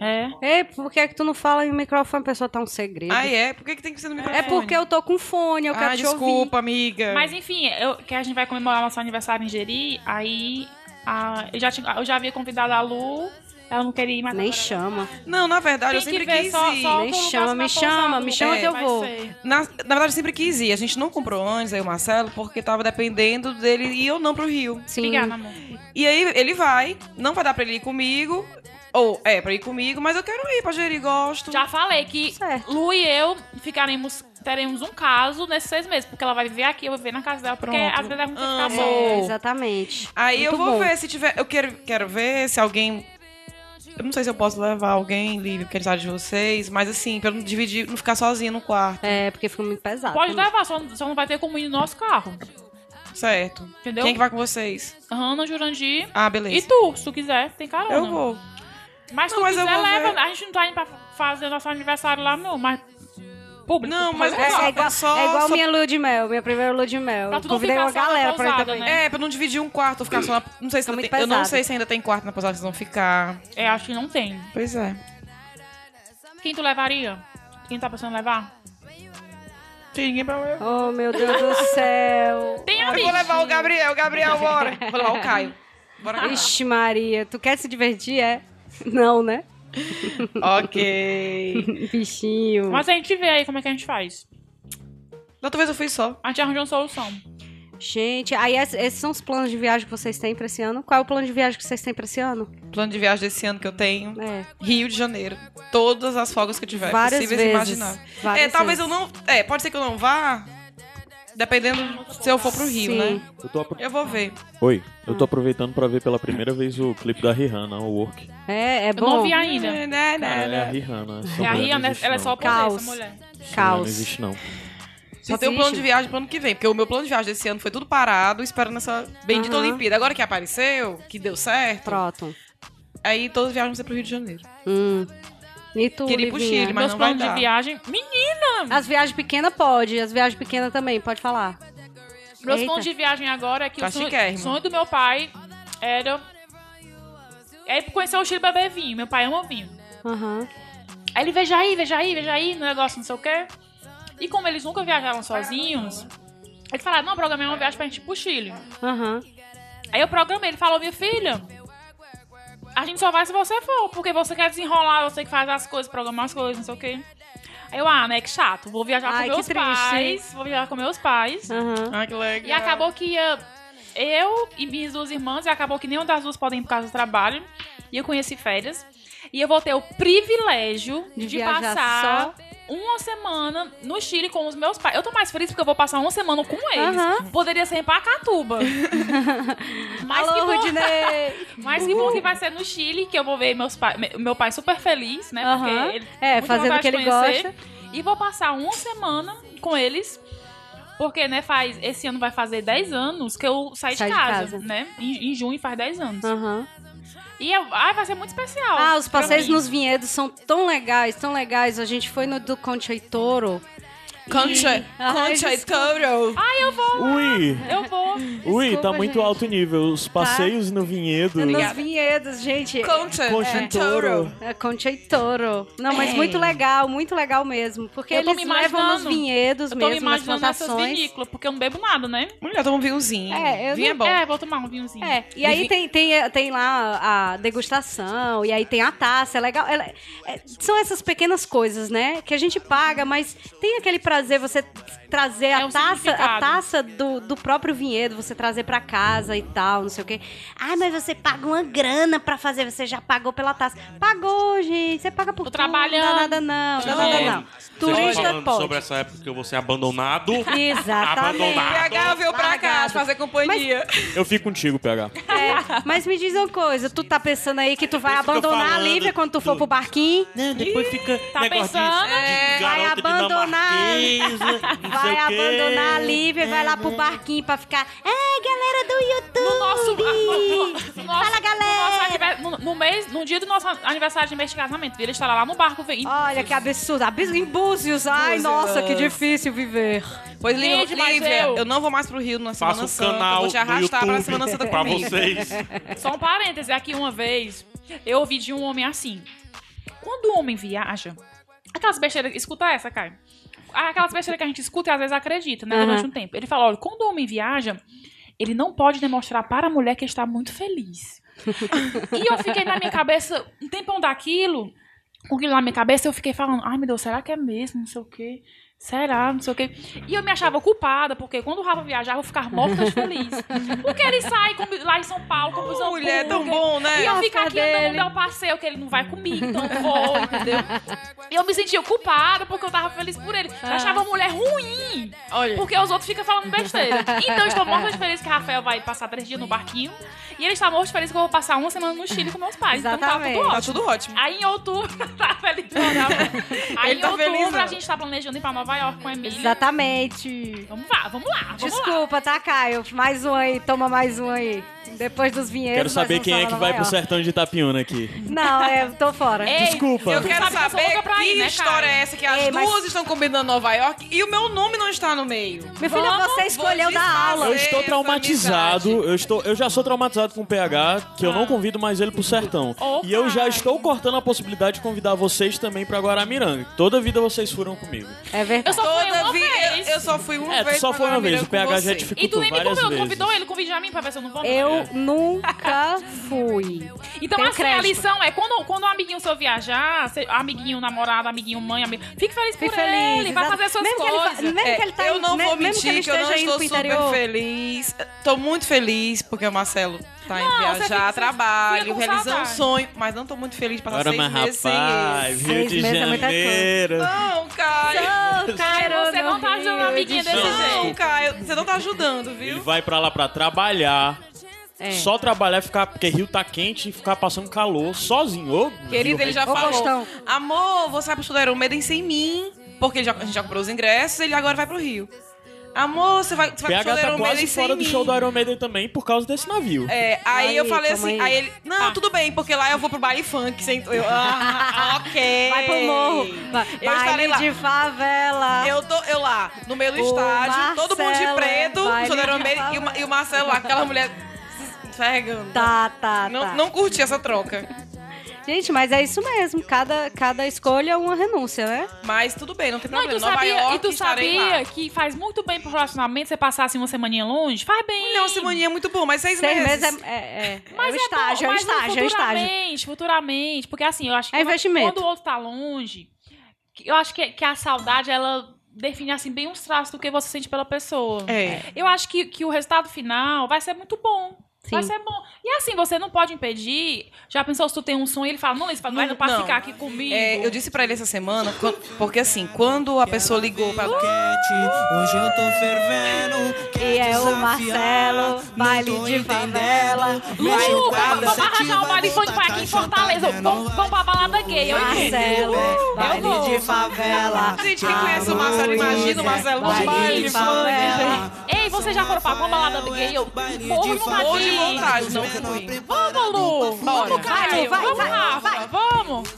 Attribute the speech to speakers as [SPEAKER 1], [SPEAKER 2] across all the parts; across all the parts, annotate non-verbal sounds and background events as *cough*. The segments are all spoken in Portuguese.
[SPEAKER 1] É. Ei, por que é que tu não fala em microfone? A pessoa tá um segredo.
[SPEAKER 2] Ah, é? Por que, que tem que ser no
[SPEAKER 1] é
[SPEAKER 2] microfone?
[SPEAKER 1] porque eu tô com fone, eu quero
[SPEAKER 2] Ah,
[SPEAKER 1] te ouvir. É.
[SPEAKER 2] desculpa, amiga.
[SPEAKER 3] Mas enfim, eu- que a gente vai comemorar nosso aniversário em Jeri, aí a- eu, já tinha- eu já havia convidado a Lu, ela não queria ir mais.
[SPEAKER 1] Nem
[SPEAKER 3] agora-
[SPEAKER 1] chama.
[SPEAKER 2] Não, na verdade,
[SPEAKER 3] Tem
[SPEAKER 2] eu sempre
[SPEAKER 3] que ver
[SPEAKER 2] quis
[SPEAKER 3] só,
[SPEAKER 2] ir.
[SPEAKER 3] só
[SPEAKER 1] Nem
[SPEAKER 3] pelo
[SPEAKER 1] chama,
[SPEAKER 3] próximo
[SPEAKER 1] me chama,
[SPEAKER 3] pousado,
[SPEAKER 1] me chama
[SPEAKER 3] é,
[SPEAKER 1] que eu
[SPEAKER 3] vai
[SPEAKER 1] vou.
[SPEAKER 3] ser.
[SPEAKER 2] Na, na verdade, eu sempre quis ir. A gente não comprou antes, eu e o Marcelo, porque tava dependendo dele ir ou não pro Rio.
[SPEAKER 1] Sim.
[SPEAKER 3] Obrigada, amor.
[SPEAKER 2] E aí ele vai, não vai dar pra ele ir comigo. Ou, é, pra ir comigo, mas eu quero ir pra gerir gosto.
[SPEAKER 3] Já falei que
[SPEAKER 1] Certo.
[SPEAKER 3] Lu e eu ficaremos, teremos um caso nesses seis meses, porque ela vai viver aqui, eu vou viver na casa dela, porque
[SPEAKER 2] Pronto.
[SPEAKER 3] às vezes a gente
[SPEAKER 2] Amo.
[SPEAKER 3] fica
[SPEAKER 1] É,
[SPEAKER 3] bom.
[SPEAKER 1] exatamente.
[SPEAKER 2] Aí eu
[SPEAKER 1] Muito
[SPEAKER 2] vou
[SPEAKER 1] bom.
[SPEAKER 2] ver se tiver. Eu quero, quero ver se alguém. Eu não sei se eu posso levar alguém, Lívia, porque ele sabe de vocês, mas assim, pra eu não dividir, não ficar sozinha no quarto.
[SPEAKER 1] É, porque fica muito pesado.
[SPEAKER 3] Pode
[SPEAKER 1] também.
[SPEAKER 3] levar, só, só não vai ter como ir no nosso carro.
[SPEAKER 2] Certo.
[SPEAKER 3] É. Entendeu?
[SPEAKER 2] Quem é que vai com vocês?
[SPEAKER 3] Hanna, Jurandir.
[SPEAKER 2] Ah,
[SPEAKER 3] E tá né?
[SPEAKER 2] beleza.
[SPEAKER 3] tu, se tu quiser, tem carona.
[SPEAKER 2] Eu vou.
[SPEAKER 3] Mas se tu
[SPEAKER 2] Não, mas eu
[SPEAKER 3] quiser,
[SPEAKER 2] vou ver.
[SPEAKER 3] leva. A gente não tá indo pra fazer nosso aniversário lá, não, mas. Público.
[SPEAKER 2] Não, mas
[SPEAKER 3] Mas
[SPEAKER 2] é,
[SPEAKER 1] É,
[SPEAKER 2] só-
[SPEAKER 1] igual,
[SPEAKER 2] é só.
[SPEAKER 1] é igual
[SPEAKER 2] só-
[SPEAKER 1] minha lua de mel, minha primeira lua de mel.
[SPEAKER 3] Pra
[SPEAKER 1] Eu
[SPEAKER 3] tu não
[SPEAKER 1] Convidei
[SPEAKER 3] ficar
[SPEAKER 1] uma
[SPEAKER 3] só na
[SPEAKER 1] galera pra ir
[SPEAKER 3] pousada,
[SPEAKER 1] também.
[SPEAKER 3] né?
[SPEAKER 2] É, pra não dividir um quarto, ou ficar só na. Não sei se
[SPEAKER 1] Fica
[SPEAKER 2] ainda
[SPEAKER 1] Tá muito
[SPEAKER 2] tem- Eu não
[SPEAKER 1] pesado.
[SPEAKER 2] sei se ainda tem quarto na pousada que vocês vão ficar.
[SPEAKER 3] É, acho que não tem.
[SPEAKER 2] Pois é.
[SPEAKER 3] Quem tu levaria? Quem tá pensando em levar?
[SPEAKER 2] Tem ninguém pra levar.
[SPEAKER 1] Oh, meu Deus do
[SPEAKER 3] *laughs*
[SPEAKER 1] céu.
[SPEAKER 3] Tem
[SPEAKER 2] Eu
[SPEAKER 3] amigo.
[SPEAKER 2] vou levar o Gabriel, Gabriel, bora. Vou levar o Caio. Bora.
[SPEAKER 1] Ixi, Maria, tu quer se divertir, é? Não, né?
[SPEAKER 2] ok.
[SPEAKER 1] Bichinho.
[SPEAKER 3] Mas a gente vê aí como é que a gente faz.
[SPEAKER 2] Da outra vez eu fui só.
[SPEAKER 3] A gente arranja uma solução.
[SPEAKER 1] Gente, aí es- esses são os planos de viagem que vocês têm pra esse ano? Qual é o plano de viagem que vocês têm pra esse ano?
[SPEAKER 2] Plano de viagem desse ano que eu tenho.
[SPEAKER 1] É,
[SPEAKER 2] Rio de Janeiro. Todas as folgas que eu tiver.
[SPEAKER 1] várias
[SPEAKER 2] possíveis
[SPEAKER 1] vezes.
[SPEAKER 2] e imagináveis.
[SPEAKER 1] várias
[SPEAKER 2] é, talvez eu
[SPEAKER 1] vezes.
[SPEAKER 2] não. É, pode ser que eu não vá. Dependendo se eu for pro Rio,
[SPEAKER 1] Sim.
[SPEAKER 2] né?
[SPEAKER 4] Eu tô apro-
[SPEAKER 2] Eu vou ver.
[SPEAKER 4] Oi, eu tô aproveitando pra ver pela primeira vez o clipe da Rihanna, o Work.
[SPEAKER 1] É, é
[SPEAKER 3] Eu não
[SPEAKER 1] bom.
[SPEAKER 3] vi ainda.
[SPEAKER 2] Né, né, né,
[SPEAKER 4] Caralho, é a
[SPEAKER 2] né.
[SPEAKER 4] Rihanna. essa
[SPEAKER 3] E a
[SPEAKER 4] mulher não
[SPEAKER 3] Rihanna,
[SPEAKER 4] existe,
[SPEAKER 3] ela é
[SPEAKER 4] não.
[SPEAKER 3] só poder,
[SPEAKER 1] Caos.
[SPEAKER 3] essa mulher.
[SPEAKER 4] Essa mulher
[SPEAKER 1] Caos.
[SPEAKER 4] Não existe, não.
[SPEAKER 2] Só tem um
[SPEAKER 1] Existe?
[SPEAKER 2] plano de viagem pro ano que vem, porque o meu plano de viagem desse ano foi tudo parado, esperando essa bendita
[SPEAKER 1] Aham.
[SPEAKER 2] Olimpíada. Agora que apareceu, que deu certo,
[SPEAKER 1] Próton.
[SPEAKER 2] aí todas as viagens vão ser pro Rio de Janeiro.
[SPEAKER 1] Hum. E tu,
[SPEAKER 2] Queria ir pro
[SPEAKER 1] Livinha?
[SPEAKER 2] Chile, mas
[SPEAKER 3] Meus
[SPEAKER 2] não vai
[SPEAKER 3] planos
[SPEAKER 2] dar.
[SPEAKER 3] de viagem. Menino!
[SPEAKER 1] As viagens pequenas pode, as viagens pequenas também, pode falar.
[SPEAKER 3] Meus
[SPEAKER 1] Eita.
[SPEAKER 3] planos de viagem agora é que
[SPEAKER 2] Tá
[SPEAKER 3] o sonho,
[SPEAKER 2] chiquérrimo.
[SPEAKER 3] sonho do meu pai era. É ir conhecer o Chile beber vinho. Meu pai ama vinho.
[SPEAKER 1] Aham.
[SPEAKER 3] Aí ele veja aí, veja aí, veja aí, no negócio não sei o quê. E como eles nunca viajaram sozinhos, eles falaram, não, programei uma viagem pra gente ir pro Chile.
[SPEAKER 1] Aham.
[SPEAKER 3] Aí eu programei, ele falou, minha filha, a gente só vai se você for, porque você quer desenrolar, você que faz as coisas, programar as coisas, não sei o quê. Aí eu, ah, né, que chato, vou viajar
[SPEAKER 1] Ai,
[SPEAKER 3] com
[SPEAKER 1] que
[SPEAKER 3] meus
[SPEAKER 1] triste.
[SPEAKER 3] pais, vou viajar com meus pais.
[SPEAKER 1] Aham.
[SPEAKER 2] Ah, que legal.
[SPEAKER 3] E acabou que ia eu e minhas duas irmãs, e acabou que nenhuma das duas podem ir por causa do trabalho. E eu conheci férias. E eu vou ter o privilégio
[SPEAKER 1] De
[SPEAKER 3] de,
[SPEAKER 1] viajar
[SPEAKER 3] passar uma semana no Chile com os meus pais. Eu tô mais feliz porque eu vou passar uma semana com eles.
[SPEAKER 1] Aham.
[SPEAKER 3] Poderia ser em
[SPEAKER 1] *laughs*
[SPEAKER 3] Pacatuba. mas, que
[SPEAKER 1] Alô,
[SPEAKER 3] bom, *laughs*
[SPEAKER 1] Rudinei!
[SPEAKER 3] mas que bom que vai ser no Chile, que eu vou ver meus pai, me- meu pai super feliz, né?
[SPEAKER 1] Aham.
[SPEAKER 3] Porque ele
[SPEAKER 1] É,
[SPEAKER 3] muita
[SPEAKER 1] fazendo o
[SPEAKER 3] vontade
[SPEAKER 1] que
[SPEAKER 3] de
[SPEAKER 1] ele
[SPEAKER 3] conhecer.
[SPEAKER 1] gosta.
[SPEAKER 3] E vou passar uma semana com eles. Porque, né, faz. Esse ano vai fazer 10 anos que eu saí
[SPEAKER 1] Sai
[SPEAKER 3] de,
[SPEAKER 1] de
[SPEAKER 3] casa,
[SPEAKER 1] casa.
[SPEAKER 3] né? Em, em junho faz 10 anos.
[SPEAKER 1] Aham.
[SPEAKER 3] E eu- ai, vai ser muito especial.
[SPEAKER 1] Ah, os
[SPEAKER 3] pra
[SPEAKER 1] passeios
[SPEAKER 3] mim.
[SPEAKER 1] nos vinhedos são tão legais, tão legais. A gente foi no do Concha e Toro.
[SPEAKER 2] Concha,
[SPEAKER 1] Ah,
[SPEAKER 2] Concha e
[SPEAKER 1] desculpa.
[SPEAKER 2] Toro.
[SPEAKER 4] Ui!
[SPEAKER 3] Eu
[SPEAKER 1] *laughs*
[SPEAKER 3] vou.
[SPEAKER 4] Ui,
[SPEAKER 1] Desculpa,
[SPEAKER 4] tá muito
[SPEAKER 1] gente.
[SPEAKER 4] alto nível. Os passeios no vinhedo.
[SPEAKER 1] Nos vinhedos, gente.
[SPEAKER 2] Concha,
[SPEAKER 4] Concha
[SPEAKER 2] e
[SPEAKER 4] e Toro.
[SPEAKER 1] É, Concha e Toro. Não, mas
[SPEAKER 2] É.
[SPEAKER 1] muito legal, muito legal mesmo. Porque
[SPEAKER 3] Eu tô
[SPEAKER 1] eles
[SPEAKER 3] me
[SPEAKER 1] levam nos
[SPEAKER 3] imaginando.
[SPEAKER 1] vinhedos
[SPEAKER 3] Eu tô me
[SPEAKER 1] mesmo, nas
[SPEAKER 3] imaginando nessas
[SPEAKER 1] plantações.
[SPEAKER 3] vinícolas, porque eu não bebo nada, né?
[SPEAKER 2] Mulher, toma um vinhozinho.
[SPEAKER 1] É, eu
[SPEAKER 2] Vinho
[SPEAKER 1] não-
[SPEAKER 2] é bom.
[SPEAKER 3] É, vou tomar um vinhozinho.
[SPEAKER 1] É, e aí tem, tem, tem lá a degustação, e aí tem a taça, é legal. Ela- é, são essas pequenas coisas, né? Que a gente paga, mas tem aquele prazer você trazer
[SPEAKER 3] É
[SPEAKER 1] a
[SPEAKER 3] um
[SPEAKER 1] taça, a
[SPEAKER 3] significado.
[SPEAKER 1] taça do, do próprio vinhedo, você trazer pra casa e tal, não sei o quê. Ah, mas você paga uma grana pra fazer, você já pagou pela taça. Pagou, gente, você paga por
[SPEAKER 3] Tô
[SPEAKER 1] tudo, Não dá
[SPEAKER 3] trabalhando.
[SPEAKER 1] nada, não, não dá nada,
[SPEAKER 3] Gente,
[SPEAKER 1] não.
[SPEAKER 5] Vocês estão
[SPEAKER 1] Turista
[SPEAKER 5] falando sobre
[SPEAKER 1] pode.
[SPEAKER 5] essa época que eu vou ser abandonado.
[SPEAKER 1] Exatamente.
[SPEAKER 5] Abandonar.
[SPEAKER 2] PH veio pra cá
[SPEAKER 1] Largado.
[SPEAKER 2] fazer companhia.
[SPEAKER 4] Eu fico contigo, PH.
[SPEAKER 1] É, mas me diz uma coisa, tu tá pensando aí que tu vai
[SPEAKER 5] Depois fica
[SPEAKER 1] abandonar a
[SPEAKER 5] falando
[SPEAKER 1] Lívia quando tu for
[SPEAKER 5] do-
[SPEAKER 1] pro barquinho?
[SPEAKER 5] Não, depois fica
[SPEAKER 3] Tá
[SPEAKER 5] negócio
[SPEAKER 3] pensando?
[SPEAKER 5] de,
[SPEAKER 4] né?
[SPEAKER 5] de
[SPEAKER 1] vai
[SPEAKER 5] garota
[SPEAKER 1] abandonar.
[SPEAKER 5] dinamarquesa, não
[SPEAKER 1] Vai
[SPEAKER 5] sei o quê. É.
[SPEAKER 1] abandonar a Lívia e vai lá pro barquinho pra ficar. Ei, galera do YouTube!
[SPEAKER 3] No nosso, *laughs* no, no- no nosso-
[SPEAKER 1] Fala,
[SPEAKER 3] No, nosso
[SPEAKER 1] galera!
[SPEAKER 3] anive- no- no mês, no dia do nosso aniversário de mês de casamento, ele estará lá no barco vendo.
[SPEAKER 1] Olha que absurdo. Abis- Em Búzios. Ai,
[SPEAKER 3] é.
[SPEAKER 2] Búzios.
[SPEAKER 1] nossa, que difícil viver.
[SPEAKER 2] Pois, Lívia,
[SPEAKER 3] Gente, mas
[SPEAKER 2] Lívia,
[SPEAKER 3] eu-
[SPEAKER 2] eu... não vou mais pro Rio na Semana
[SPEAKER 5] Faça um
[SPEAKER 2] Santa.
[SPEAKER 5] canal
[SPEAKER 2] vou te
[SPEAKER 5] no
[SPEAKER 2] arrastar
[SPEAKER 5] YouTube
[SPEAKER 2] pra Semana Santa
[SPEAKER 5] pra
[SPEAKER 2] comigo.
[SPEAKER 5] vocês.
[SPEAKER 3] Só um parêntese, aqui uma vez eu ouvi de um homem assim. Quando o homem viaja, aquelas besteiras. Escuta essa, Caio. Aquelas besteiras que a gente escuta e às vezes acredita, né?
[SPEAKER 1] Aham.
[SPEAKER 3] Durante um tempo. Ele fala: olha, quando o homem viaja, ele não pode demonstrar para a mulher que está muito feliz. e eu fiquei na minha cabeça, um tempão daquilo, com aquilo na minha cabeça, eu fiquei falando: ai meu Deus, será que é mesmo? Não sei o quê. Será? Não sei o quê. E eu me achava culpada, porque quando o Rafa viajava, eu ficava morta de feliz. Porque ele sai com- lá em São Paulo com o busão
[SPEAKER 2] Mulher é tão
[SPEAKER 3] público,
[SPEAKER 2] bom,
[SPEAKER 3] e
[SPEAKER 2] né?
[SPEAKER 3] eu ficar aqui andando no
[SPEAKER 1] dele.
[SPEAKER 3] meu passeio, que ele não vai comigo, então eu vou, entendeu? E eu me sentia culpada porque eu tava feliz por ele. Eu achava a mulher ruim,
[SPEAKER 6] Olha.
[SPEAKER 3] porque os outros ficam falando besteira. Então eu estou morta de feliz que Rafael vai passar três dias no barquinho. E ele está morto de feliz que eu vou passar uma semana no Chile com meus pais.
[SPEAKER 1] Exatamente.
[SPEAKER 3] Então tá
[SPEAKER 2] Tá
[SPEAKER 3] tudo ótimo.
[SPEAKER 2] tudo ótimo.
[SPEAKER 3] Aí em outubro, *laughs* tá feliz pra caramba. Aí
[SPEAKER 2] Ele
[SPEAKER 3] em
[SPEAKER 2] tá
[SPEAKER 3] outubro
[SPEAKER 2] felizão.
[SPEAKER 3] a gente tá planejando ir pra Nova York com a Emília.
[SPEAKER 1] Exatamente.
[SPEAKER 3] Vamos lá, vamos lá, vamos lá.
[SPEAKER 1] Desculpa, tá, Caio? Mais um aí, toma mais um aí. Depois dos vinhedos.
[SPEAKER 4] Quero
[SPEAKER 1] nós
[SPEAKER 4] saber
[SPEAKER 1] vamos
[SPEAKER 4] quem é
[SPEAKER 1] falar
[SPEAKER 4] que
[SPEAKER 1] Nova
[SPEAKER 4] vai pro
[SPEAKER 1] York.
[SPEAKER 4] sertão de Itapiúna aqui.
[SPEAKER 1] Não, é, tô fora.
[SPEAKER 3] Ei,
[SPEAKER 4] Desculpa.
[SPEAKER 2] Eu quero
[SPEAKER 3] sabe que eu sou
[SPEAKER 2] saber
[SPEAKER 3] louca pra
[SPEAKER 2] que
[SPEAKER 3] ir, né,
[SPEAKER 2] história
[SPEAKER 3] Caio?
[SPEAKER 2] é essa que as
[SPEAKER 1] Ei, mas-
[SPEAKER 2] duas estão combinando Nova York e o meu nome não está no meio.
[SPEAKER 1] Meu filho,
[SPEAKER 3] vamos,
[SPEAKER 1] você escolheu
[SPEAKER 2] vou
[SPEAKER 1] dar aula.
[SPEAKER 4] Eu estou
[SPEAKER 2] Essa
[SPEAKER 4] traumatizado, eu, estou, eu já sou traumatizado com o PH, que eu
[SPEAKER 2] Ah.
[SPEAKER 4] não convido mais ele pro sertão.
[SPEAKER 3] Oh,
[SPEAKER 4] e eu já
[SPEAKER 3] pai.
[SPEAKER 4] estou cortando a possibilidade de convidar vocês também pra Guaramiranga. Toda vida vocês furam comigo.
[SPEAKER 1] É
[SPEAKER 3] Eu
[SPEAKER 1] verdade.
[SPEAKER 3] só fui
[SPEAKER 2] Toda
[SPEAKER 3] uma
[SPEAKER 2] vida
[SPEAKER 3] vez.
[SPEAKER 2] eu, eu só fui uma
[SPEAKER 4] É,
[SPEAKER 2] vez.
[SPEAKER 4] só
[SPEAKER 2] pra
[SPEAKER 4] foi uma vez,
[SPEAKER 2] Guaramiranga
[SPEAKER 4] o PH
[SPEAKER 2] com
[SPEAKER 4] já
[SPEAKER 2] você.
[SPEAKER 4] te
[SPEAKER 3] E tu
[SPEAKER 4] dificultou
[SPEAKER 3] nem me
[SPEAKER 4] várias
[SPEAKER 3] convidou,
[SPEAKER 4] vezes.
[SPEAKER 3] tu convidou ele, convidou a mim pra ver se eu não vou. não.
[SPEAKER 1] Eu nunca fui.
[SPEAKER 3] Então,
[SPEAKER 1] Tenho
[SPEAKER 3] assim, a
[SPEAKER 1] crédito.
[SPEAKER 3] lição é quando, quando um amiguinho seu viajar, se- amiguinho, namorado, amiguinho, mãe, amigo, fique feliz por
[SPEAKER 1] Fique feliz.
[SPEAKER 3] ele, vai
[SPEAKER 1] exato.
[SPEAKER 3] fazer suas
[SPEAKER 1] mesmo
[SPEAKER 3] coisas.
[SPEAKER 1] Que ele, fa- mesmo
[SPEAKER 2] É,
[SPEAKER 1] que ele tá
[SPEAKER 2] eu
[SPEAKER 1] indo-
[SPEAKER 2] não
[SPEAKER 1] me-
[SPEAKER 2] vou
[SPEAKER 1] mesmo que
[SPEAKER 2] mentir
[SPEAKER 1] ele
[SPEAKER 2] que, eu não
[SPEAKER 1] esteja indo
[SPEAKER 2] estou
[SPEAKER 1] pro
[SPEAKER 2] super
[SPEAKER 1] interior.
[SPEAKER 2] feliz. Tô muito feliz porque o Marcelo tá indo
[SPEAKER 3] Não, você
[SPEAKER 2] viajar,
[SPEAKER 3] fica- você fica
[SPEAKER 2] trabalho,
[SPEAKER 3] com
[SPEAKER 2] realizar um
[SPEAKER 3] saudade.
[SPEAKER 2] sonho, mas não tô muito feliz pra
[SPEAKER 4] Agora,
[SPEAKER 2] seis
[SPEAKER 4] mas
[SPEAKER 2] meses sem
[SPEAKER 4] rapaz,
[SPEAKER 2] ele.
[SPEAKER 4] Rio
[SPEAKER 1] Seis
[SPEAKER 4] de
[SPEAKER 1] meses é muita coisa.
[SPEAKER 4] Janeiro.
[SPEAKER 2] Não, Caio.
[SPEAKER 1] Não, Caio,
[SPEAKER 3] Você não tá
[SPEAKER 1] Rio
[SPEAKER 3] ajudando a
[SPEAKER 1] de
[SPEAKER 3] amiguinha desse
[SPEAKER 1] Janeiro.
[SPEAKER 3] jeito.
[SPEAKER 2] Não, Caio, você não tá ajudando,
[SPEAKER 4] Ele
[SPEAKER 2] viu?
[SPEAKER 4] vai pra lá pra trabalhar.
[SPEAKER 1] É.
[SPEAKER 4] Só trabalhar e ficar. Porque Rio tá quente e ficar passando calor sozinho. Ô,
[SPEAKER 2] Querido,
[SPEAKER 4] Rio,
[SPEAKER 2] ele já
[SPEAKER 1] Ô,
[SPEAKER 2] falou.
[SPEAKER 1] Faustão.
[SPEAKER 2] Amor, você vai pro Chuleiro Medem sem mim. Porque ele já, a gente já comprou os ingressos, ele agora vai pro Rio. Amor, você vai, você vai pro
[SPEAKER 4] PH tá
[SPEAKER 2] Chuleiro
[SPEAKER 4] quase
[SPEAKER 2] Medem sem
[SPEAKER 4] fora do
[SPEAKER 2] mim.
[SPEAKER 4] show do Iron Maiden também por causa desse navio.
[SPEAKER 2] É, aí,
[SPEAKER 1] Aí,
[SPEAKER 2] eu falei
[SPEAKER 1] toma
[SPEAKER 2] assim,
[SPEAKER 1] aí. Tá.
[SPEAKER 2] aí ele, não, tudo bem, porque lá eu vou pro baile funk, sem eu,
[SPEAKER 1] *laughs*
[SPEAKER 2] ah, ok.
[SPEAKER 1] Vai pro morro. Ba-
[SPEAKER 2] Eu
[SPEAKER 1] Baile
[SPEAKER 2] estarei lá.
[SPEAKER 1] de favela.
[SPEAKER 2] Eu tô, eu lá, no meio do
[SPEAKER 1] O
[SPEAKER 2] estádio, todo mundo de
[SPEAKER 1] Marcelo
[SPEAKER 2] preto,
[SPEAKER 1] é baile
[SPEAKER 2] Solerão
[SPEAKER 1] de
[SPEAKER 2] Baile, e, o Ma- e o Marcelo lá, aquela mulher se esfregando.
[SPEAKER 1] Tá, tá,
[SPEAKER 2] Não,
[SPEAKER 1] tá.
[SPEAKER 2] não curti essa troca.
[SPEAKER 1] Gente, mas é isso mesmo. Cada, cada escolha é uma renúncia, né?
[SPEAKER 2] Mas tudo bem, não tem
[SPEAKER 3] Não, e
[SPEAKER 2] problema.
[SPEAKER 3] tu
[SPEAKER 2] Nova
[SPEAKER 3] sabia,
[SPEAKER 2] York,
[SPEAKER 3] e tu
[SPEAKER 2] estarei lá.
[SPEAKER 3] sabia que faz muito bem pro relacionamento você passar assim uma semaninha longe? Faz bem.
[SPEAKER 2] Não, Simoninha é muito bom, mas seis,
[SPEAKER 1] Seis
[SPEAKER 2] meses.
[SPEAKER 1] meses é, é, é, é o
[SPEAKER 3] Mas bom,
[SPEAKER 1] estágio, é o
[SPEAKER 3] mas
[SPEAKER 1] estágio, é o estágio.
[SPEAKER 3] Futuramente, futuramente. Porque assim, eu acho que
[SPEAKER 1] É
[SPEAKER 3] quando-
[SPEAKER 1] investimento.
[SPEAKER 3] quando o outro tá longe, que- eu acho que, que a saudade, ela define assim bem uns traços do que você sente pela pessoa.
[SPEAKER 2] É.
[SPEAKER 3] Eu acho que, que o resultado final vai ser muito bom. Vai
[SPEAKER 1] Sim.
[SPEAKER 3] ser bom. E assim, você não pode impedir. Já pensou se tu tem um sonho e ele fala, não, Liz, mas não
[SPEAKER 2] Não,
[SPEAKER 3] pode
[SPEAKER 2] não.
[SPEAKER 3] ficar aqui comigo.
[SPEAKER 2] É, eu disse pra ele essa semana, quan- porque assim, quando a pessoa ligou pra.
[SPEAKER 7] quente, hoje eu tô fervendo. quer
[SPEAKER 1] E é o
[SPEAKER 7] desafiar,
[SPEAKER 1] Marcelo,
[SPEAKER 7] não
[SPEAKER 1] baile
[SPEAKER 7] tô
[SPEAKER 1] de
[SPEAKER 7] entendendo.
[SPEAKER 1] favela.
[SPEAKER 7] Mexe o
[SPEAKER 3] Lu,
[SPEAKER 7] quadro,
[SPEAKER 3] vamos
[SPEAKER 7] sete
[SPEAKER 3] arranjar um
[SPEAKER 7] vai
[SPEAKER 3] baile funk
[SPEAKER 7] voltar,
[SPEAKER 3] pra aqui em
[SPEAKER 7] tá
[SPEAKER 3] Fortaleza.
[SPEAKER 7] chantando,
[SPEAKER 3] Vamos vamos pra balada gay.
[SPEAKER 1] Ah,
[SPEAKER 3] Eu
[SPEAKER 1] Marcelo,
[SPEAKER 7] É,
[SPEAKER 1] baile
[SPEAKER 3] Eu vou.
[SPEAKER 7] Baile de favela.
[SPEAKER 2] Gente, quem conhece o Marcelo, imagina o Marcelo no
[SPEAKER 1] Baile de
[SPEAKER 2] baile
[SPEAKER 1] favela.
[SPEAKER 2] funk.
[SPEAKER 3] Ei, vocês já foram pra alguma balada gay?
[SPEAKER 7] É
[SPEAKER 3] Eu morro de
[SPEAKER 2] Ou de
[SPEAKER 3] vontade.
[SPEAKER 2] vontade, não fui.
[SPEAKER 3] Vamos, Lu.
[SPEAKER 2] Bora.
[SPEAKER 3] Vamos, Caio.
[SPEAKER 1] Vai,
[SPEAKER 3] Vamos,
[SPEAKER 1] vai,
[SPEAKER 3] Rafa.
[SPEAKER 1] vai.
[SPEAKER 3] Vamos.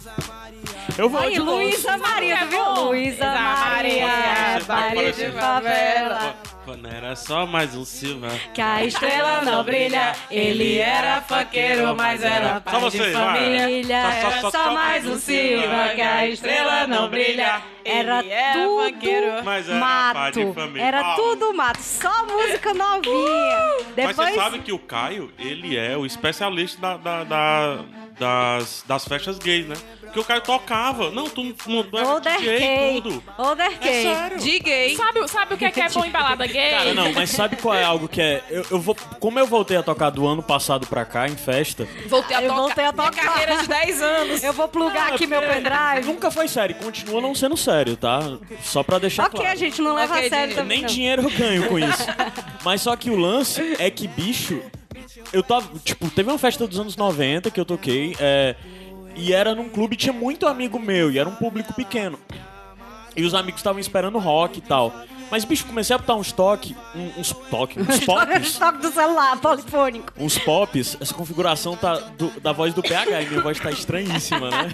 [SPEAKER 4] Eu vou tipo,
[SPEAKER 1] Aí,
[SPEAKER 4] de novo.
[SPEAKER 1] Luísa Maria, tu viu?
[SPEAKER 3] bom.
[SPEAKER 1] Luísa
[SPEAKER 3] Luísa
[SPEAKER 1] Maria,
[SPEAKER 3] Maria, tá
[SPEAKER 1] é baile de favela.
[SPEAKER 5] Quando era só mais um Silva.
[SPEAKER 1] Que a estrela não brilha, ele é era funkeiro, mas era
[SPEAKER 5] Só você, vai.
[SPEAKER 1] família.
[SPEAKER 5] Só- só-
[SPEAKER 1] Era
[SPEAKER 5] só-
[SPEAKER 1] só
[SPEAKER 5] só-
[SPEAKER 1] mais um Silva, que a estrela não brilha. Era
[SPEAKER 2] Ele era
[SPEAKER 1] tudo
[SPEAKER 2] funkeiro.
[SPEAKER 5] Mas era pai de
[SPEAKER 1] mato.
[SPEAKER 5] família.
[SPEAKER 1] Era
[SPEAKER 5] Ah.
[SPEAKER 1] tudo mato, só música novinha.
[SPEAKER 5] Mas você
[SPEAKER 1] Depois,
[SPEAKER 5] sabe que o Caio, ele é o especialista da- da- da- das, das festas gays, né? Porque o Caio tocava. Não, tu não, não era
[SPEAKER 1] Older
[SPEAKER 5] DJ e
[SPEAKER 1] Kay.
[SPEAKER 5] tudo.
[SPEAKER 1] Older
[SPEAKER 5] É
[SPEAKER 1] Kay.
[SPEAKER 5] sério.
[SPEAKER 2] De gay.
[SPEAKER 3] Sabe, sabe o que é, que é bom em balada gay?
[SPEAKER 4] Cara, não, mas sabe qual é algo que é. Eu, eu vou, como eu voltei a tocar do ano passado pra cá, em festa,
[SPEAKER 2] Voltei a
[SPEAKER 1] Eu
[SPEAKER 2] tocar.
[SPEAKER 1] voltei a
[SPEAKER 2] Minha
[SPEAKER 1] tocar.
[SPEAKER 2] carreira de 10 anos.
[SPEAKER 1] Eu vou plugar aqui meu pendrive.
[SPEAKER 4] nunca foi sério, e continua não sendo sério, tá? Só pra deixar
[SPEAKER 1] Ok,
[SPEAKER 4] claro.
[SPEAKER 1] a gente não leva
[SPEAKER 2] Ok,
[SPEAKER 1] a sério
[SPEAKER 2] gente,
[SPEAKER 1] também.
[SPEAKER 4] Nem
[SPEAKER 1] não.
[SPEAKER 4] dinheiro eu ganho com isso. Mas só que o lance é que, bicho, eu tava. Tipo, teve uma festa dos anos 90 que eu toquei. é, e era num clube, tinha muito amigo meu, e era um público pequeno. E os amigos estavam esperando rock e tal. Mas, bicho, comecei a botar uns toque, um- uns toque,
[SPEAKER 1] *laughs*
[SPEAKER 4] uns
[SPEAKER 1] Olha o
[SPEAKER 4] pops.
[SPEAKER 1] estoque do celular, *laughs* polifônico.
[SPEAKER 4] Uns pops, essa configuração tá do- da voz do PH, e minha voz tá estranhíssima, né?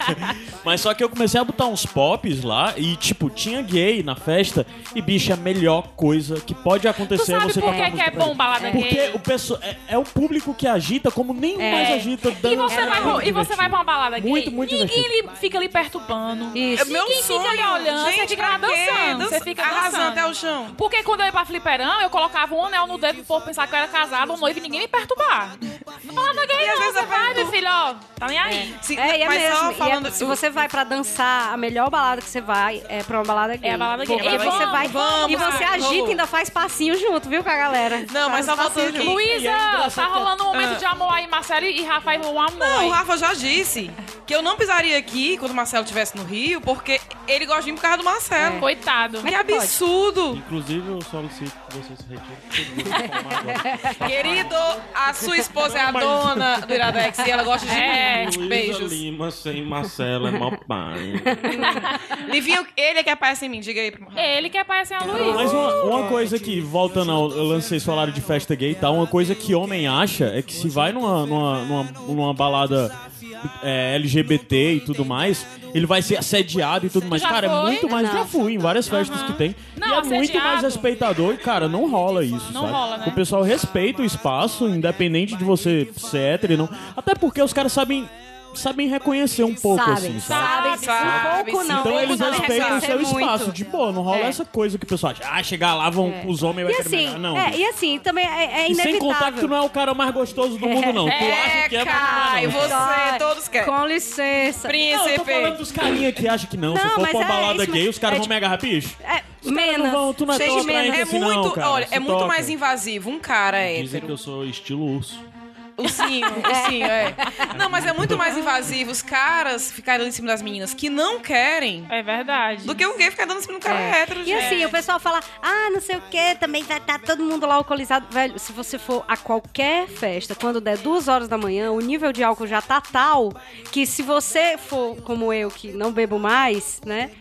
[SPEAKER 4] Mas só que eu comecei a botar uns pops lá e, tipo, tinha gay na festa e, bicho, é a melhor coisa que pode
[SPEAKER 3] Tu
[SPEAKER 4] acontecer é
[SPEAKER 3] sabe
[SPEAKER 4] você
[SPEAKER 3] por
[SPEAKER 4] botar
[SPEAKER 3] que, que
[SPEAKER 4] música
[SPEAKER 3] é
[SPEAKER 4] pra
[SPEAKER 3] bom
[SPEAKER 4] gente.
[SPEAKER 3] balada
[SPEAKER 4] Porque
[SPEAKER 3] gay? É.
[SPEAKER 4] o pessoal é, é o público que agita como nenhum mais agita.
[SPEAKER 3] E
[SPEAKER 4] dando-
[SPEAKER 3] você,
[SPEAKER 4] É
[SPEAKER 3] vai,
[SPEAKER 4] muito
[SPEAKER 3] pra- um- e você
[SPEAKER 4] divertido.
[SPEAKER 3] vai pra uma balada gay?
[SPEAKER 4] Muito, muito
[SPEAKER 3] Ninguém lhe- fica ali perturbando.
[SPEAKER 1] Isso.
[SPEAKER 3] meu Ninguém fica ali olhando, você fica lá
[SPEAKER 2] pra quê?
[SPEAKER 3] dançando. Você
[SPEAKER 2] Dança-
[SPEAKER 3] fica
[SPEAKER 2] arrasando
[SPEAKER 3] dançando.
[SPEAKER 2] até o chão.
[SPEAKER 3] Porque quando eu ia pra fliperão, eu colocava um anel no dedo pro povo pensar que eu era casada ou noiva e ninguém me perturbar. Não balada gay
[SPEAKER 2] E às
[SPEAKER 3] não,
[SPEAKER 2] vezes
[SPEAKER 3] você
[SPEAKER 2] eu
[SPEAKER 3] vai, meu
[SPEAKER 2] perturbo.
[SPEAKER 3] filho, ó. Tá nem aí.
[SPEAKER 2] Sim,
[SPEAKER 1] É, e é
[SPEAKER 2] mas
[SPEAKER 1] mesmo.
[SPEAKER 2] só
[SPEAKER 1] E é-
[SPEAKER 2] falando...
[SPEAKER 1] se você vai pra dançar, a melhor balada que você vai é pra uma balada gay.
[SPEAKER 3] É a balada gay.
[SPEAKER 1] Porque
[SPEAKER 3] É,
[SPEAKER 1] você
[SPEAKER 3] vamos,
[SPEAKER 1] vai
[SPEAKER 2] vamos,
[SPEAKER 1] e você
[SPEAKER 2] vamos.
[SPEAKER 1] agita e ainda faz passinho junto, viu, com a galera.
[SPEAKER 2] Não, mas
[SPEAKER 1] Faz
[SPEAKER 2] só
[SPEAKER 1] passinho
[SPEAKER 2] voltando aqui.
[SPEAKER 1] junto.
[SPEAKER 4] E é
[SPEAKER 3] Luísa,
[SPEAKER 4] engraçado
[SPEAKER 3] tá
[SPEAKER 4] que-
[SPEAKER 3] rolando um momento
[SPEAKER 2] Ah.
[SPEAKER 3] de amor aí, Marcelo e Rafael, um amor.
[SPEAKER 2] Não,
[SPEAKER 3] aí.
[SPEAKER 2] o Rafa já disse que eu não pisaria aqui quando o Marcelo estivesse no Rio, porque ele gosta de mim por causa do
[SPEAKER 4] É.
[SPEAKER 2] Marcelo.
[SPEAKER 3] Coitado.
[SPEAKER 2] Que É absurdo!
[SPEAKER 5] Inclusive, eu solicito que você se retire.
[SPEAKER 2] Querido, a sua esposa é a
[SPEAKER 4] *laughs*
[SPEAKER 5] Não, mas-
[SPEAKER 2] dona do Iradex e ela gosta de
[SPEAKER 3] É.
[SPEAKER 2] mim.
[SPEAKER 5] Luísa
[SPEAKER 2] Beijos.
[SPEAKER 5] Lima sem Marcelo é mó pai.
[SPEAKER 2] Livinho, ele é que aparece em mim, diga aí pro Rafa.
[SPEAKER 3] Ele que é pai sem a Luísa.
[SPEAKER 4] Mas uma, uma coisa que, voltando ao eu lancei esse salário de festa gay e tal, uma coisa que homem acha é que se vai numa, numa, numa, numa balada é, LGBT e tudo mais, ele vai ser assediado e tudo mais.
[SPEAKER 3] Já
[SPEAKER 4] Cara,
[SPEAKER 3] foi?
[SPEAKER 4] é muito mais.
[SPEAKER 1] Não.
[SPEAKER 4] Já fui em várias festas que tem.
[SPEAKER 3] Não,
[SPEAKER 4] e é muito
[SPEAKER 3] assediado.
[SPEAKER 4] mais respeitador e, cara, não rola isso.
[SPEAKER 3] Não
[SPEAKER 4] sabe?
[SPEAKER 3] rola, né?
[SPEAKER 4] O pessoal respeita o espaço, independente de você ser hétero e não. Até porque os caras sabem, sabem reconhecer um pouco,
[SPEAKER 1] Sabem,
[SPEAKER 4] assim, sabe?
[SPEAKER 1] sabem,
[SPEAKER 2] Sabe,
[SPEAKER 1] um pouco
[SPEAKER 2] sim.
[SPEAKER 1] não.
[SPEAKER 4] Então
[SPEAKER 1] pouco
[SPEAKER 4] eles
[SPEAKER 1] sabem
[SPEAKER 4] respeitam o seu
[SPEAKER 1] reconhecer
[SPEAKER 4] espaço.
[SPEAKER 1] muito.
[SPEAKER 4] De boa, não rola
[SPEAKER 1] É.
[SPEAKER 4] essa coisa que o pessoal acha. Ah, chegar lá, vão os homens vai
[SPEAKER 1] E
[SPEAKER 4] querer
[SPEAKER 1] assim,
[SPEAKER 4] melhorar. Não.
[SPEAKER 1] é, e assim, também é, é
[SPEAKER 4] e sem
[SPEAKER 1] inevitável.
[SPEAKER 4] contar que tu não é o cara mais gostoso do mundo, não. tu acha que é, mas não é,
[SPEAKER 2] Caio,
[SPEAKER 4] não.
[SPEAKER 2] você,
[SPEAKER 1] Ai,
[SPEAKER 2] todos querem.
[SPEAKER 1] Com licença.
[SPEAKER 4] Não, eu tô falando
[SPEAKER 2] Príncipe.
[SPEAKER 4] dos carinha que acha que não. Se
[SPEAKER 1] Não,
[SPEAKER 4] for
[SPEAKER 1] mas
[SPEAKER 4] pra uma
[SPEAKER 1] é
[SPEAKER 4] balada
[SPEAKER 1] isso,
[SPEAKER 4] gay, os caras
[SPEAKER 1] é
[SPEAKER 4] vão me agarrar, bicho.
[SPEAKER 1] É,
[SPEAKER 4] não
[SPEAKER 1] menos.
[SPEAKER 4] vão, tu não é
[SPEAKER 1] Seja
[SPEAKER 4] tão
[SPEAKER 1] menos.
[SPEAKER 4] atraente
[SPEAKER 2] É
[SPEAKER 4] assim,
[SPEAKER 2] muito,
[SPEAKER 4] não, cara.
[SPEAKER 2] olha,
[SPEAKER 4] Se
[SPEAKER 2] é muito
[SPEAKER 4] toca.
[SPEAKER 2] mais invasivo um cara
[SPEAKER 5] Dizem que
[SPEAKER 2] hétero.
[SPEAKER 5] eu sou estilo urso.
[SPEAKER 2] O sim,
[SPEAKER 4] *laughs*
[SPEAKER 2] o sim, é. Não, mas é muito mais invasivo os caras ficarem em cima das meninas que não querem
[SPEAKER 3] É verdade.
[SPEAKER 2] do que o gay ficar dando em cima do cara hétero,
[SPEAKER 1] E
[SPEAKER 2] gente.
[SPEAKER 1] assim, o pessoal fala, ah, não sei o que, também vai estar todo mundo lá alcoolizado. Velho, se você for a qualquer festa, quando der duas horas da manhã, o nível de álcool já tá tal que se você for como eu, que não bebo mais, né?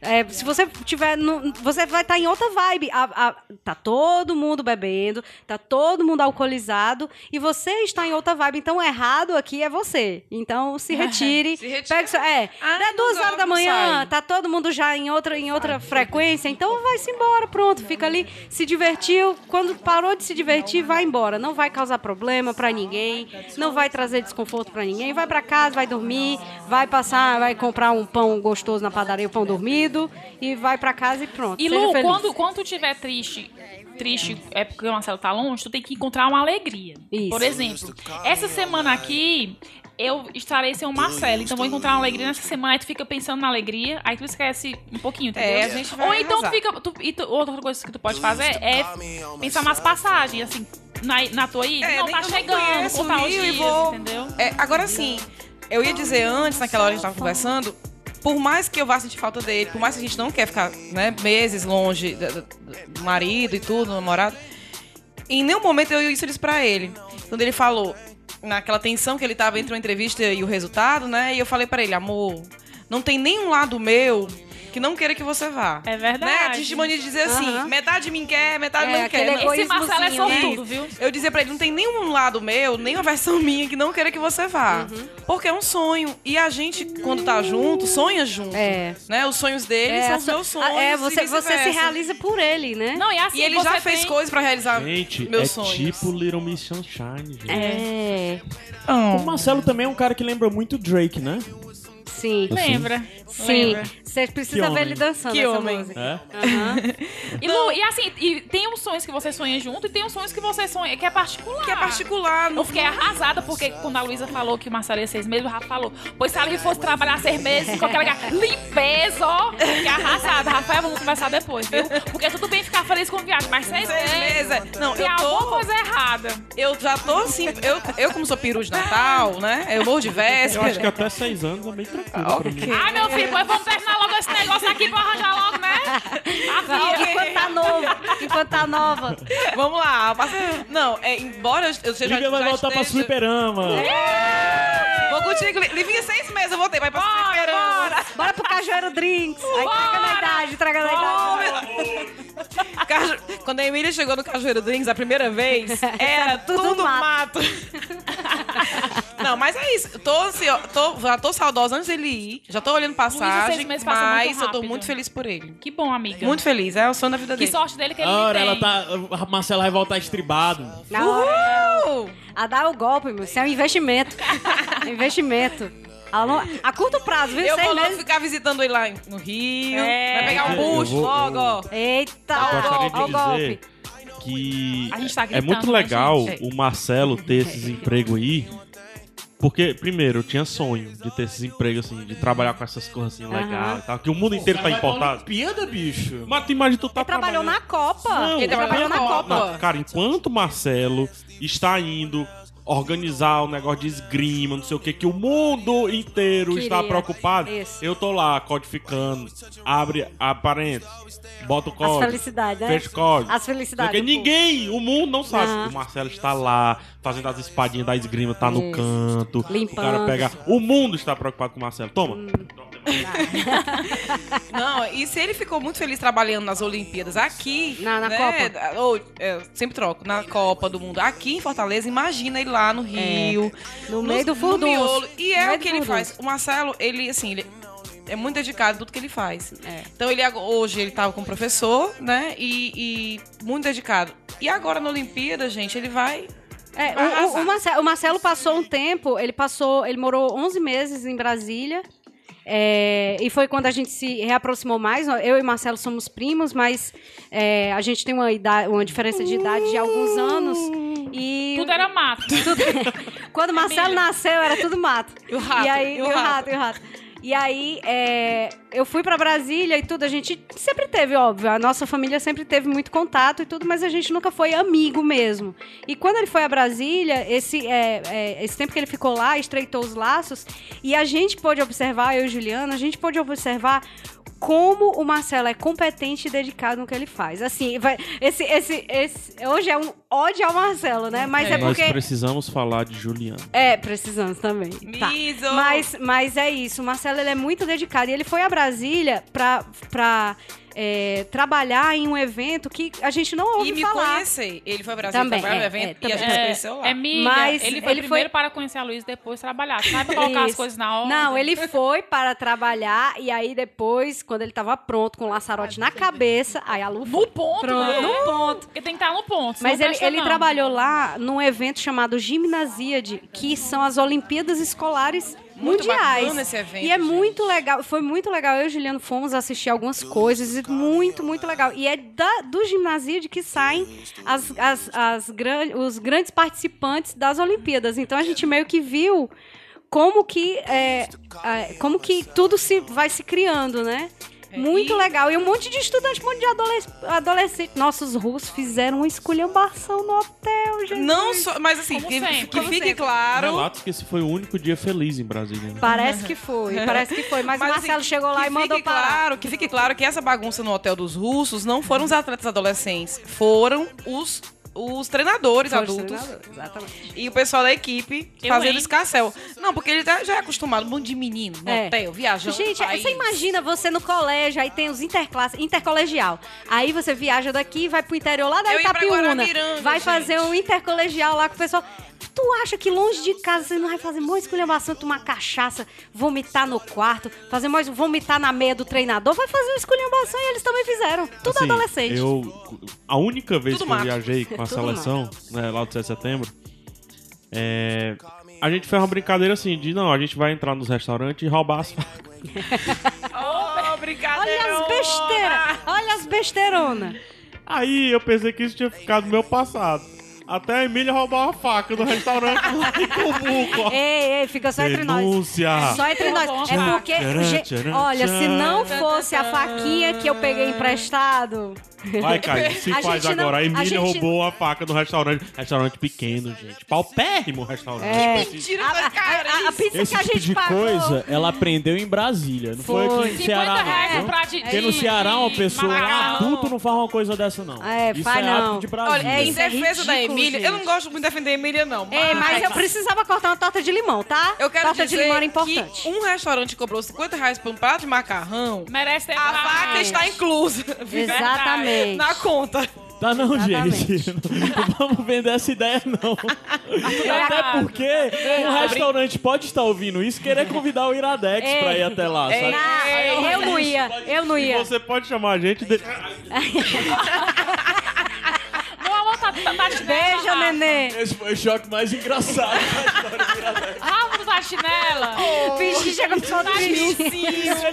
[SPEAKER 1] é, se você tiver. no- você vai estar em outra vibe. A- a- tá todo mundo bebendo, tá todo mundo alcoolizado e você está em outra vibe. Então, o errado aqui é você. Então,
[SPEAKER 2] *laughs*
[SPEAKER 1] se retire.
[SPEAKER 2] Se retire.
[SPEAKER 1] Pega seu, é,
[SPEAKER 2] Ah,
[SPEAKER 1] é
[SPEAKER 2] não
[SPEAKER 1] duas horas
[SPEAKER 2] gosto,
[SPEAKER 1] da manhã,
[SPEAKER 2] sai.
[SPEAKER 1] tá todo mundo já em outra, em outra frequência, então vai-se embora, pronto, fica ali, se divertiu, quando parou de se divertir, vai embora, não vai causar problema pra ninguém, não vai trazer desconforto pra ninguém, vai pra casa, vai dormir, vai passar, vai comprar um pão gostoso na padaria, o pão dormido, e vai pra casa e pronto,
[SPEAKER 3] E
[SPEAKER 1] seja
[SPEAKER 3] Lu,
[SPEAKER 1] feliz.
[SPEAKER 3] quando, quando tu tiver triste, triste é porque o Marcelo tá longe, tu tem que encontrar uma alegria.
[SPEAKER 1] Isso.
[SPEAKER 3] Por exemplo, essa semana aqui eu estarei sem o Marcelo, então vou encontrar uma alegria nessa semana, aí tu fica pensando na alegria, aí tu esquece um pouquinho, entendeu?
[SPEAKER 2] É, a gente vai
[SPEAKER 3] Ou então tu
[SPEAKER 2] arrasar.
[SPEAKER 3] fica. tu- e tu- outra coisa que tu pode fazer é pensar nas passagens, assim, na, na tua ida.
[SPEAKER 2] É,
[SPEAKER 3] não,
[SPEAKER 2] nem-
[SPEAKER 3] tá
[SPEAKER 2] eu não
[SPEAKER 3] chegando,
[SPEAKER 2] conheço
[SPEAKER 3] contar
[SPEAKER 2] o
[SPEAKER 3] os
[SPEAKER 2] Rio e
[SPEAKER 3] dias,
[SPEAKER 2] vou-
[SPEAKER 3] entendeu?
[SPEAKER 2] É, agora sim, eu ia dizer antes, naquela hora que a gente tava conversando, por mais que eu vá sentir falta dele, por mais que a gente não quer ficar né, meses longe da- da- do marido e tudo, do namorado, em nenhum momento eu isso disse pra ele. Quando ele falou, naquela tensão que ele tava entre uma entrevista e o resultado, né? E eu falei pra ele, amor, não tem nenhum lado meu que não queira que você vá.
[SPEAKER 3] É verdade.
[SPEAKER 2] Né? A gente mania de dizer
[SPEAKER 1] Aham.
[SPEAKER 2] assim, metade de mim quer, metade
[SPEAKER 1] É,
[SPEAKER 2] não
[SPEAKER 1] aquele
[SPEAKER 2] quer. Não-
[SPEAKER 3] Esse Marcelo é
[SPEAKER 1] egoísmozinho, né?
[SPEAKER 3] sortudo, viu?
[SPEAKER 2] eu dizia pra ele, não tem nenhum lado meu, nem uma versão *laughs* minha que não queira que você vá.
[SPEAKER 1] Uhum.
[SPEAKER 2] Porque é um sonho. E a gente, quando tá junto, sonha junto.
[SPEAKER 1] É.
[SPEAKER 2] Né? Os sonhos dele
[SPEAKER 1] É,
[SPEAKER 2] são
[SPEAKER 1] a
[SPEAKER 2] os
[SPEAKER 1] so-
[SPEAKER 2] meus sonhos.
[SPEAKER 1] é,
[SPEAKER 2] e
[SPEAKER 1] você, você se
[SPEAKER 2] vice-versa.
[SPEAKER 1] realiza por ele, né?
[SPEAKER 3] Não, e assim,
[SPEAKER 2] E ele
[SPEAKER 3] você
[SPEAKER 2] já fez
[SPEAKER 3] tem-
[SPEAKER 2] coisas pra realizar
[SPEAKER 5] Gente,
[SPEAKER 2] meus
[SPEAKER 5] é
[SPEAKER 2] sonhos.
[SPEAKER 5] tipo Little Miss Sunshine, gente.
[SPEAKER 1] É,
[SPEAKER 2] Então,
[SPEAKER 4] O Marcelo também é um cara que lembra muito o Drake, né?
[SPEAKER 1] sim,
[SPEAKER 3] Lembra?
[SPEAKER 1] sim.
[SPEAKER 3] Lembra.
[SPEAKER 1] Você precisa
[SPEAKER 4] Que
[SPEAKER 1] ver ele
[SPEAKER 4] homem.
[SPEAKER 1] dançando
[SPEAKER 2] Que
[SPEAKER 1] essa
[SPEAKER 2] homem.
[SPEAKER 1] música.
[SPEAKER 4] É.
[SPEAKER 1] Aham.
[SPEAKER 3] E, Lu, e assim, e tem uns sonhos que você sonha junto e tem uns sonhos que você sonha que é particular.
[SPEAKER 2] Que é particular.
[SPEAKER 3] Eu
[SPEAKER 2] Não...
[SPEAKER 3] fiquei arrasada porque quando a Luísa falou que o Marcelo ia seis meses, o Rafa falou: Pois se a Luísa fosse trabalhar seis meses em qualquer lugar, limpeza, ó. Fiquei arrasada. Rafael, vamos conversar depois, viu? Porque é tudo bem ficar feliz com viagem, mas seis,
[SPEAKER 2] Seis
[SPEAKER 3] meses.
[SPEAKER 2] meses. Não,
[SPEAKER 3] Tem
[SPEAKER 2] eu tô-
[SPEAKER 3] alguma coisa errada.
[SPEAKER 2] Eu já tô assim. Eu, eu, como sou peru de Natal, né? Eu morro de
[SPEAKER 5] Eu
[SPEAKER 2] *laughs*
[SPEAKER 5] acho que
[SPEAKER 2] véspera.
[SPEAKER 5] até seis anos é bem tranquilo pra mim.
[SPEAKER 3] Ai, meu filho, pois vamos terminar logo esse negócio aqui pra arranjar logo, né?
[SPEAKER 1] Não,
[SPEAKER 3] Aqui,
[SPEAKER 1] enquanto tá novo, enquanto tá nova.
[SPEAKER 2] Vamos lá. passa- Não, é, embora eu eu seja.
[SPEAKER 4] Lívia vai
[SPEAKER 2] já
[SPEAKER 4] voltar pra
[SPEAKER 2] esteja-
[SPEAKER 4] fliperama.
[SPEAKER 2] Vou contigo, Li- Livinha, seis meses eu voltei. Vai pra
[SPEAKER 3] bora,
[SPEAKER 2] fliperama.
[SPEAKER 3] bora.
[SPEAKER 1] Bora pro Cajueiro Drinks. Aí
[SPEAKER 3] Bora!
[SPEAKER 1] traga na idade, traga na idade.
[SPEAKER 2] Caju- Quando a Emília chegou no Cajueiro Drinks a primeira vez, era
[SPEAKER 1] Tudo
[SPEAKER 2] tudo, mato. *laughs* Não, mas é isso. Tô, ansio- tô, já tô saudosa antes dele ir. Já tô olhando passagem,
[SPEAKER 3] seis meses passam muito
[SPEAKER 2] mas eu tô
[SPEAKER 3] rápido.
[SPEAKER 2] muito feliz por ele.
[SPEAKER 3] Que bom, amiga.
[SPEAKER 2] Muito feliz. É o sonho da vida
[SPEAKER 3] que
[SPEAKER 2] dele.
[SPEAKER 3] sorte dele
[SPEAKER 1] É,
[SPEAKER 3] que ele me
[SPEAKER 4] Ora,
[SPEAKER 3] tem.
[SPEAKER 4] ela tá. A Marcela vai voltar estribado.
[SPEAKER 1] Na hora.
[SPEAKER 2] Uhul!
[SPEAKER 1] A dar o golpe, meu. Isso é um investimento. investimento. A, lo- a curto prazo, viu?
[SPEAKER 2] Eu
[SPEAKER 1] Seis
[SPEAKER 2] vou logo
[SPEAKER 1] meses.
[SPEAKER 2] ficar visitando ele lá em- no Rio.
[SPEAKER 3] É.
[SPEAKER 2] Vai pegar um
[SPEAKER 4] Eu
[SPEAKER 2] bucho
[SPEAKER 4] vou-
[SPEAKER 2] logo, ó.
[SPEAKER 1] Eita,
[SPEAKER 5] Eu
[SPEAKER 1] Tá, ó
[SPEAKER 5] gostaria
[SPEAKER 1] o golpe. ó o
[SPEAKER 5] de dizer
[SPEAKER 1] golpe.
[SPEAKER 5] que
[SPEAKER 3] A gente tá
[SPEAKER 5] é
[SPEAKER 3] gritando,
[SPEAKER 5] muito
[SPEAKER 3] né,
[SPEAKER 5] legal
[SPEAKER 3] gente?
[SPEAKER 5] o Marcelo ter
[SPEAKER 1] É.
[SPEAKER 5] esses empregos aí. Porque, primeiro, eu tinha sonho de ter esses empregos, assim, de trabalhar com essas coisas assim legal
[SPEAKER 1] Aham.
[SPEAKER 5] e tal. Que o mundo inteiro tá importado.
[SPEAKER 4] Piada, bicho.
[SPEAKER 5] Mas tu imagina tu tá
[SPEAKER 1] Ele trabalhou na
[SPEAKER 5] trabalhando-
[SPEAKER 1] Copa.
[SPEAKER 5] Não,
[SPEAKER 1] ele trabalhou na Copa.
[SPEAKER 5] Não, cara, enquanto o Marcelo está indo organizar o negócio de esgrima, não sei o que, que o mundo inteiro
[SPEAKER 1] Queria.
[SPEAKER 5] está preocupado,
[SPEAKER 1] Isso.
[SPEAKER 5] eu tô lá codificando, abre a parênteses, bota o
[SPEAKER 1] As
[SPEAKER 5] código,
[SPEAKER 1] felicidades, né?
[SPEAKER 5] fecha o código.
[SPEAKER 1] As
[SPEAKER 5] Porque
[SPEAKER 1] felicidades. pô.
[SPEAKER 5] ninguém, o mundo não sabe.
[SPEAKER 1] Aham.
[SPEAKER 5] O Marcelo está lá, fazendo as espadinhas da esgrima, tá no
[SPEAKER 1] Isso.
[SPEAKER 5] canto. O cara
[SPEAKER 1] Limpando. Hum.
[SPEAKER 5] pega. O mundo está preocupado com o Marcelo. Toma.
[SPEAKER 2] Não, e se ele ficou muito feliz trabalhando nas Olimpíadas aqui.
[SPEAKER 1] Na- na
[SPEAKER 2] né? Ou, é, sempre troco, na Copa do Mundo. Aqui em Fortaleza, imagina ele lá no Rio.
[SPEAKER 1] É, No
[SPEAKER 2] nos-
[SPEAKER 1] meio do
[SPEAKER 2] no miolo.
[SPEAKER 1] furdunço.
[SPEAKER 2] E
[SPEAKER 1] No
[SPEAKER 2] é
[SPEAKER 1] meio
[SPEAKER 2] o
[SPEAKER 1] do
[SPEAKER 2] que ele
[SPEAKER 1] furdunço.
[SPEAKER 2] faz. O Marcelo, ele, assim, ele é muito dedicado a tudo que ele faz.
[SPEAKER 1] É.
[SPEAKER 2] Então, ele ag- hoje ele tava com o professor, né? E, e muito dedicado. E agora na Olimpíada, gente, ele vai.
[SPEAKER 1] É,
[SPEAKER 2] Vai
[SPEAKER 1] o- o,
[SPEAKER 2] arrasar.
[SPEAKER 1] o Marcelo, o Marcelo passou um tempo, ele passou, ele morou 11 meses em Brasília. é, e foi quando a gente se reaproximou mais. Eu e Marcelo somos primos, mas é, a gente tem uma, idade, uma diferença de idade de alguns anos. E
[SPEAKER 3] Tudo era mato.
[SPEAKER 1] quando Marcelo nasceu, era tudo mato.
[SPEAKER 2] E o rato,
[SPEAKER 1] E aí,
[SPEAKER 2] e o
[SPEAKER 1] e o
[SPEAKER 2] rato.
[SPEAKER 1] rato, e o rato. E aí, é, eu fui pra Brasília e tudo, a gente sempre teve, óbvio, a nossa família sempre teve muito contato e tudo, mas a gente nunca foi amigo mesmo. E quando ele foi a Brasília, esse, é, é, esse tempo que ele ficou lá, estreitou os laços, e a gente pôde observar, eu e Juliana, a gente pôde observar como o Marcelo é competente e dedicado no que ele faz. Assim, vai- esse, esse, esse, hoje é um ódio ao Marcelo, né? Mas é,
[SPEAKER 2] É.
[SPEAKER 1] porque...
[SPEAKER 5] precisamos falar de Juliano.
[SPEAKER 1] É, precisamos também. Tá.
[SPEAKER 3] Então.
[SPEAKER 2] Miso!
[SPEAKER 1] Mas, mas é isso, o Marcelo ele é muito dedicado. E ele foi a Brasília pra, pra é, trabalhar em um evento que a gente não ouve
[SPEAKER 2] E me
[SPEAKER 1] falar.
[SPEAKER 2] conhecer. Ele foi ao Brasil
[SPEAKER 1] Também,
[SPEAKER 2] trabalhar no
[SPEAKER 1] é, é,
[SPEAKER 2] evento e a
[SPEAKER 1] também.
[SPEAKER 2] gente se conheceu lá.
[SPEAKER 3] É, Emília,
[SPEAKER 1] Mas
[SPEAKER 3] ele foi
[SPEAKER 1] ele
[SPEAKER 3] primeiro
[SPEAKER 1] foi-
[SPEAKER 3] para conhecer a Luiz, depois trabalhar. Sabe colocar as
[SPEAKER 1] Isso.
[SPEAKER 3] coisas na ordem.
[SPEAKER 1] Não, ele foi para trabalhar e aí depois, quando ele tava pronto, com o laçarote na cabeça, aí a Lu foi.
[SPEAKER 3] No ponto,
[SPEAKER 1] Pronto,
[SPEAKER 3] né?
[SPEAKER 1] no ponto.
[SPEAKER 3] Porque tem que estar no ponto.
[SPEAKER 1] Mas
[SPEAKER 3] senão
[SPEAKER 2] tá
[SPEAKER 1] ele,
[SPEAKER 3] presta
[SPEAKER 1] ele
[SPEAKER 3] não.
[SPEAKER 1] trabalhou lá num evento chamado Gimnasíade, que são as Olimpíadas Escolares
[SPEAKER 2] Muito
[SPEAKER 1] Mundiais.
[SPEAKER 2] bacana esse evento,
[SPEAKER 1] e é
[SPEAKER 2] gente.
[SPEAKER 1] muito legal, foi muito legal. Eu e o Juliano fomos assistir algumas coisas, e muito, muito legal. E é da, do Gimnasíade que saem as, as, as gran- os grandes participantes das Olimpíadas. Então a gente meio que viu como que, é, é, como que tudo se vai se criando, né? Muito
[SPEAKER 2] É, e-
[SPEAKER 1] legal. E um monte de estudante, um monte de adoles- adolescente. Nossos russos fizeram uma esculhambação no hotel, gente.
[SPEAKER 2] Não só, mas assim,
[SPEAKER 3] Como
[SPEAKER 2] que,
[SPEAKER 3] sempre.
[SPEAKER 2] que
[SPEAKER 1] Como
[SPEAKER 2] fique
[SPEAKER 1] sempre.
[SPEAKER 2] claro.
[SPEAKER 5] Relatos que esse foi o único dia feliz em Brasília. né?
[SPEAKER 1] Parece que foi,
[SPEAKER 2] *laughs*
[SPEAKER 1] parece que foi. Mas, o
[SPEAKER 2] assim,
[SPEAKER 1] Marcelo chegou lá
[SPEAKER 2] que
[SPEAKER 1] e mandou
[SPEAKER 2] fique
[SPEAKER 1] parar.
[SPEAKER 2] claro, Que fique claro que essa bagunça no hotel dos russos não foram os atletas adolescentes, foram os, os treinadores
[SPEAKER 1] Foi
[SPEAKER 2] adultos
[SPEAKER 1] treinador, Exatamente.
[SPEAKER 2] e o pessoal da equipe
[SPEAKER 3] Eu,
[SPEAKER 2] fazendo
[SPEAKER 3] hein?
[SPEAKER 2] escarcel. Não, porque ele tá- já é acostumado, um monte de menino no
[SPEAKER 1] É.
[SPEAKER 2] hotel, viajando.
[SPEAKER 1] Gente,
[SPEAKER 2] pro país.
[SPEAKER 1] você imagina você no colégio, aí tem os interclasse, intercolegial. Aí você viaja daqui e vai pro interior lá da
[SPEAKER 2] Eu ia pra
[SPEAKER 1] Itapiúna.
[SPEAKER 2] Guaramiranga,
[SPEAKER 1] Vai
[SPEAKER 2] gente.
[SPEAKER 1] fazer um intercolegial lá com o pessoal. Tu acha que longe de casa você não vai fazer mó esculhambação, tomar cachaça, vomitar no quarto, fazer mais um vomitar na meia do treinador? Vai fazer uma esculhambação e eles também fizeram. Tudo
[SPEAKER 5] Assim,
[SPEAKER 1] adolescente.
[SPEAKER 5] Eu, a única vez
[SPEAKER 2] Tudo
[SPEAKER 5] que eu
[SPEAKER 2] mato.
[SPEAKER 5] viajei
[SPEAKER 1] *laughs*
[SPEAKER 5] com a
[SPEAKER 1] Tudo
[SPEAKER 5] seleção, né, lá do 7 de setembro, é, a gente fez uma brincadeira assim, de não, a gente vai entrar nos restaurantes e roubar as facas.
[SPEAKER 2] Oh, brincadeira!
[SPEAKER 1] Olha as besteiras! Olha as besteironas!
[SPEAKER 5] *laughs* *laughs* Aí eu pensei que isso tinha ficado no meu passado. Até a Emília roubar uma faca do restaurante lá
[SPEAKER 1] *laughs*
[SPEAKER 5] em Cumbuco.
[SPEAKER 1] Ei, ei, fica só entre nós.
[SPEAKER 5] Denúncia!
[SPEAKER 1] É
[SPEAKER 4] Ah.
[SPEAKER 1] Só entre nós. É porque. ge- Olha, se não fosse a faquinha que eu peguei emprestado.
[SPEAKER 5] Vai,
[SPEAKER 2] *laughs*
[SPEAKER 5] Caio, se
[SPEAKER 1] A
[SPEAKER 5] faz
[SPEAKER 1] gente não-
[SPEAKER 5] agora. a Emília
[SPEAKER 1] a gente-
[SPEAKER 5] roubou a faca do restaurante. Restaurante pequeno, gente. Paupérrimo restaurante.
[SPEAKER 1] É.
[SPEAKER 5] Tipo assim,
[SPEAKER 2] Tira
[SPEAKER 1] A,
[SPEAKER 2] da cara!
[SPEAKER 1] a- a- a pizza
[SPEAKER 4] Esse
[SPEAKER 1] que a
[SPEAKER 4] tipo
[SPEAKER 1] gente
[SPEAKER 4] de
[SPEAKER 1] pagou.
[SPEAKER 4] coisa ela aprendeu em Brasília. Não foi,
[SPEAKER 1] Foi.
[SPEAKER 4] aqui no
[SPEAKER 3] 50
[SPEAKER 4] Ceará,
[SPEAKER 3] reais
[SPEAKER 4] não.
[SPEAKER 3] um prato de-
[SPEAKER 4] Porque no
[SPEAKER 3] de-
[SPEAKER 4] Ceará, uma
[SPEAKER 3] de
[SPEAKER 4] pessoa, um
[SPEAKER 3] macarrão.
[SPEAKER 4] adulto, não faz uma coisa dessa, não.
[SPEAKER 1] É,
[SPEAKER 4] Isso
[SPEAKER 1] faz
[SPEAKER 4] é hábito
[SPEAKER 1] não.
[SPEAKER 4] de
[SPEAKER 2] Olha,
[SPEAKER 4] Brasília.
[SPEAKER 1] É,
[SPEAKER 2] em
[SPEAKER 1] isso é
[SPEAKER 2] defesa da
[SPEAKER 1] ridículo,
[SPEAKER 2] Emília, eu
[SPEAKER 1] gente.
[SPEAKER 2] não gosto muito de defender a Emília, não.
[SPEAKER 1] Ei, mas eu precisava cortar uma torta de limão, tá?
[SPEAKER 2] Eu quero
[SPEAKER 1] torta de
[SPEAKER 2] dizer
[SPEAKER 1] limão era importante.
[SPEAKER 2] que um restaurante cobrou 50 reais por um prato de macarrão,
[SPEAKER 3] Merece ter
[SPEAKER 2] a
[SPEAKER 1] É.
[SPEAKER 3] parabéns.
[SPEAKER 2] faca está inclusa.
[SPEAKER 3] Verdade.
[SPEAKER 1] Exatamente.
[SPEAKER 2] na conta.
[SPEAKER 4] Tá não,
[SPEAKER 1] Exatamente.
[SPEAKER 4] gente. *laughs* Não vamos vender essa ideia, não. Até
[SPEAKER 3] errado.
[SPEAKER 4] porque um restaurante pode estar ouvindo isso e querer convidar o Iradex
[SPEAKER 1] Ei.
[SPEAKER 4] pra ir até lá, sabe?
[SPEAKER 1] Ah, eu não ia, eu não
[SPEAKER 5] E
[SPEAKER 1] ia.
[SPEAKER 5] você pode chamar a gente. De...
[SPEAKER 3] Não, amor, tá, tá, tá de
[SPEAKER 1] Beijo,
[SPEAKER 3] chinela.
[SPEAKER 1] nenê.
[SPEAKER 4] Esse foi o choque mais engraçado.
[SPEAKER 3] Vamos usar
[SPEAKER 1] *laughs*
[SPEAKER 3] chinela.
[SPEAKER 1] Fingi, chega pro
[SPEAKER 3] Tá de
[SPEAKER 4] Ele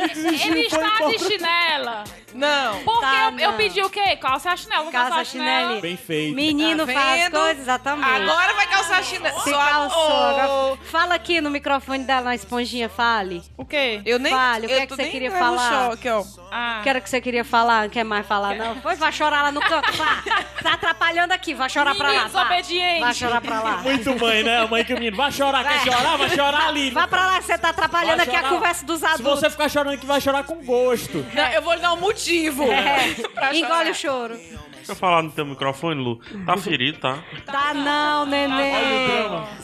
[SPEAKER 4] desistiu,
[SPEAKER 3] Ele
[SPEAKER 4] foi
[SPEAKER 3] está
[SPEAKER 4] embora.
[SPEAKER 3] de chinela.
[SPEAKER 2] Não.
[SPEAKER 3] Porque
[SPEAKER 1] Tá,
[SPEAKER 3] eu, eu
[SPEAKER 1] não.
[SPEAKER 3] pedi o quê? Calça a chinela. Não
[SPEAKER 1] Calça
[SPEAKER 3] calça a
[SPEAKER 1] chinela.
[SPEAKER 3] chinela.
[SPEAKER 4] Bem feito.
[SPEAKER 1] Menino
[SPEAKER 2] Tá
[SPEAKER 1] faz
[SPEAKER 2] vendo?
[SPEAKER 1] coisas, exatamente.
[SPEAKER 2] Agora vai calçar chinelo.
[SPEAKER 1] Se
[SPEAKER 2] Só-
[SPEAKER 1] calçou.
[SPEAKER 2] Oh.
[SPEAKER 1] Agora... Fala aqui no microfone dela, na esponjinha, fale.
[SPEAKER 3] O quê?
[SPEAKER 2] Eu nem.
[SPEAKER 1] Fale, o que
[SPEAKER 2] eu
[SPEAKER 1] é que
[SPEAKER 2] tô
[SPEAKER 1] você
[SPEAKER 2] nem
[SPEAKER 1] queria
[SPEAKER 2] levo um
[SPEAKER 1] falar?
[SPEAKER 2] choque, ó.
[SPEAKER 3] Ah.
[SPEAKER 1] O que era que você queria falar? Não quer mais falar, não? Pois vai chorar lá no canto, vá. Tá atrapalhando aqui, vai chorar pra lá.
[SPEAKER 3] Menino
[SPEAKER 1] Vá.
[SPEAKER 3] desobediente.
[SPEAKER 1] Vai chorar pra lá.
[SPEAKER 4] Muito mãe, né? A mãe que o menino vai chorar,
[SPEAKER 1] Vai.
[SPEAKER 4] quer chorar, vai chorar ali.
[SPEAKER 1] Vai pra lá que você tá atrapalhando
[SPEAKER 4] Vai
[SPEAKER 1] aqui a
[SPEAKER 4] chorar.
[SPEAKER 1] conversa dos
[SPEAKER 4] Se
[SPEAKER 1] adultos.
[SPEAKER 4] você ficar chorando que vai chorar com gosto.
[SPEAKER 2] Não, eu vou lhe dar um motivo. pra
[SPEAKER 1] É, engole o
[SPEAKER 2] chorar.
[SPEAKER 1] choro.
[SPEAKER 5] Deixa eu falar no teu microfone, Lu. Tá ferido, tá?
[SPEAKER 1] Tá não, neném.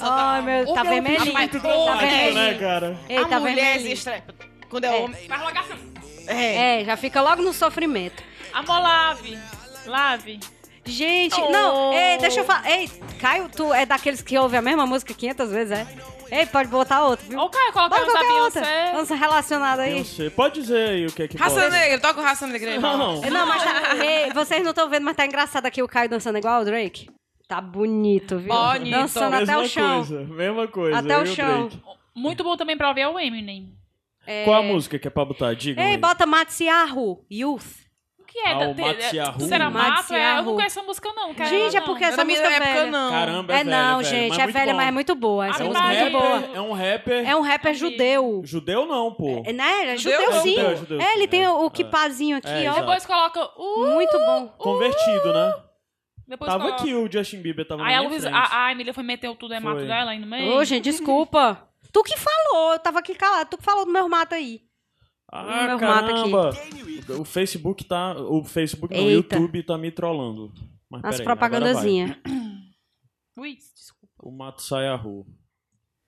[SPEAKER 1] Ai, meu,
[SPEAKER 3] O
[SPEAKER 1] tá
[SPEAKER 3] meu
[SPEAKER 1] vermelhinho.
[SPEAKER 2] pinto
[SPEAKER 1] Tá
[SPEAKER 2] tá
[SPEAKER 4] Aquilo, né,
[SPEAKER 1] vermelhinho.
[SPEAKER 4] cara?
[SPEAKER 1] Ei, tá
[SPEAKER 2] a mulher se
[SPEAKER 1] vermelhinho.
[SPEAKER 2] estra... Quando é, homem.
[SPEAKER 3] Vai logo assim.
[SPEAKER 2] É.
[SPEAKER 1] É, já fica logo no sofrimento.
[SPEAKER 3] Amor, lave. Lave.
[SPEAKER 1] Gente,
[SPEAKER 2] Oh.
[SPEAKER 1] não, ei, deixa eu falar. Ei, Caio, tu é daqueles que ouve a mesma música 500 vezes, é? Ei, pode botar outro, viu?
[SPEAKER 3] Ô, Caio, coloca é.
[SPEAKER 1] Bota
[SPEAKER 3] uns da
[SPEAKER 1] qualquer outra.
[SPEAKER 3] Beyoncé.
[SPEAKER 1] Dança relacionada
[SPEAKER 4] Eu
[SPEAKER 1] aí.
[SPEAKER 4] sei. Pode dizer aí o que é que
[SPEAKER 2] Raça
[SPEAKER 4] pode.
[SPEAKER 2] negra, toca o raça negra aí.
[SPEAKER 4] Não, não.
[SPEAKER 1] Não, mas tá,
[SPEAKER 2] *laughs*
[SPEAKER 1] ei, vocês não estão vendo, mas tá engraçado aqui o Caio dançando igual o Drake. Tá bonito, viu?
[SPEAKER 2] Bonito.
[SPEAKER 1] Dançando até o chão.
[SPEAKER 4] coisa, mesma coisa.
[SPEAKER 1] Até o
[SPEAKER 4] eu e
[SPEAKER 1] chão.
[SPEAKER 4] Drake.
[SPEAKER 3] Muito bom também pra ouvir é o Eminem.
[SPEAKER 4] Qual a música que é pra botar? Diga.
[SPEAKER 1] Ei,
[SPEAKER 4] aí.
[SPEAKER 1] bota Matsiahu, Youth.
[SPEAKER 3] O que é?
[SPEAKER 4] Ah,
[SPEAKER 3] da-
[SPEAKER 4] o
[SPEAKER 3] te-
[SPEAKER 4] Matsiahu.
[SPEAKER 3] Tu será mato? É, eu
[SPEAKER 1] Matsiahu.
[SPEAKER 3] não conheço essa música, não. Cara,
[SPEAKER 1] Gente, é
[SPEAKER 3] não.
[SPEAKER 1] porque
[SPEAKER 2] Não é
[SPEAKER 1] essa
[SPEAKER 2] da minha
[SPEAKER 1] música é
[SPEAKER 2] época,
[SPEAKER 1] velha.
[SPEAKER 2] não.
[SPEAKER 4] Caramba, é,
[SPEAKER 1] É não,
[SPEAKER 4] velha, velho,
[SPEAKER 1] gente,
[SPEAKER 4] mas
[SPEAKER 1] é
[SPEAKER 4] muito
[SPEAKER 1] velha,
[SPEAKER 4] bom.
[SPEAKER 1] mas é muito boa. Essa
[SPEAKER 4] É um
[SPEAKER 1] música é
[SPEAKER 3] rapper.
[SPEAKER 1] muito boa.
[SPEAKER 4] rapper, é um rapper.
[SPEAKER 1] É um rapper judeu.
[SPEAKER 4] Judeu não, pô.
[SPEAKER 1] É, Né? Ele é
[SPEAKER 2] Judeu
[SPEAKER 1] Judeu
[SPEAKER 2] não.
[SPEAKER 1] sim.
[SPEAKER 4] Judeu, judeu,
[SPEAKER 1] É, ele
[SPEAKER 4] judeu.
[SPEAKER 1] tem o
[SPEAKER 4] É.
[SPEAKER 1] kipazinho aqui,
[SPEAKER 4] É,
[SPEAKER 1] ó.
[SPEAKER 4] exato.
[SPEAKER 3] Depois coloca... Uh,
[SPEAKER 1] Muito bom. Uh,
[SPEAKER 4] Convertido, né?
[SPEAKER 3] Depois
[SPEAKER 4] Hum, Tava
[SPEAKER 3] coloca...
[SPEAKER 4] aqui o Justin Bieber, tava
[SPEAKER 3] Aí
[SPEAKER 4] na
[SPEAKER 3] a,
[SPEAKER 4] minha
[SPEAKER 3] Luísa,
[SPEAKER 4] frente.
[SPEAKER 3] a, a Emília foi meter o tudo é mato
[SPEAKER 4] Foi.
[SPEAKER 3] dela aí no meio.
[SPEAKER 1] Ô, gente, desculpa. Tu que falou, eu tava aqui calado. Tu que falou do meu mato aí.
[SPEAKER 4] Ah,
[SPEAKER 1] meu mato Hum, aqui.
[SPEAKER 4] caramba. O Facebook tá... O Facebook não, o
[SPEAKER 1] Eita.
[SPEAKER 4] YouTube tá me trollando. Mas
[SPEAKER 1] As
[SPEAKER 4] peraí, agora vai.
[SPEAKER 1] propagandazinhas.
[SPEAKER 3] Ui, desculpa.
[SPEAKER 4] O mato sai à rua.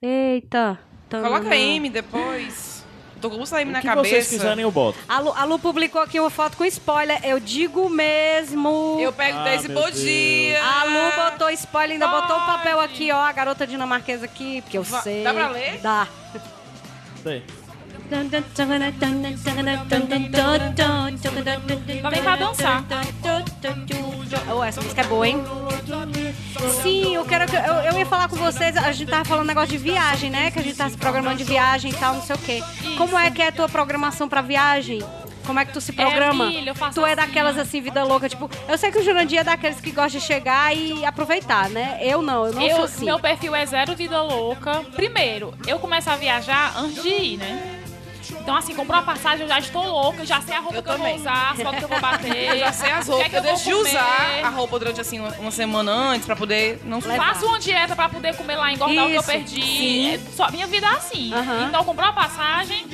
[SPEAKER 1] Eita. Tanana.
[SPEAKER 2] Coloca a M depois. Tô com o M na
[SPEAKER 4] o que
[SPEAKER 2] cabeça.
[SPEAKER 4] vocês quiserem eu boto.
[SPEAKER 1] A Lu, a Lu publicou aqui uma foto com spoiler. Eu digo mesmo.
[SPEAKER 2] Eu pego
[SPEAKER 4] Ah,
[SPEAKER 2] desse
[SPEAKER 4] meu
[SPEAKER 2] bom
[SPEAKER 4] Deus.
[SPEAKER 2] dia.
[SPEAKER 1] A Lu botou spoiler, ainda botou o
[SPEAKER 3] Pode.
[SPEAKER 1] papel aqui, ó. A garota dinamarquesa aqui, porque eu
[SPEAKER 2] Va-
[SPEAKER 1] sei.
[SPEAKER 2] dá pra ler?
[SPEAKER 1] Dá.
[SPEAKER 4] Tem.
[SPEAKER 3] Também pra dançar.
[SPEAKER 1] Oh, essa música é boa, hein? Sim, eu quero que. Eu, eu ia falar com vocês, a gente tava falando um negócio de viagem, né? Que a gente tá se programando de viagem e tal, não sei o quê. Como é que é a tua programação pra viagem? Como é que tu se programa?
[SPEAKER 3] filha, eu faço
[SPEAKER 1] tu é
[SPEAKER 3] assim.
[SPEAKER 1] daquelas assim, vida louca, tipo, eu sei que o Jurandir é daqueles que gosta de chegar e aproveitar, né? Eu não, eu não
[SPEAKER 3] Eu,
[SPEAKER 1] sou assim.
[SPEAKER 3] Meu perfil é zero vida louca. Primeiro, eu começo a viajar antes de ir, né? Então, assim, comprou uma passagem, eu já estou louca, já sei a roupa
[SPEAKER 2] Eu
[SPEAKER 3] que eu
[SPEAKER 2] também.
[SPEAKER 3] vou usar, as fotos que eu vou bater.
[SPEAKER 2] Já sei as
[SPEAKER 3] o que é
[SPEAKER 2] roupas.
[SPEAKER 3] que eu vou
[SPEAKER 2] deixo de
[SPEAKER 3] comer.
[SPEAKER 2] usar a roupa durante assim uma, uma semana antes pra poder não
[SPEAKER 1] Leva-
[SPEAKER 3] Faço uma dieta pra poder comer lá, engordar o
[SPEAKER 1] Isso,
[SPEAKER 3] que eu perdi.
[SPEAKER 1] sim.
[SPEAKER 3] É, Só, minha vida é assim.
[SPEAKER 1] Aham.
[SPEAKER 3] Então, comprou uma passagem,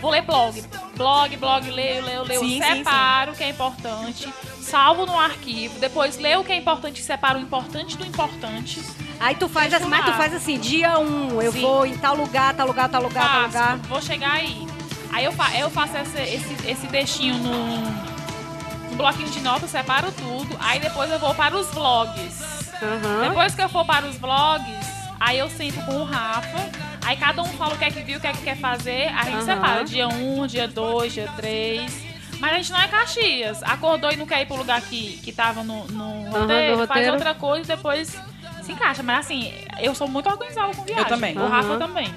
[SPEAKER 3] vou ler blog. Blog, blog, leio, leio, leio.
[SPEAKER 2] Sim, sim,
[SPEAKER 3] separo o que é importante, salvo no arquivo. Depois leio o que é importante, separo o importante do importante.
[SPEAKER 1] Aí tu faz assim, mas tu faz assim, dia um, eu
[SPEAKER 3] Sim.
[SPEAKER 1] vou em tal lugar, tal lugar, tal lugar, tal
[SPEAKER 3] Faço,
[SPEAKER 1] lugar.
[SPEAKER 3] vou chegar aí. Aí eu, fa- eu faço essa- esse, esse textinho no, no bloquinho de notas, separo tudo. Aí depois eu vou para os vlogs.
[SPEAKER 1] Aham.
[SPEAKER 3] Depois que eu for para os vlogs, aí eu sento com o Rafa. Aí cada um fala o que é que viu, o que é que quer fazer. Aí a gente
[SPEAKER 1] Aham.
[SPEAKER 3] separa dia 1, dia 2, dia 3. Mas a gente não é Caxias. Acordou e não quer ir pro lugar que, que tava no, no
[SPEAKER 1] Aham,
[SPEAKER 3] roteiro,
[SPEAKER 1] do
[SPEAKER 3] faz
[SPEAKER 1] roteiro.
[SPEAKER 3] outra coisa e depois se encaixa. Mas assim, eu sou muito organizada com viagem.
[SPEAKER 2] também.
[SPEAKER 3] O
[SPEAKER 1] Aham.
[SPEAKER 3] Rafa também.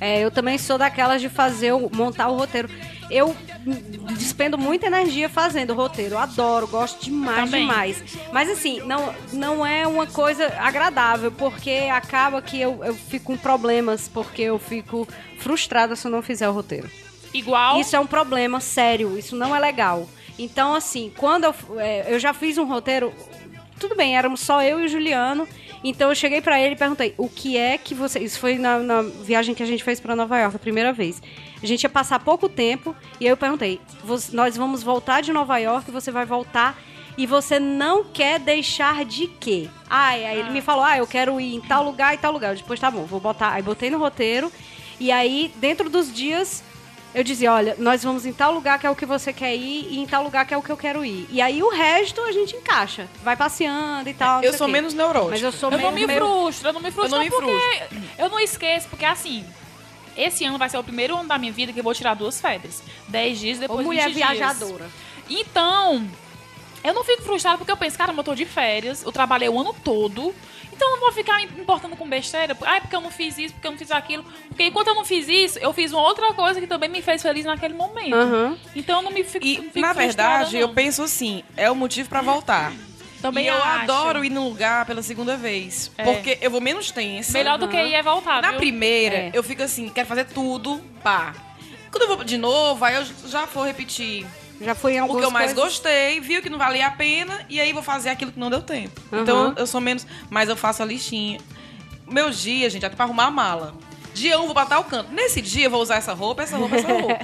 [SPEAKER 1] É, eu também sou daquelas de fazer, o- montar o roteiro. Eu hum, despendo muita energia fazendo o roteiro. Eu adoro, gosto demais,
[SPEAKER 3] Também.
[SPEAKER 1] demais. Mas assim, não, não é uma coisa agradável, porque acaba que eu, eu fico com problemas, porque eu fico frustrada se eu não fizer o roteiro.
[SPEAKER 3] Igual.
[SPEAKER 1] Isso é um problema sério, isso não é legal. Então, assim, quando eu, f- é, eu já fiz um roteiro, tudo bem, éramos só eu e o Juliano. Então eu cheguei pra ele e perguntei: o que é que você. Isso foi na, na viagem que a gente fez pra Nova York, a primeira vez. A gente ia passar pouco tempo, e aí eu perguntei: "Vo- nós vamos voltar de Nova York, você vai voltar. E você não quer deixar de quê? Ai, aí ele me falou: ah, eu quero ir em tal lugar e tal lugar. Eu disse, pois tá bom, vou botar. Aí botei no roteiro. E aí, dentro dos dias, Eu dizia, olha, nós vamos em tal lugar que é o que você quer ir e em tal lugar que é o que eu quero ir. E aí o resto a gente encaixa. Vai passeando e tal. não
[SPEAKER 2] Eu
[SPEAKER 1] sei
[SPEAKER 2] sou
[SPEAKER 1] o quê.
[SPEAKER 2] menos neurótica.
[SPEAKER 1] Mas eu sou
[SPEAKER 3] Eu não me
[SPEAKER 1] meio, meio-
[SPEAKER 3] frustro, eu não me frustro
[SPEAKER 2] Eu não me
[SPEAKER 3] porque eu não esqueço, porque assim, esse ano vai ser o primeiro ano da minha vida que eu vou tirar duas férias. Dez dias, depois
[SPEAKER 1] Ou mulher
[SPEAKER 3] 20 dias.
[SPEAKER 1] viajadora.
[SPEAKER 3] Então, eu não fico frustrada porque eu penso, cara, eu tô de férias, eu trabalhei o ano todo, então eu não vou ficar me importando com besteira. Ah, é porque eu não fiz isso, porque eu não fiz aquilo. Porque enquanto eu não fiz isso, eu fiz uma outra coisa que também me fez feliz naquele momento.
[SPEAKER 1] Aham.
[SPEAKER 3] Então eu não me fico,
[SPEAKER 2] E,
[SPEAKER 3] não fico
[SPEAKER 2] na
[SPEAKER 3] frustrada,
[SPEAKER 2] verdade,
[SPEAKER 3] não.
[SPEAKER 2] eu penso assim, é o motivo pra voltar.
[SPEAKER 3] Também
[SPEAKER 2] e eu
[SPEAKER 3] acho.
[SPEAKER 2] adoro ir num lugar pela segunda vez.
[SPEAKER 3] É.
[SPEAKER 2] Porque eu vou menos tensa.
[SPEAKER 3] Melhor do que ir é voltar,
[SPEAKER 2] Na
[SPEAKER 3] viu?
[SPEAKER 2] primeira,
[SPEAKER 1] É.
[SPEAKER 2] eu fico assim, quero fazer tudo, pá. Quando eu vou de novo, aí eu já vou repetir
[SPEAKER 1] Já fui em
[SPEAKER 2] o
[SPEAKER 1] algumas
[SPEAKER 2] que eu mais
[SPEAKER 1] coisas.
[SPEAKER 2] gostei, viu que não valia a pena, e aí vou fazer aquilo que não deu tempo.
[SPEAKER 1] Aham.
[SPEAKER 2] Então eu sou menos. Mas eu faço a listinha. Meu dia, gente, até pra arrumar a mala. Dia 1 um, vou botar o canto. Nesse dia eu vou usar essa roupa, essa roupa, essa roupa.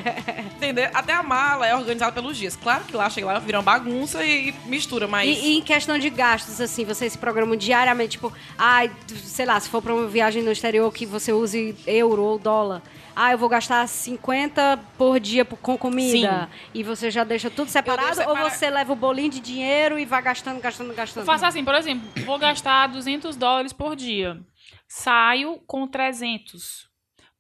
[SPEAKER 2] Entendeu? Até a mala é organizada pelos dias. Claro que lá chega lá, vira uma bagunça e, e mistura, mas.
[SPEAKER 1] E, e em questão de gastos, assim, vocês se programam diariamente, tipo, ai, sei lá, se for pra uma viagem no exterior que você use euro ou dólar, ah, eu vou gastar 50 por dia por- com comida. E você já deixa tudo separado
[SPEAKER 2] deixo
[SPEAKER 1] ou
[SPEAKER 2] separa-
[SPEAKER 1] você leva o bolinho de dinheiro e vai gastando, gastando, gastando?
[SPEAKER 3] Eu faço assim, por exemplo, vou gastar 200 dólares por dia. Saio com 300.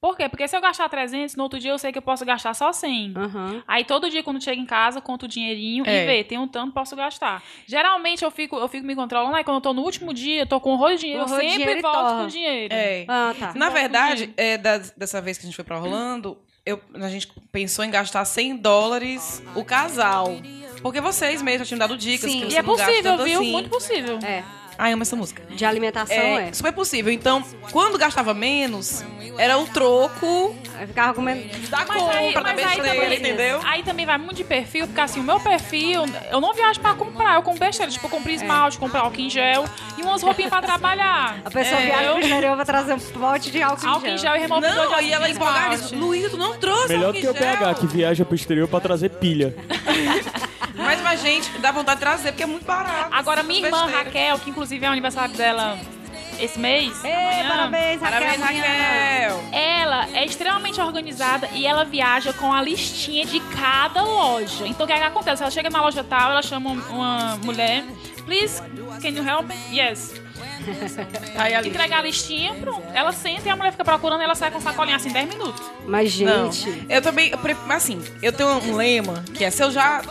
[SPEAKER 3] Por quê? Porque se eu gastar 300, no outro dia eu sei que eu posso gastar só 100.
[SPEAKER 1] Aham.
[SPEAKER 3] Aí todo dia quando chego em casa, conto o dinheirinho
[SPEAKER 2] É.
[SPEAKER 3] e vê, tem um tanto, posso gastar. Geralmente eu fico, eu fico me controlando, aí quando eu tô no último dia, eu tô com um rolo de dinheiro,
[SPEAKER 1] Um rolo de
[SPEAKER 3] eu sempre
[SPEAKER 1] dinheiro e
[SPEAKER 3] volto
[SPEAKER 1] torra.
[SPEAKER 3] com dinheiro.
[SPEAKER 2] É.
[SPEAKER 1] Ah, tá.
[SPEAKER 2] Na
[SPEAKER 3] Não,
[SPEAKER 2] verdade, é, da- dessa vez que a gente foi pra Orlando, eu- a gente pensou em gastar 100 dólares o casal. Porque vocês mesmos já tinham dado dicas
[SPEAKER 1] Sim.
[SPEAKER 2] que
[SPEAKER 1] E
[SPEAKER 2] você
[SPEAKER 3] E é
[SPEAKER 2] não gasta
[SPEAKER 3] possível,
[SPEAKER 2] tanto
[SPEAKER 3] viu?
[SPEAKER 2] assim.
[SPEAKER 3] Muito possível.
[SPEAKER 1] É,
[SPEAKER 2] Ai, amo essa música.
[SPEAKER 1] de alimentação
[SPEAKER 2] É,
[SPEAKER 1] é.
[SPEAKER 2] super possível. Então, quando gastava menos, era o troco
[SPEAKER 1] Aí é. ficava comendo.
[SPEAKER 2] da
[SPEAKER 3] Mas
[SPEAKER 2] compra,
[SPEAKER 3] aí,
[SPEAKER 2] da
[SPEAKER 3] mas aí
[SPEAKER 2] besteira,
[SPEAKER 3] também,
[SPEAKER 2] entendeu?
[SPEAKER 3] Aí também vai muito de perfil, porque assim, o meu perfil, eu não viajo pra comprar, eu compro besteira. Tipo, eu
[SPEAKER 2] É.
[SPEAKER 3] comprei esmalte, comprei álcool em gel e umas roupinhas pra trabalhar.
[SPEAKER 1] A pessoa
[SPEAKER 3] É,
[SPEAKER 1] viaja
[SPEAKER 3] eu-
[SPEAKER 1] pro exterior pra trazer um pote de álcool,
[SPEAKER 3] Álcool em gel e removedor de
[SPEAKER 2] Não,
[SPEAKER 3] álcool
[SPEAKER 2] e ela é
[SPEAKER 3] em
[SPEAKER 2] empolgada.
[SPEAKER 3] esmalte.
[SPEAKER 2] Luísa, tu não trouxe
[SPEAKER 4] Melhor do
[SPEAKER 2] álcool
[SPEAKER 4] que o
[SPEAKER 2] em gel.
[SPEAKER 4] PH, que viaja pro exterior pra trazer pilha.
[SPEAKER 2] Mas, mas, gente, dá vontade de trazer, porque é muito barato.
[SPEAKER 3] Agora,
[SPEAKER 2] assim,
[SPEAKER 3] minha irmã
[SPEAKER 2] besteira.
[SPEAKER 3] Raquel, que inclusive é o aniversário dela esse mês.
[SPEAKER 1] Ei,
[SPEAKER 3] amanhã,
[SPEAKER 1] parabéns, Raquel.
[SPEAKER 2] Parabéns, Raquel.
[SPEAKER 3] Ela é extremamente organizada e ela viaja com a listinha de cada loja. Então o que, é que acontece? Ela chega na loja tal, ela chama um, uma mulher. Please, can you help? Yes.
[SPEAKER 2] Aí ali.
[SPEAKER 3] Entregar a listinha, pronto. Ela senta e a mulher fica procurando e ela sai com a sacolinha assim 10 minutos.
[SPEAKER 1] Mas,
[SPEAKER 2] Não.
[SPEAKER 1] gente...
[SPEAKER 2] Eu também, eu pref- assim, eu tenho um lema que é se eu já.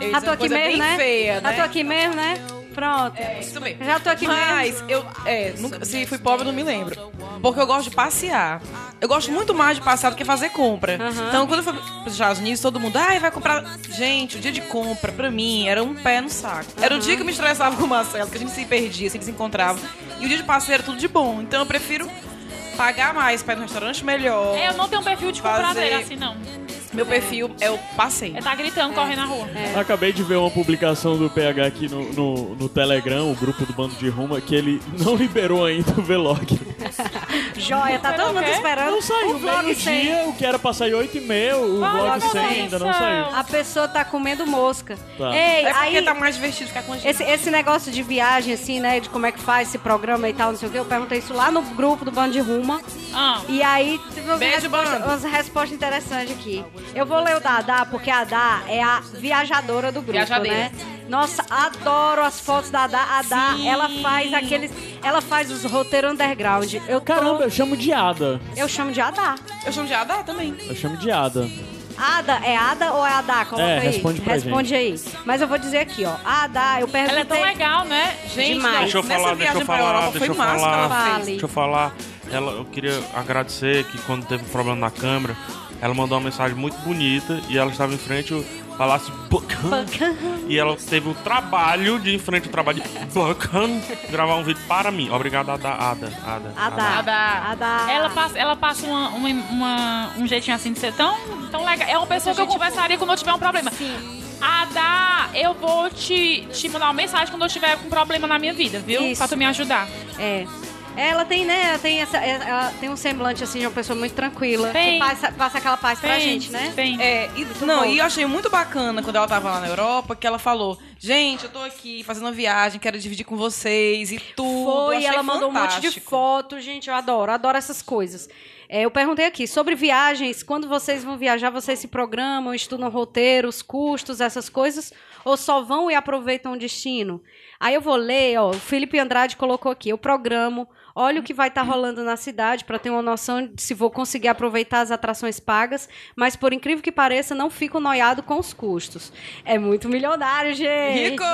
[SPEAKER 2] Eu ia
[SPEAKER 1] Já
[SPEAKER 2] dizer
[SPEAKER 1] tô
[SPEAKER 2] uma
[SPEAKER 1] aqui
[SPEAKER 2] coisa
[SPEAKER 1] mesmo,
[SPEAKER 2] bem
[SPEAKER 1] né?
[SPEAKER 2] Feia,
[SPEAKER 1] Já
[SPEAKER 2] né?
[SPEAKER 1] tô aqui mesmo, né? Pronto.
[SPEAKER 2] É Isso mesmo.
[SPEAKER 1] Já tô aqui
[SPEAKER 2] Mas eu, é, nunca- se fui pobre, eu não me lembro. Porque eu gosto de passear. Eu gosto muito mais de passear do que fazer compra. Então, quando eu fui pros Estados Unidos, todo mundo, ai, vai comprar. Gente, o dia de compra, pra mim, era um pé no saco. Era o dia que eu me estressava com o Marcelo, que a gente se perdia, se desencontrava. E o dia de passeio era tudo de bom. Então, eu prefiro pagar mais pra ir no restaurante melhor.
[SPEAKER 3] É, eu não tenho perfil de comprar
[SPEAKER 2] Fazer-
[SPEAKER 3] dele assim, não.
[SPEAKER 2] Meu perfil é o passeio.
[SPEAKER 3] É tá gritando, correndo na rua.
[SPEAKER 1] É.
[SPEAKER 4] Acabei de ver uma publicação do PH aqui no, no, no Telegram, o grupo do bando de Roma, que ele não liberou ainda o Vlog.
[SPEAKER 1] Joia, tá todo
[SPEAKER 3] Pera, o
[SPEAKER 1] mundo
[SPEAKER 3] quê?
[SPEAKER 1] esperando.
[SPEAKER 4] Não saiu,
[SPEAKER 1] o
[SPEAKER 4] veio
[SPEAKER 1] vlog
[SPEAKER 4] no
[SPEAKER 1] sem.
[SPEAKER 4] dia, o que era pra sair 8 e meia, o
[SPEAKER 3] Ah,
[SPEAKER 4] Vlog
[SPEAKER 3] não
[SPEAKER 4] 100
[SPEAKER 3] saiu.
[SPEAKER 4] ainda não saiu.
[SPEAKER 1] A pessoa tá comendo mosca.
[SPEAKER 4] Tá.
[SPEAKER 1] Ei,
[SPEAKER 2] É porque
[SPEAKER 1] aí...
[SPEAKER 2] tá mais divertido ficar com a gente.
[SPEAKER 1] Esse, esse negócio de viagem, assim, né? De como é que faz esse programa e tal, não sei o quê. Eu perguntei isso lá no grupo do Band de Ruma.
[SPEAKER 3] Ah,
[SPEAKER 1] E aí, teve umas,
[SPEAKER 2] Beijo,
[SPEAKER 1] respostas,
[SPEAKER 2] Bando.
[SPEAKER 1] umas respostas interessantes aqui. Eu vou ler o da Adá, porque a Adá é a viajadora do grupo,
[SPEAKER 2] Viajadeira.
[SPEAKER 1] né? Nossa, adoro as fotos da Adá. A Adá, ela faz aqueles... Ela faz os roteiros underground. Eu tô-
[SPEAKER 4] Caramba, eu chamo de Ada.
[SPEAKER 1] Eu chamo de Adá.
[SPEAKER 2] Eu chamo de Adá também.
[SPEAKER 4] Eu chamo de Ada.
[SPEAKER 1] Ada, é Ada ou é Adá? Coloca
[SPEAKER 4] É,
[SPEAKER 1] aí.
[SPEAKER 4] responde pra
[SPEAKER 1] responde aí. Mas eu vou dizer aqui, ó. Adá, eu perguntei...
[SPEAKER 3] ela é tão legal, né?
[SPEAKER 2] Gente,
[SPEAKER 1] Demais.
[SPEAKER 5] Deixa eu
[SPEAKER 2] nessa
[SPEAKER 5] falar,
[SPEAKER 2] viagem
[SPEAKER 5] deixa eu
[SPEAKER 2] pra
[SPEAKER 5] falar,
[SPEAKER 2] Europa
[SPEAKER 5] deixa
[SPEAKER 2] foi
[SPEAKER 5] eu
[SPEAKER 2] massa que ela
[SPEAKER 5] falar.
[SPEAKER 2] fez.
[SPEAKER 1] Fale.
[SPEAKER 5] Deixa eu falar. Ela, eu queria agradecer que quando teve um problema na câmera, ela mandou uma mensagem muito bonita e ela estava em frente ao Palácio Buckham. E ela teve o trabalho de, em frente ao trabalho de Buckham, gravar um vídeo para mim. Obrigado, Ada. Ada. Ada.
[SPEAKER 1] Adá.
[SPEAKER 3] Adá.
[SPEAKER 1] Adá.
[SPEAKER 3] Ela passa, ela passa uma- uma- uma- um jeitinho assim de ser tão, tão legal. É uma pessoa que eu conversaria quando eu tiver um problema. Sim. Adá, eu vou te, te mandar uma mensagem quando eu tiver um problema na minha vida, viu?
[SPEAKER 1] Isso.
[SPEAKER 3] Pra tu me ajudar.
[SPEAKER 1] É. Ela tem, né? Ela tem, essa, ela tem um semblante, assim, de uma pessoa muito tranquila.
[SPEAKER 3] Tem.
[SPEAKER 1] Que passa, passa aquela paz pra gente, né?
[SPEAKER 3] Tem.
[SPEAKER 2] É, e, não, e eu achei muito bacana quando ela tava lá na Europa, que ela falou, gente, eu tô aqui fazendo uma viagem, quero dividir com vocês e tudo.
[SPEAKER 1] Foi,
[SPEAKER 2] achei
[SPEAKER 1] ela mandou um monte de
[SPEAKER 2] fantástico.
[SPEAKER 1] foto. Gente, eu adoro, adoro essas coisas. É, eu perguntei aqui sobre viagens. Quando vocês vão viajar, vocês se programam, estudam roteiros, custos, essas coisas, ou só vão e aproveitam o destino? Aí eu vou ler, ó. O Felipe Andrade colocou aqui: eu programo, olho o que vai estar rolando na cidade para ter uma noção de se vou conseguir aproveitar as atrações pagas, mas por incrível que pareça, não fico noiado com os custos. É muito milionário, gente.
[SPEAKER 2] Rico!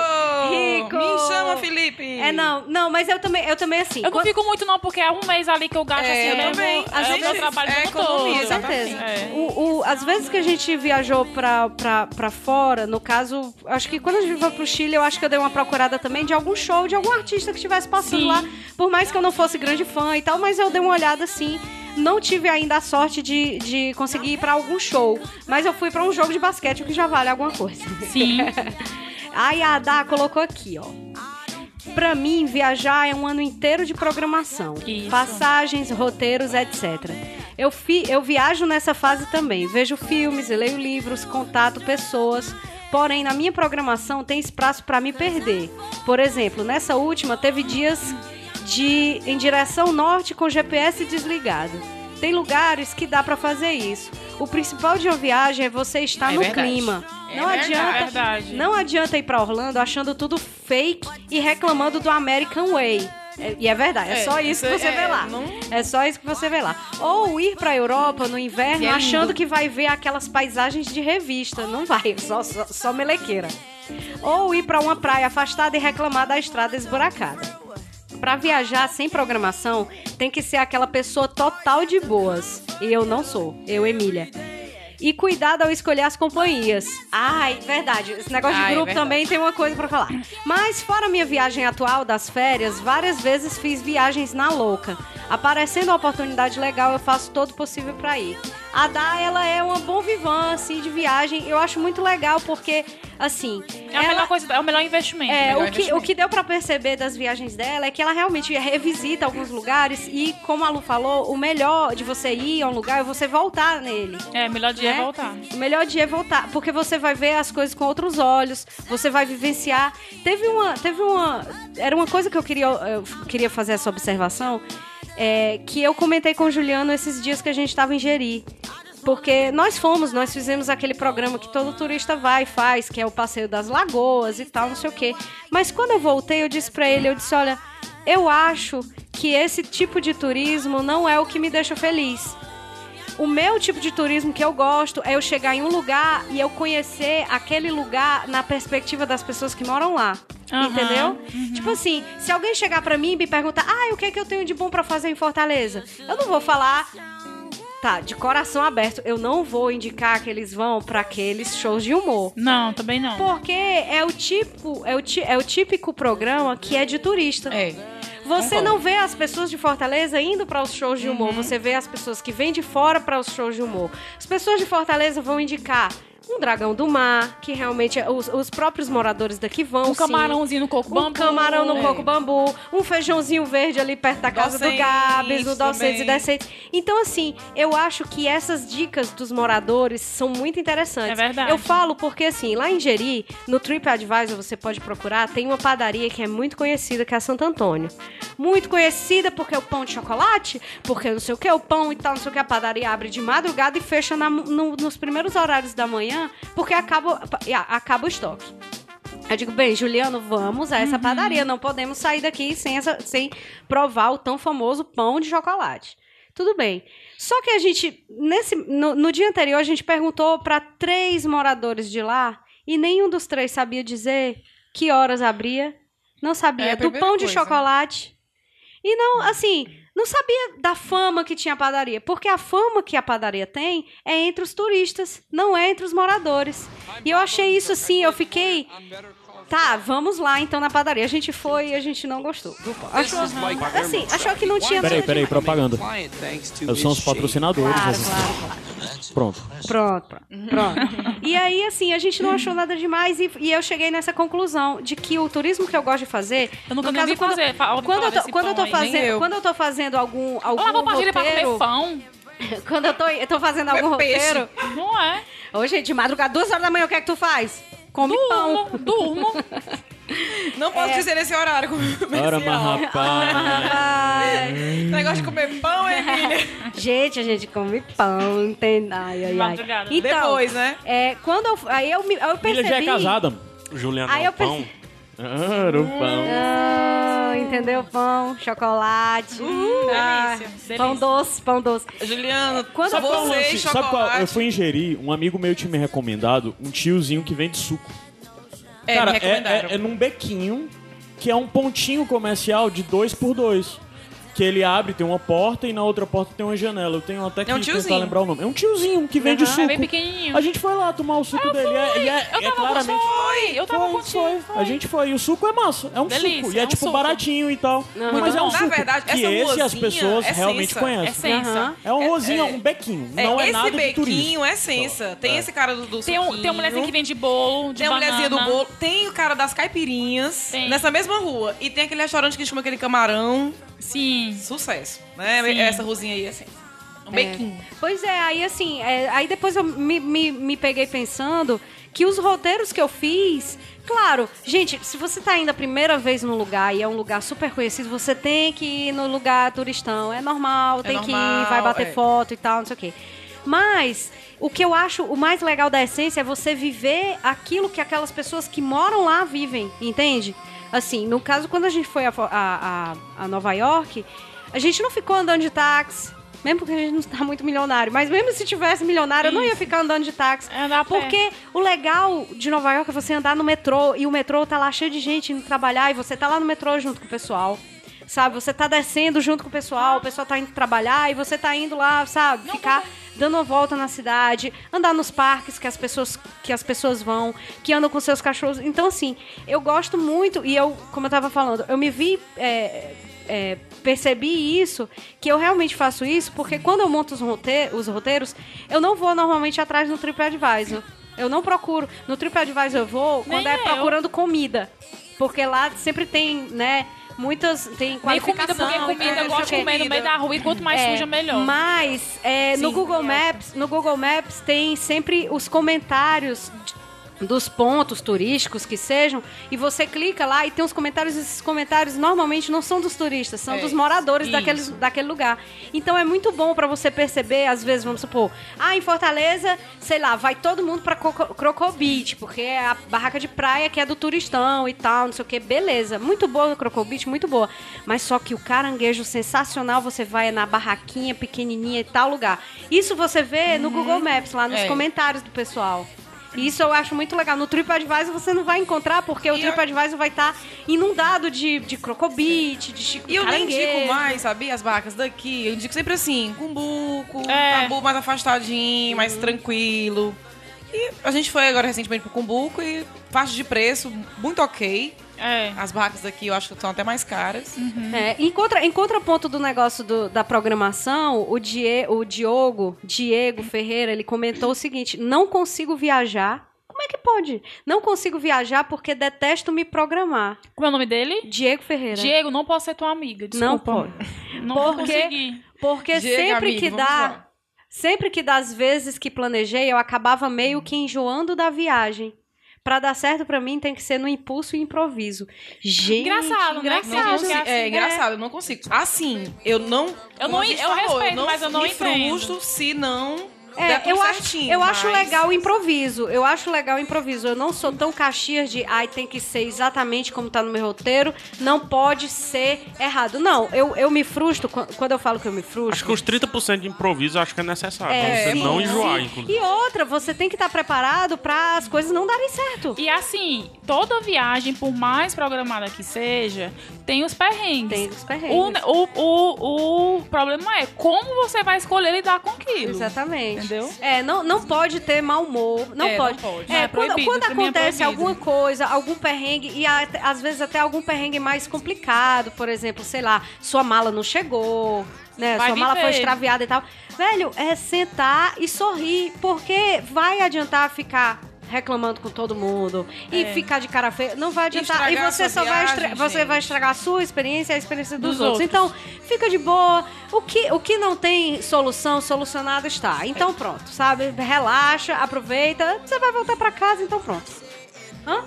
[SPEAKER 1] Rico!
[SPEAKER 2] Me chama, Felipe!
[SPEAKER 1] É, não, não, mas eu também, eu também assim.
[SPEAKER 3] Eu não
[SPEAKER 1] quando-
[SPEAKER 3] fico muito, não, porque é um mês ali que eu gasto
[SPEAKER 2] É,
[SPEAKER 3] assim,
[SPEAKER 2] eu
[SPEAKER 3] eu levo-
[SPEAKER 2] também.
[SPEAKER 3] eu
[SPEAKER 2] A
[SPEAKER 3] levo
[SPEAKER 2] gente-
[SPEAKER 3] meu trabalho
[SPEAKER 2] é,
[SPEAKER 3] como todo.
[SPEAKER 2] economia,
[SPEAKER 1] Com certeza.
[SPEAKER 3] É.
[SPEAKER 1] assim, O, o- as vezes que a gente viajou pra, pra, pra fora, no caso, acho que quando a gente foi pro Chile, eu acho que eu dei uma procurada também de algum show, de algum artista que estivesse passando
[SPEAKER 3] Sim.
[SPEAKER 1] lá. Por mais que eu não fosse grande fã e tal, mas eu dei uma olhada assim. Não tive ainda a sorte de, de conseguir ir pra algum show. Mas eu fui pra um jogo de basquete, o que já vale alguma coisa.
[SPEAKER 3] Sim. É
[SPEAKER 1] Aí a Adá colocou aqui, ó. Pra mim, viajar é um ano inteiro de programação.
[SPEAKER 3] Isso.
[SPEAKER 1] Passagens, roteiros, etc. Eu, fi, eu viajo nessa fase também. Vejo filmes, leio livros, contato pessoas. Porém, na minha programação tem espaço pra me perder. Por exemplo, nessa última teve dias de em direção norte com GPS desligado. Tem lugares que dá pra fazer isso. O principal de uma viagem é você estar
[SPEAKER 2] É
[SPEAKER 1] no
[SPEAKER 2] verdade.
[SPEAKER 1] clima.
[SPEAKER 2] É
[SPEAKER 1] não
[SPEAKER 2] verdade.
[SPEAKER 1] adianta
[SPEAKER 3] É verdade.
[SPEAKER 1] não adianta ir pra Orlando achando tudo fake e reclamando do American Way. É- E é verdade, é, só isso que você
[SPEAKER 2] é,
[SPEAKER 1] vê lá.
[SPEAKER 2] não-
[SPEAKER 1] É só isso que você vê lá. Ou ir pra Europa no inverno
[SPEAKER 2] Que é lindo.
[SPEAKER 1] achando que vai ver aquelas paisagens de revista. Não vai, *laughs* só, só, só melequeira. Ou ir pra uma praia afastada e reclamar da estrada esburacada. Pra viajar sem programação, tem que ser aquela pessoa total de boas. E eu não sou, eu, Emília. E cuidado ao escolher as companhias. Ai, verdade. Esse negócio
[SPEAKER 2] Ai,
[SPEAKER 3] é
[SPEAKER 1] de grupo
[SPEAKER 2] verdade.
[SPEAKER 1] também tem uma coisa pra falar. Mas fora minha viagem atual das férias, várias vezes fiz viagens na louca. Aparecendo uma oportunidade legal, eu faço todo o possível pra ir. A Dá, ela é uma bom vivã, assim, de viagem. Eu acho muito legal porque, assim,
[SPEAKER 3] É a melhor coisa, é o melhor investimento. né?
[SPEAKER 1] é,
[SPEAKER 2] Melhor
[SPEAKER 1] o que, o que deu pra perceber das viagens dela é que ela realmente revisita alguns lugares e, como a Lu falou, o melhor de você ir a um lugar é você voltar nele.
[SPEAKER 3] É, melhor dia é
[SPEAKER 1] né?
[SPEAKER 3] voltar.
[SPEAKER 1] O melhor dia é voltar, porque você vai ver as coisas com outros olhos, você vai vivenciar. Teve uma, teve uma, era uma coisa que eu queria, eu queria fazer essa observação, é, que eu comentei com o Juliano esses dias que a gente estava em Jeri. Porque nós fomos, nós fizemos aquele programa que todo turista vai e faz, que é o passeio das lagoas e tal, não sei o quê. Mas quando eu voltei, eu disse pra ele, eu disse, olha, eu acho que esse tipo de turismo não é o que me deixa feliz. O meu tipo de turismo que eu gosto é eu chegar em um lugar e eu conhecer aquele lugar na perspectiva das pessoas que moram lá.
[SPEAKER 3] Aham,
[SPEAKER 1] entendeu? Tipo assim, se alguém chegar pra mim e me perguntar, ah, o que é que eu tenho de bom pra fazer em Fortaleza? Eu não vou falar. Tá, de coração aberto, eu não vou indicar que eles vão pra aqueles shows de humor.
[SPEAKER 3] Não, também não.
[SPEAKER 1] Porque é o tipo, é o, ti- é o típico programa que é de turista.
[SPEAKER 2] É.
[SPEAKER 1] Você
[SPEAKER 2] Concordo.
[SPEAKER 1] não vê as pessoas de Fortaleza indo para os shows de humor,
[SPEAKER 3] Uhum.
[SPEAKER 1] você vê as pessoas que vêm de fora para os shows de humor. As pessoas de Fortaleza vão indicar um dragão do mar, que realmente é- os, os próprios moradores daqui vão.
[SPEAKER 3] Um
[SPEAKER 1] sim.
[SPEAKER 3] camarãozinho no coco
[SPEAKER 1] Um
[SPEAKER 3] bambu.
[SPEAKER 1] camarão no
[SPEAKER 3] É.
[SPEAKER 1] coco bambu, um feijãozinho verde ali perto da casa do
[SPEAKER 2] Docentes
[SPEAKER 1] Gabs, no Docentes e
[SPEAKER 2] também.
[SPEAKER 1] Decentes. Então, assim, eu acho que essas dicas dos moradores são muito interessantes.
[SPEAKER 3] É verdade.
[SPEAKER 1] Eu falo porque, assim, lá em Jeri, no TripAdvisor você pode procurar, tem uma padaria que é muito conhecida, que é a Santo Antônio. Muito conhecida porque é o pão de chocolate, porque não sei o que, o pão e tal, não sei o que, a padaria abre de madrugada e fecha na- no- nos primeiros horários da manhã, porque acaba, acaba o estoque. Eu digo, bem, Juliano, vamos a
[SPEAKER 3] Uhum.
[SPEAKER 1] essa padaria. Não podemos sair daqui sem, essa- sem provar o tão famoso pão de chocolate. Tudo bem. Só que a gente, nesse, no, no dia anterior, a gente perguntou para três moradores de lá e nenhum dos três sabia dizer que horas abria. Não sabia
[SPEAKER 2] É a
[SPEAKER 1] do
[SPEAKER 2] primeira
[SPEAKER 1] pão de
[SPEAKER 2] coisa.
[SPEAKER 1] chocolate. E não, assim, não sabia da fama que tinha a padaria. Porque a fama que a padaria tem é entre os turistas, não é entre os moradores. E eu achei isso assim, eu fiquei. Tá, vamos lá então na padaria. A gente foi e a gente não gostou. do pão. Achou, assim, achou é que não tinha
[SPEAKER 4] Peraí,
[SPEAKER 1] nada
[SPEAKER 4] peraí,
[SPEAKER 1] demais.
[SPEAKER 4] propaganda. Eu sou os patrocinadores.
[SPEAKER 1] Claro,
[SPEAKER 4] assim.
[SPEAKER 1] claro, claro.
[SPEAKER 4] Pronto.
[SPEAKER 1] Pronto, pronto, pronto. E aí, assim, a gente não achou nada demais e, e eu cheguei nessa conclusão de que o turismo que eu gosto de fazer.
[SPEAKER 3] Eu nunca
[SPEAKER 1] no
[SPEAKER 3] nem
[SPEAKER 1] caso,
[SPEAKER 3] ouvi
[SPEAKER 1] quando,
[SPEAKER 3] fazer, fa- ouvi
[SPEAKER 1] quando
[SPEAKER 3] falar
[SPEAKER 1] eu tô,
[SPEAKER 3] desse
[SPEAKER 1] quando eu tô
[SPEAKER 3] pão aí, nem
[SPEAKER 1] fazendo,
[SPEAKER 2] eu.
[SPEAKER 1] quando eu tô fazendo algum algum
[SPEAKER 3] Olha lá, vou pra gíria pra comer
[SPEAKER 1] Um roteiro,
[SPEAKER 3] pão.
[SPEAKER 1] *laughs* quando eu tô, eu tô fazendo algum
[SPEAKER 2] Comer peixe.
[SPEAKER 1] roteiro,
[SPEAKER 3] Não é?
[SPEAKER 1] Ô, gente, de madrugada, duas horas da manhã, o que é que tu faz? Come pão.
[SPEAKER 3] Durmo, durmo.
[SPEAKER 2] Não
[SPEAKER 1] É.
[SPEAKER 2] posso dizer nesse horário comercial.
[SPEAKER 4] Ora, mas rapaz.
[SPEAKER 1] Ai,
[SPEAKER 2] Negócio de
[SPEAKER 1] *laughs*
[SPEAKER 2] comer pão, Emília.
[SPEAKER 1] gente, a gente come pão, entende? Ai, ai, ai.
[SPEAKER 3] Madrugada.
[SPEAKER 1] Então,
[SPEAKER 2] Depois, né?
[SPEAKER 1] É, quando eu, aí eu, me, aí eu percebi...
[SPEAKER 4] Filha já é casada.
[SPEAKER 5] Juliana
[SPEAKER 1] Aí eu
[SPEAKER 5] Pão.
[SPEAKER 1] perce-
[SPEAKER 4] Ora, o pão.
[SPEAKER 1] Ah, entendeu? Pão, chocolate. *laughs* Ah,
[SPEAKER 3] Uh, delícia,
[SPEAKER 1] Pão
[SPEAKER 3] delícia.
[SPEAKER 1] doce, pão doce.
[SPEAKER 2] Juliana,
[SPEAKER 1] Quando
[SPEAKER 2] só
[SPEAKER 1] eu
[SPEAKER 4] Qual é o
[SPEAKER 2] você
[SPEAKER 4] lance?
[SPEAKER 2] e
[SPEAKER 4] assim, Sabe qual? Eu
[SPEAKER 2] chocolate.
[SPEAKER 4] fui ingerir, um amigo meu tinha me recomendado um tiozinho que vende suco.
[SPEAKER 2] É,
[SPEAKER 4] Cara,
[SPEAKER 2] me recomendaram.
[SPEAKER 4] É, é, é num bequinho que é um pontinho comercial de dois por dois. Que ele abre, tem uma porta e na outra porta tem uma janela. Eu tenho até que
[SPEAKER 2] um
[SPEAKER 4] tentar
[SPEAKER 2] tiozinho.
[SPEAKER 4] lembrar o nome. É um tiozinho que vende suco.
[SPEAKER 3] É bem pequenininho.
[SPEAKER 4] A gente foi lá tomar o suco dele. É, e é,
[SPEAKER 3] Eu
[SPEAKER 4] é
[SPEAKER 3] tava
[SPEAKER 4] claramente.
[SPEAKER 3] contigo. Foi, eu tava
[SPEAKER 4] foi,
[SPEAKER 3] contigo.
[SPEAKER 4] foi. A gente foi. E o suco é massa. É um
[SPEAKER 3] Delícia,
[SPEAKER 4] suco. E é,
[SPEAKER 3] é um
[SPEAKER 4] tipo
[SPEAKER 3] suco.
[SPEAKER 4] baratinho e tal. Mas é um
[SPEAKER 2] bom. Na
[SPEAKER 4] suco
[SPEAKER 2] verdade,
[SPEAKER 4] que
[SPEAKER 2] essa
[SPEAKER 4] esse as
[SPEAKER 2] mozinha
[SPEAKER 4] pessoas
[SPEAKER 2] é
[SPEAKER 4] realmente
[SPEAKER 2] sensa.
[SPEAKER 3] É
[SPEAKER 4] conhecem.
[SPEAKER 3] sensa.
[SPEAKER 1] Aham.
[SPEAKER 4] É um rosinho,
[SPEAKER 2] é-
[SPEAKER 4] um bequinho. não é
[SPEAKER 2] esse
[SPEAKER 4] nada de turismo.
[SPEAKER 2] bequinho é sensa. Tem esse cara do, do
[SPEAKER 3] Tem, um,
[SPEAKER 2] suquinho.
[SPEAKER 3] tem uma
[SPEAKER 1] assim
[SPEAKER 3] mulherzinha que vende bolo, de
[SPEAKER 2] Tem a
[SPEAKER 3] banana.
[SPEAKER 2] mulherzinha do bolo. Tem o cara das caipirinhas.
[SPEAKER 3] Tem.
[SPEAKER 2] Nessa mesma rua. E tem aquele restaurante que chama aquele camarão.
[SPEAKER 3] Sim.
[SPEAKER 2] Sucesso. Né?
[SPEAKER 3] Sim.
[SPEAKER 2] Essa ruzinha aí é sensa. Um bequinho.
[SPEAKER 1] Pois é, aí assim, é, aí depois eu me, me, me peguei pensando que os roteiros que eu fiz, claro, gente, se você tá indo a primeira vez num lugar e é um lugar super conhecido, você tem que ir no lugar turistão. É normal, tem que ir,
[SPEAKER 2] normal,
[SPEAKER 1] vai bater
[SPEAKER 2] é.
[SPEAKER 1] foto e tal, não sei o quê. Mas o que eu acho o mais legal da essência é você viver aquilo que aquelas pessoas que moram lá vivem, entende? Assim, no caso, quando a gente foi a, Fo- a- a- a Nova York, a gente não ficou andando de táxi. Mesmo porque a gente não está muito milionário. Mas mesmo se tivesse milionário, eu não ia ficar andando de táxi.
[SPEAKER 3] É andar a pé.
[SPEAKER 1] Porque o legal de Nova York é você andar no metrô e o metrô tá lá cheio de gente indo trabalhar e você tá lá no metrô junto com o pessoal. Sabe, você tá descendo junto com o pessoal, o pessoal tá indo trabalhar e você tá indo lá, sabe, ficar dando uma volta na cidade, andar nos parques que as pessoas que as pessoas vão, que andam com seus cachorros. Então assim, eu gosto muito e eu, como eu tava falando, eu me vi é, é, percebi isso, que eu realmente faço isso, porque quando eu monto os, rote- os roteiros, eu não vou normalmente atrás no TripAdvisor. Eu não procuro. No TripAdvisor eu vou quando é
[SPEAKER 3] eu.
[SPEAKER 1] procurando comida. Porque lá sempre tem, né, muitas. Tem
[SPEAKER 3] Nem comida,
[SPEAKER 1] qualificação.
[SPEAKER 3] porque comida
[SPEAKER 1] tem
[SPEAKER 3] eu gosto de
[SPEAKER 1] não sei o quê.
[SPEAKER 3] comer no meio da rua e quanto mais
[SPEAKER 1] É,
[SPEAKER 3] suja, melhor.
[SPEAKER 1] Mas é, no Google Maps, no Google Maps tem sempre os comentários de- dos pontos turísticos que sejam e você clica lá e tem os comentários. Esses comentários normalmente não são dos turistas, são
[SPEAKER 2] É,
[SPEAKER 1] dos moradores
[SPEAKER 3] isso.
[SPEAKER 1] daqueles, daquele lugar. Então é muito bom pra você perceber, às vezes, vamos supor, ah, em Fortaleza, sei lá, vai todo mundo pra Coco- Crocó Beach, porque é a barraca de praia que é do turistão e tal, não sei o que, beleza. Muito boa a Crocó Beach, muito boa. Mas só que o caranguejo sensacional, você vai na barraquinha pequenininha e tal lugar. Isso você vê no Google Maps, lá nos
[SPEAKER 2] Uhum. É.
[SPEAKER 1] comentários do pessoal. Isso eu acho muito legal. No TripAdvisor você não vai encontrar, porque o
[SPEAKER 2] E eu-
[SPEAKER 1] TripAdvisor vai estar inundado de, de crocobit, de chico
[SPEAKER 2] E eu nem indico
[SPEAKER 1] caranguejo.
[SPEAKER 2] mais, sabia? As barracas daqui. Eu indico sempre assim, cumbuco,
[SPEAKER 3] É.
[SPEAKER 2] tabu mais afastadinho, mais tranquilo. E a gente foi agora recentemente pro cumbuco e faixa de preço muito ok.
[SPEAKER 3] É.
[SPEAKER 2] As barracas daqui eu acho que estão até mais caras.
[SPEAKER 1] É, em, contra, em contraponto do negócio do- da programação, o, Die, o Diogo, Diego Ferreira, ele comentou o seguinte: não consigo viajar. Como é que pode? Não consigo viajar porque detesto me programar.
[SPEAKER 3] Como é o nome dele?
[SPEAKER 1] Diego Ferreira.
[SPEAKER 3] Diego, não posso ser tua amiga,
[SPEAKER 1] Não
[SPEAKER 3] desculpa.
[SPEAKER 1] pode.
[SPEAKER 3] Não
[SPEAKER 1] Por quê?
[SPEAKER 3] consegui.
[SPEAKER 1] Porque
[SPEAKER 2] Diego,
[SPEAKER 1] sempre
[SPEAKER 2] amigo,
[SPEAKER 1] que
[SPEAKER 2] vamos
[SPEAKER 1] dá.
[SPEAKER 2] lá.
[SPEAKER 1] Sempre que das vezes que planejei, eu acabava meio que enjoando da viagem. Pra dar certo pra mim tem que ser no impulso e improviso. Gente,
[SPEAKER 3] Engraçado, né?
[SPEAKER 2] Não
[SPEAKER 3] Engraçado,
[SPEAKER 2] consigo-
[SPEAKER 3] que é assim,
[SPEAKER 2] é engraçado, eu não consigo. Assim, eu não.
[SPEAKER 3] Eu
[SPEAKER 2] como
[SPEAKER 3] não
[SPEAKER 2] a gente
[SPEAKER 3] en- eu respeito, mas eu não
[SPEAKER 2] me
[SPEAKER 3] entendo.
[SPEAKER 2] frustro se não.
[SPEAKER 1] É,
[SPEAKER 2] der tudo
[SPEAKER 1] eu acho,
[SPEAKER 2] certinho,
[SPEAKER 1] eu acho
[SPEAKER 2] mas-
[SPEAKER 1] legal o improviso. Eu acho legal o improviso. Eu não sou tão caxias de, ai, tem que ser exatamente como tá no meu roteiro, não pode ser errado. Não, eu, eu me frustro, qu- quando eu falo que eu me frustro.
[SPEAKER 5] Acho que uns 30% de improviso eu acho que é necessário. pra
[SPEAKER 1] É,
[SPEAKER 5] você não
[SPEAKER 1] sim,
[SPEAKER 5] enjoar,
[SPEAKER 1] sim.
[SPEAKER 5] inclusive.
[SPEAKER 1] E outra, você tem que estar preparado pra as coisas não darem certo.
[SPEAKER 3] E assim, toda viagem, por mais programada que seja, tem os perrengues.
[SPEAKER 1] Tem os
[SPEAKER 2] é
[SPEAKER 1] perrengues.
[SPEAKER 3] O, ne- o, o, o problema é como você vai escolher lidar com aquilo.
[SPEAKER 1] Exatamente.
[SPEAKER 3] Entendeu?
[SPEAKER 1] É, não, não pode ter mau humor. Não
[SPEAKER 2] É, não
[SPEAKER 1] pode.
[SPEAKER 2] pode.
[SPEAKER 1] É,
[SPEAKER 3] É
[SPEAKER 1] quando,
[SPEAKER 3] proibido,
[SPEAKER 1] quando
[SPEAKER 3] pra mim é
[SPEAKER 1] acontece
[SPEAKER 3] proibido.
[SPEAKER 1] alguma coisa, algum perrengue, e até- às vezes até algum perrengue mais complicado, por exemplo, sei lá, sua mala não chegou, né?
[SPEAKER 3] Vai
[SPEAKER 1] sua mala foi
[SPEAKER 3] viver.
[SPEAKER 1] extraviada e tal. Velho, é sentar e sorrir, porque vai adiantar ficar reclamando com todo mundo e ficar de cara feia não vai adiantar e
[SPEAKER 2] Estragar
[SPEAKER 1] você
[SPEAKER 2] a
[SPEAKER 1] só
[SPEAKER 2] sua
[SPEAKER 1] vai estra-
[SPEAKER 2] viagem,
[SPEAKER 1] você
[SPEAKER 2] gente.
[SPEAKER 1] vai estragar a sua experiência e a experiência dos,
[SPEAKER 3] Dos
[SPEAKER 1] outros.
[SPEAKER 3] outros.
[SPEAKER 1] Então, fica de boa. O que, o que não tem solução, solucionado está. Então, pronto, sabe? Relaxa, aproveita. Você vai voltar pra casa, então pronto. Hã?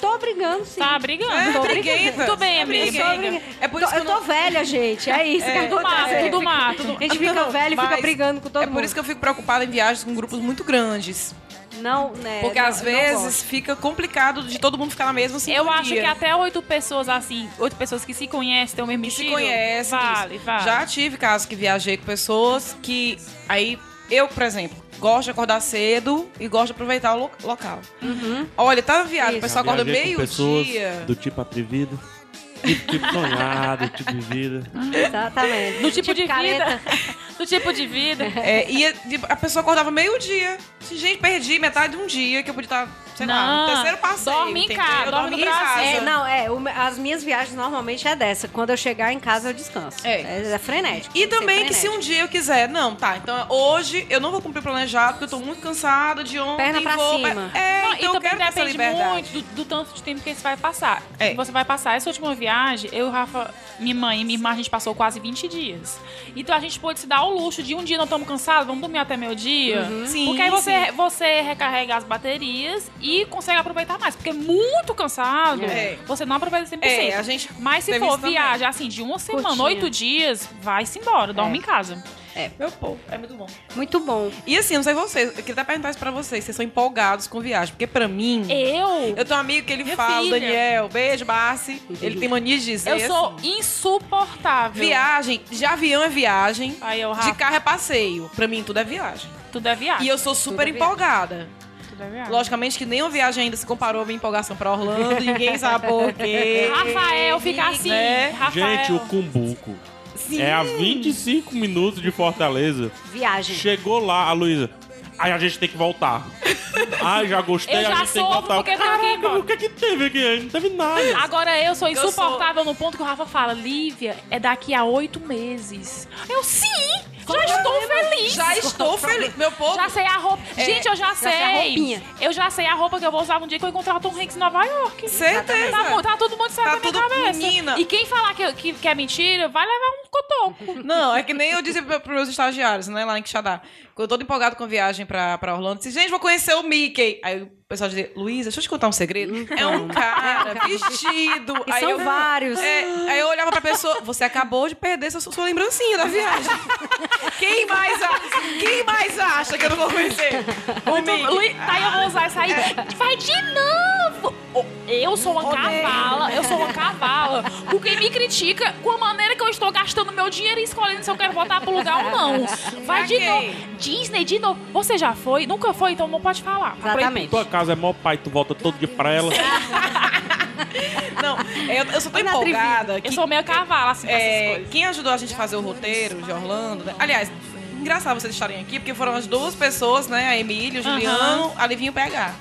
[SPEAKER 1] Tô brigando, sim.
[SPEAKER 3] Tá brigando?
[SPEAKER 2] É,
[SPEAKER 3] Tô
[SPEAKER 2] briguenta.
[SPEAKER 3] brigando. Tudo bem, amiga.
[SPEAKER 2] Briguenta.
[SPEAKER 1] Tô brigando.
[SPEAKER 2] É por isso
[SPEAKER 1] Tô-
[SPEAKER 2] que
[SPEAKER 1] eu
[SPEAKER 2] eu
[SPEAKER 1] tô
[SPEAKER 2] não-
[SPEAKER 1] velha, gente. É isso que
[SPEAKER 3] Tudo massa,
[SPEAKER 1] acontece.
[SPEAKER 3] tudo massa. tudo-
[SPEAKER 1] A gente fica
[SPEAKER 2] Não,
[SPEAKER 1] velho e fica
[SPEAKER 2] mas
[SPEAKER 1] brigando com todo
[SPEAKER 2] É
[SPEAKER 1] mundo.
[SPEAKER 2] por isso que eu fico preocupada em viagens com grupos muito grandes.
[SPEAKER 1] Não, né?
[SPEAKER 2] Porque
[SPEAKER 1] não-
[SPEAKER 2] às
[SPEAKER 1] não
[SPEAKER 2] vezes
[SPEAKER 1] gosto.
[SPEAKER 2] fica complicado de todo mundo ficar na mesma sintonia.
[SPEAKER 3] Eu acho que é até oito pessoas, assim, oito pessoas que se conhecem, têm o mesmo
[SPEAKER 2] que se
[SPEAKER 3] estilo.
[SPEAKER 2] conhece.
[SPEAKER 3] Vale,
[SPEAKER 2] isso.
[SPEAKER 3] vale.
[SPEAKER 2] Já tive casos que viajei com pessoas que. Aí, eu, por exemplo, gosto de acordar cedo e gosto de aproveitar o lo- local. Olha, tá na viagem, o
[SPEAKER 1] Uhum. Isso.
[SPEAKER 2] pessoal acorda
[SPEAKER 5] Viajei com pessoas
[SPEAKER 2] meio-dia.
[SPEAKER 5] Do tipo atrevido, do tipo sonhado, do tipo vivida.
[SPEAKER 1] Exatamente.
[SPEAKER 3] *laughs* Do tipo, de *laughs*
[SPEAKER 1] careta.
[SPEAKER 3] vida. Do tipo de vida.
[SPEAKER 2] É, e a- a pessoa acordava meio-dia. Assim, Gente, perdi metade de um dia que eu podia estar, sei lá,
[SPEAKER 3] Não,
[SPEAKER 2] no terceiro passeio.
[SPEAKER 3] dorme em
[SPEAKER 2] entendeu?
[SPEAKER 3] casa,
[SPEAKER 2] Eu
[SPEAKER 3] dorme
[SPEAKER 2] dormi
[SPEAKER 3] no
[SPEAKER 2] em
[SPEAKER 3] Brasil.
[SPEAKER 2] casa.
[SPEAKER 1] É, não, é. o- as minhas viagens normalmente é dessa. Quando eu chegar em casa, eu descanso.
[SPEAKER 2] É.
[SPEAKER 1] É, é frenético.
[SPEAKER 2] E
[SPEAKER 1] tem ser
[SPEAKER 2] também que se
[SPEAKER 1] frenético.
[SPEAKER 2] um dia eu quiser, não, tá, então hoje eu não vou cumprir o planejado, porque eu tô muito cansada de ontem.
[SPEAKER 1] Perna pra
[SPEAKER 2] vou-
[SPEAKER 1] cima.
[SPEAKER 2] É,
[SPEAKER 3] Não,
[SPEAKER 2] então
[SPEAKER 3] e
[SPEAKER 2] eu
[SPEAKER 3] também
[SPEAKER 2] quero ter essa
[SPEAKER 3] depende
[SPEAKER 2] liberdade.
[SPEAKER 3] muito do, do tanto de tempo que você vai passar.
[SPEAKER 2] É.
[SPEAKER 3] Que Você vai passar. Essa última viagem, eu, Rafa, minha mãe e minha irmã, a gente passou quase 20 dias. Então a gente pôde se dar ao luxo de um dia não estamos cansados, vamos dormir até meio-dia.
[SPEAKER 2] Uhum. Sim,
[SPEAKER 3] Hum, porque aí você,
[SPEAKER 2] sim.
[SPEAKER 3] você recarrega as baterias e consegue aproveitar mais. Porque é muito cansado,
[SPEAKER 2] É.
[SPEAKER 3] você não aproveita 100%.
[SPEAKER 2] É, a gente
[SPEAKER 3] Mas se
[SPEAKER 2] teve
[SPEAKER 3] for
[SPEAKER 2] isso também.
[SPEAKER 3] viagem assim, de uma semana,
[SPEAKER 1] Curtinha.
[SPEAKER 3] oito dias, vai-se embora,
[SPEAKER 2] É.
[SPEAKER 3] dorme em casa.
[SPEAKER 2] Meu povo, é muito bom.
[SPEAKER 1] Muito bom.
[SPEAKER 2] E assim, não sei vocês, eu queria até perguntar isso pra vocês, vocês são empolgados com viagem, porque pra mim...
[SPEAKER 3] Eu?
[SPEAKER 2] Eu tenho um amigo que ele
[SPEAKER 3] É. Minha
[SPEAKER 2] fala, o
[SPEAKER 3] filha.
[SPEAKER 2] Daniel, beijo, Bassi. Ele tem mania de dizer
[SPEAKER 3] Eu, sou
[SPEAKER 2] assim,
[SPEAKER 3] insuportável.
[SPEAKER 2] Viagem, de avião é viagem,
[SPEAKER 3] Aí eu,
[SPEAKER 2] de
[SPEAKER 3] Rafa,
[SPEAKER 2] carro é passeio. Pra mim tudo é viagem.
[SPEAKER 3] tudo é viagem.
[SPEAKER 2] E eu sou super
[SPEAKER 1] é viagem.
[SPEAKER 2] empolgada.
[SPEAKER 3] Tudo é viagem.
[SPEAKER 2] Logicamente que nenhuma viagem ainda se comparou à minha empolgação pra Orlando, ninguém sabe por
[SPEAKER 3] *laughs*
[SPEAKER 2] quê.
[SPEAKER 3] Rafael fica assim.
[SPEAKER 2] Né?
[SPEAKER 3] Rafael.
[SPEAKER 5] Gente, o Cumbuco.
[SPEAKER 2] Sim.
[SPEAKER 5] É a 25 minutos de Fortaleza.
[SPEAKER 1] Viagem.
[SPEAKER 5] Chegou lá, a Luísa. Aí a gente tem que voltar. Ai, já gostei,
[SPEAKER 3] Eu já
[SPEAKER 5] a gente tem que
[SPEAKER 3] sofro
[SPEAKER 5] voltar.
[SPEAKER 3] porque eu tenho que ir
[SPEAKER 5] Caraca,
[SPEAKER 3] embora.
[SPEAKER 5] o que é que teve aqui? Não teve
[SPEAKER 3] *laughs*
[SPEAKER 5] nada.
[SPEAKER 3] Agora eu sou
[SPEAKER 2] sou-
[SPEAKER 3] insuportável no ponto que o Rafa fala, Lívia, é daqui a oito meses. Eu sim! Já estou feliz! *laughs*
[SPEAKER 2] Já estou feliz. Meu povo,
[SPEAKER 3] Já sei a roupa.
[SPEAKER 2] É,
[SPEAKER 3] Gente, eu já sei.
[SPEAKER 1] sei a roupinha.
[SPEAKER 3] eu já sei a roupa que eu vou usar um dia que eu encontrar o Tom Hanks em Nova York.
[SPEAKER 2] Certeza.
[SPEAKER 3] Tá, mu- tá todo mundo certo
[SPEAKER 2] Tá
[SPEAKER 3] na minha
[SPEAKER 2] tudo-
[SPEAKER 3] cabeça.
[SPEAKER 2] menina.
[SPEAKER 3] E quem falar que, que, que é mentira, vai levar um cotoco.
[SPEAKER 2] Não, é que nem eu disse para meus estagiários, né, lá em Quixadá. Quando eu todo empolgado com a viagem pra, pra Orlando, disse, gente, vou conhecer o Mickey. Aí o pessoal dizia, Luísa, deixa eu te contar um segredo. É um cara vestido.
[SPEAKER 1] Então. E
[SPEAKER 2] aí
[SPEAKER 1] são
[SPEAKER 2] eu,
[SPEAKER 1] vários.
[SPEAKER 2] É, aí eu olhava pra pessoa, você acabou de perder sua, sua lembrancinha da viagem. Quem mais, a- quem mais acha que eu não vou conhecer? O Mickey.
[SPEAKER 3] Luiz, tá, eu vou usar essa aí. Vai de novo! Oh, Eu sou uma
[SPEAKER 2] Odeio.
[SPEAKER 3] cavala, eu sou uma cavala. Com quem me critica com a maneira que eu estou gastando meu dinheiro e escolhendo se eu quero voltar pro lugar ou não. Vai de
[SPEAKER 2] Ok.
[SPEAKER 3] novo. Disney, de novo. Você já foi? Nunca foi, então não pode falar.
[SPEAKER 1] Exatamente.
[SPEAKER 5] Tua casa é mó pai, tu volta todo dia pra ela.
[SPEAKER 2] Não, eu, eu sou tão
[SPEAKER 1] Foi na trivia.
[SPEAKER 2] empolgada que
[SPEAKER 3] Eu sou meio cavala, assim, pra essas
[SPEAKER 2] É,
[SPEAKER 3] coisas.
[SPEAKER 2] quem ajudou a gente a fazer o roteiro de Orlando, né? aliás, engraçado vocês estarem aqui, porque foram as duas pessoas, né? A Emília, o Juliano, a Livinho PH.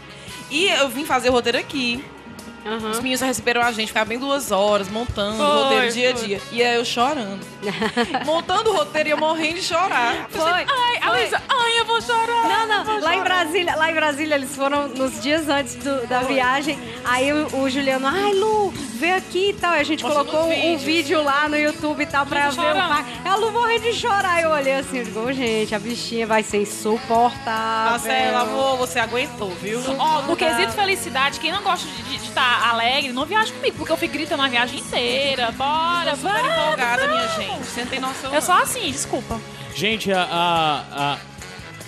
[SPEAKER 2] E eu vim fazer o roteiro aqui.
[SPEAKER 1] Aham.
[SPEAKER 2] Os meninos receberam a gente, ficaram bem duas horas montando o
[SPEAKER 3] Foi,
[SPEAKER 2] roteiro dia a
[SPEAKER 3] foi.
[SPEAKER 2] dia. E aí eu chorando. montando o roteiro e eu morrendo de chorar.
[SPEAKER 1] Foi.
[SPEAKER 3] Ai, a Luísa, ai, eu vou chorar.
[SPEAKER 1] Não, não. Lá em Brasília, lá em Brasília eles foram nos dias antes do- da viagem. Aí o, o Juliano, ai Lu, vê aqui e tal. E a gente
[SPEAKER 2] Mostrando
[SPEAKER 1] colocou
[SPEAKER 2] os
[SPEAKER 1] um
[SPEAKER 2] vídeos.
[SPEAKER 1] vídeo lá no YouTube e tal pra
[SPEAKER 3] Gente
[SPEAKER 1] ver o
[SPEAKER 3] chorando.
[SPEAKER 1] parque. A Lu morreu de chorar. Eu olhei assim, eu digo, "Ô, gente, a bichinha vai ser insuportável.
[SPEAKER 2] Marcela,
[SPEAKER 1] Tá
[SPEAKER 2] amor, você aguentou, viu?
[SPEAKER 3] Ó, no quesito felicidade, quem não gosta de estar alegre, não viaja comigo, porque eu fui gritando a viagem inteira. Bora,
[SPEAKER 2] Super
[SPEAKER 3] vamos.
[SPEAKER 2] empolgada, minha gente. Você não tem noção.
[SPEAKER 3] Eu
[SPEAKER 2] não.
[SPEAKER 3] sou assim, desculpa.
[SPEAKER 4] Gente, a. a, a,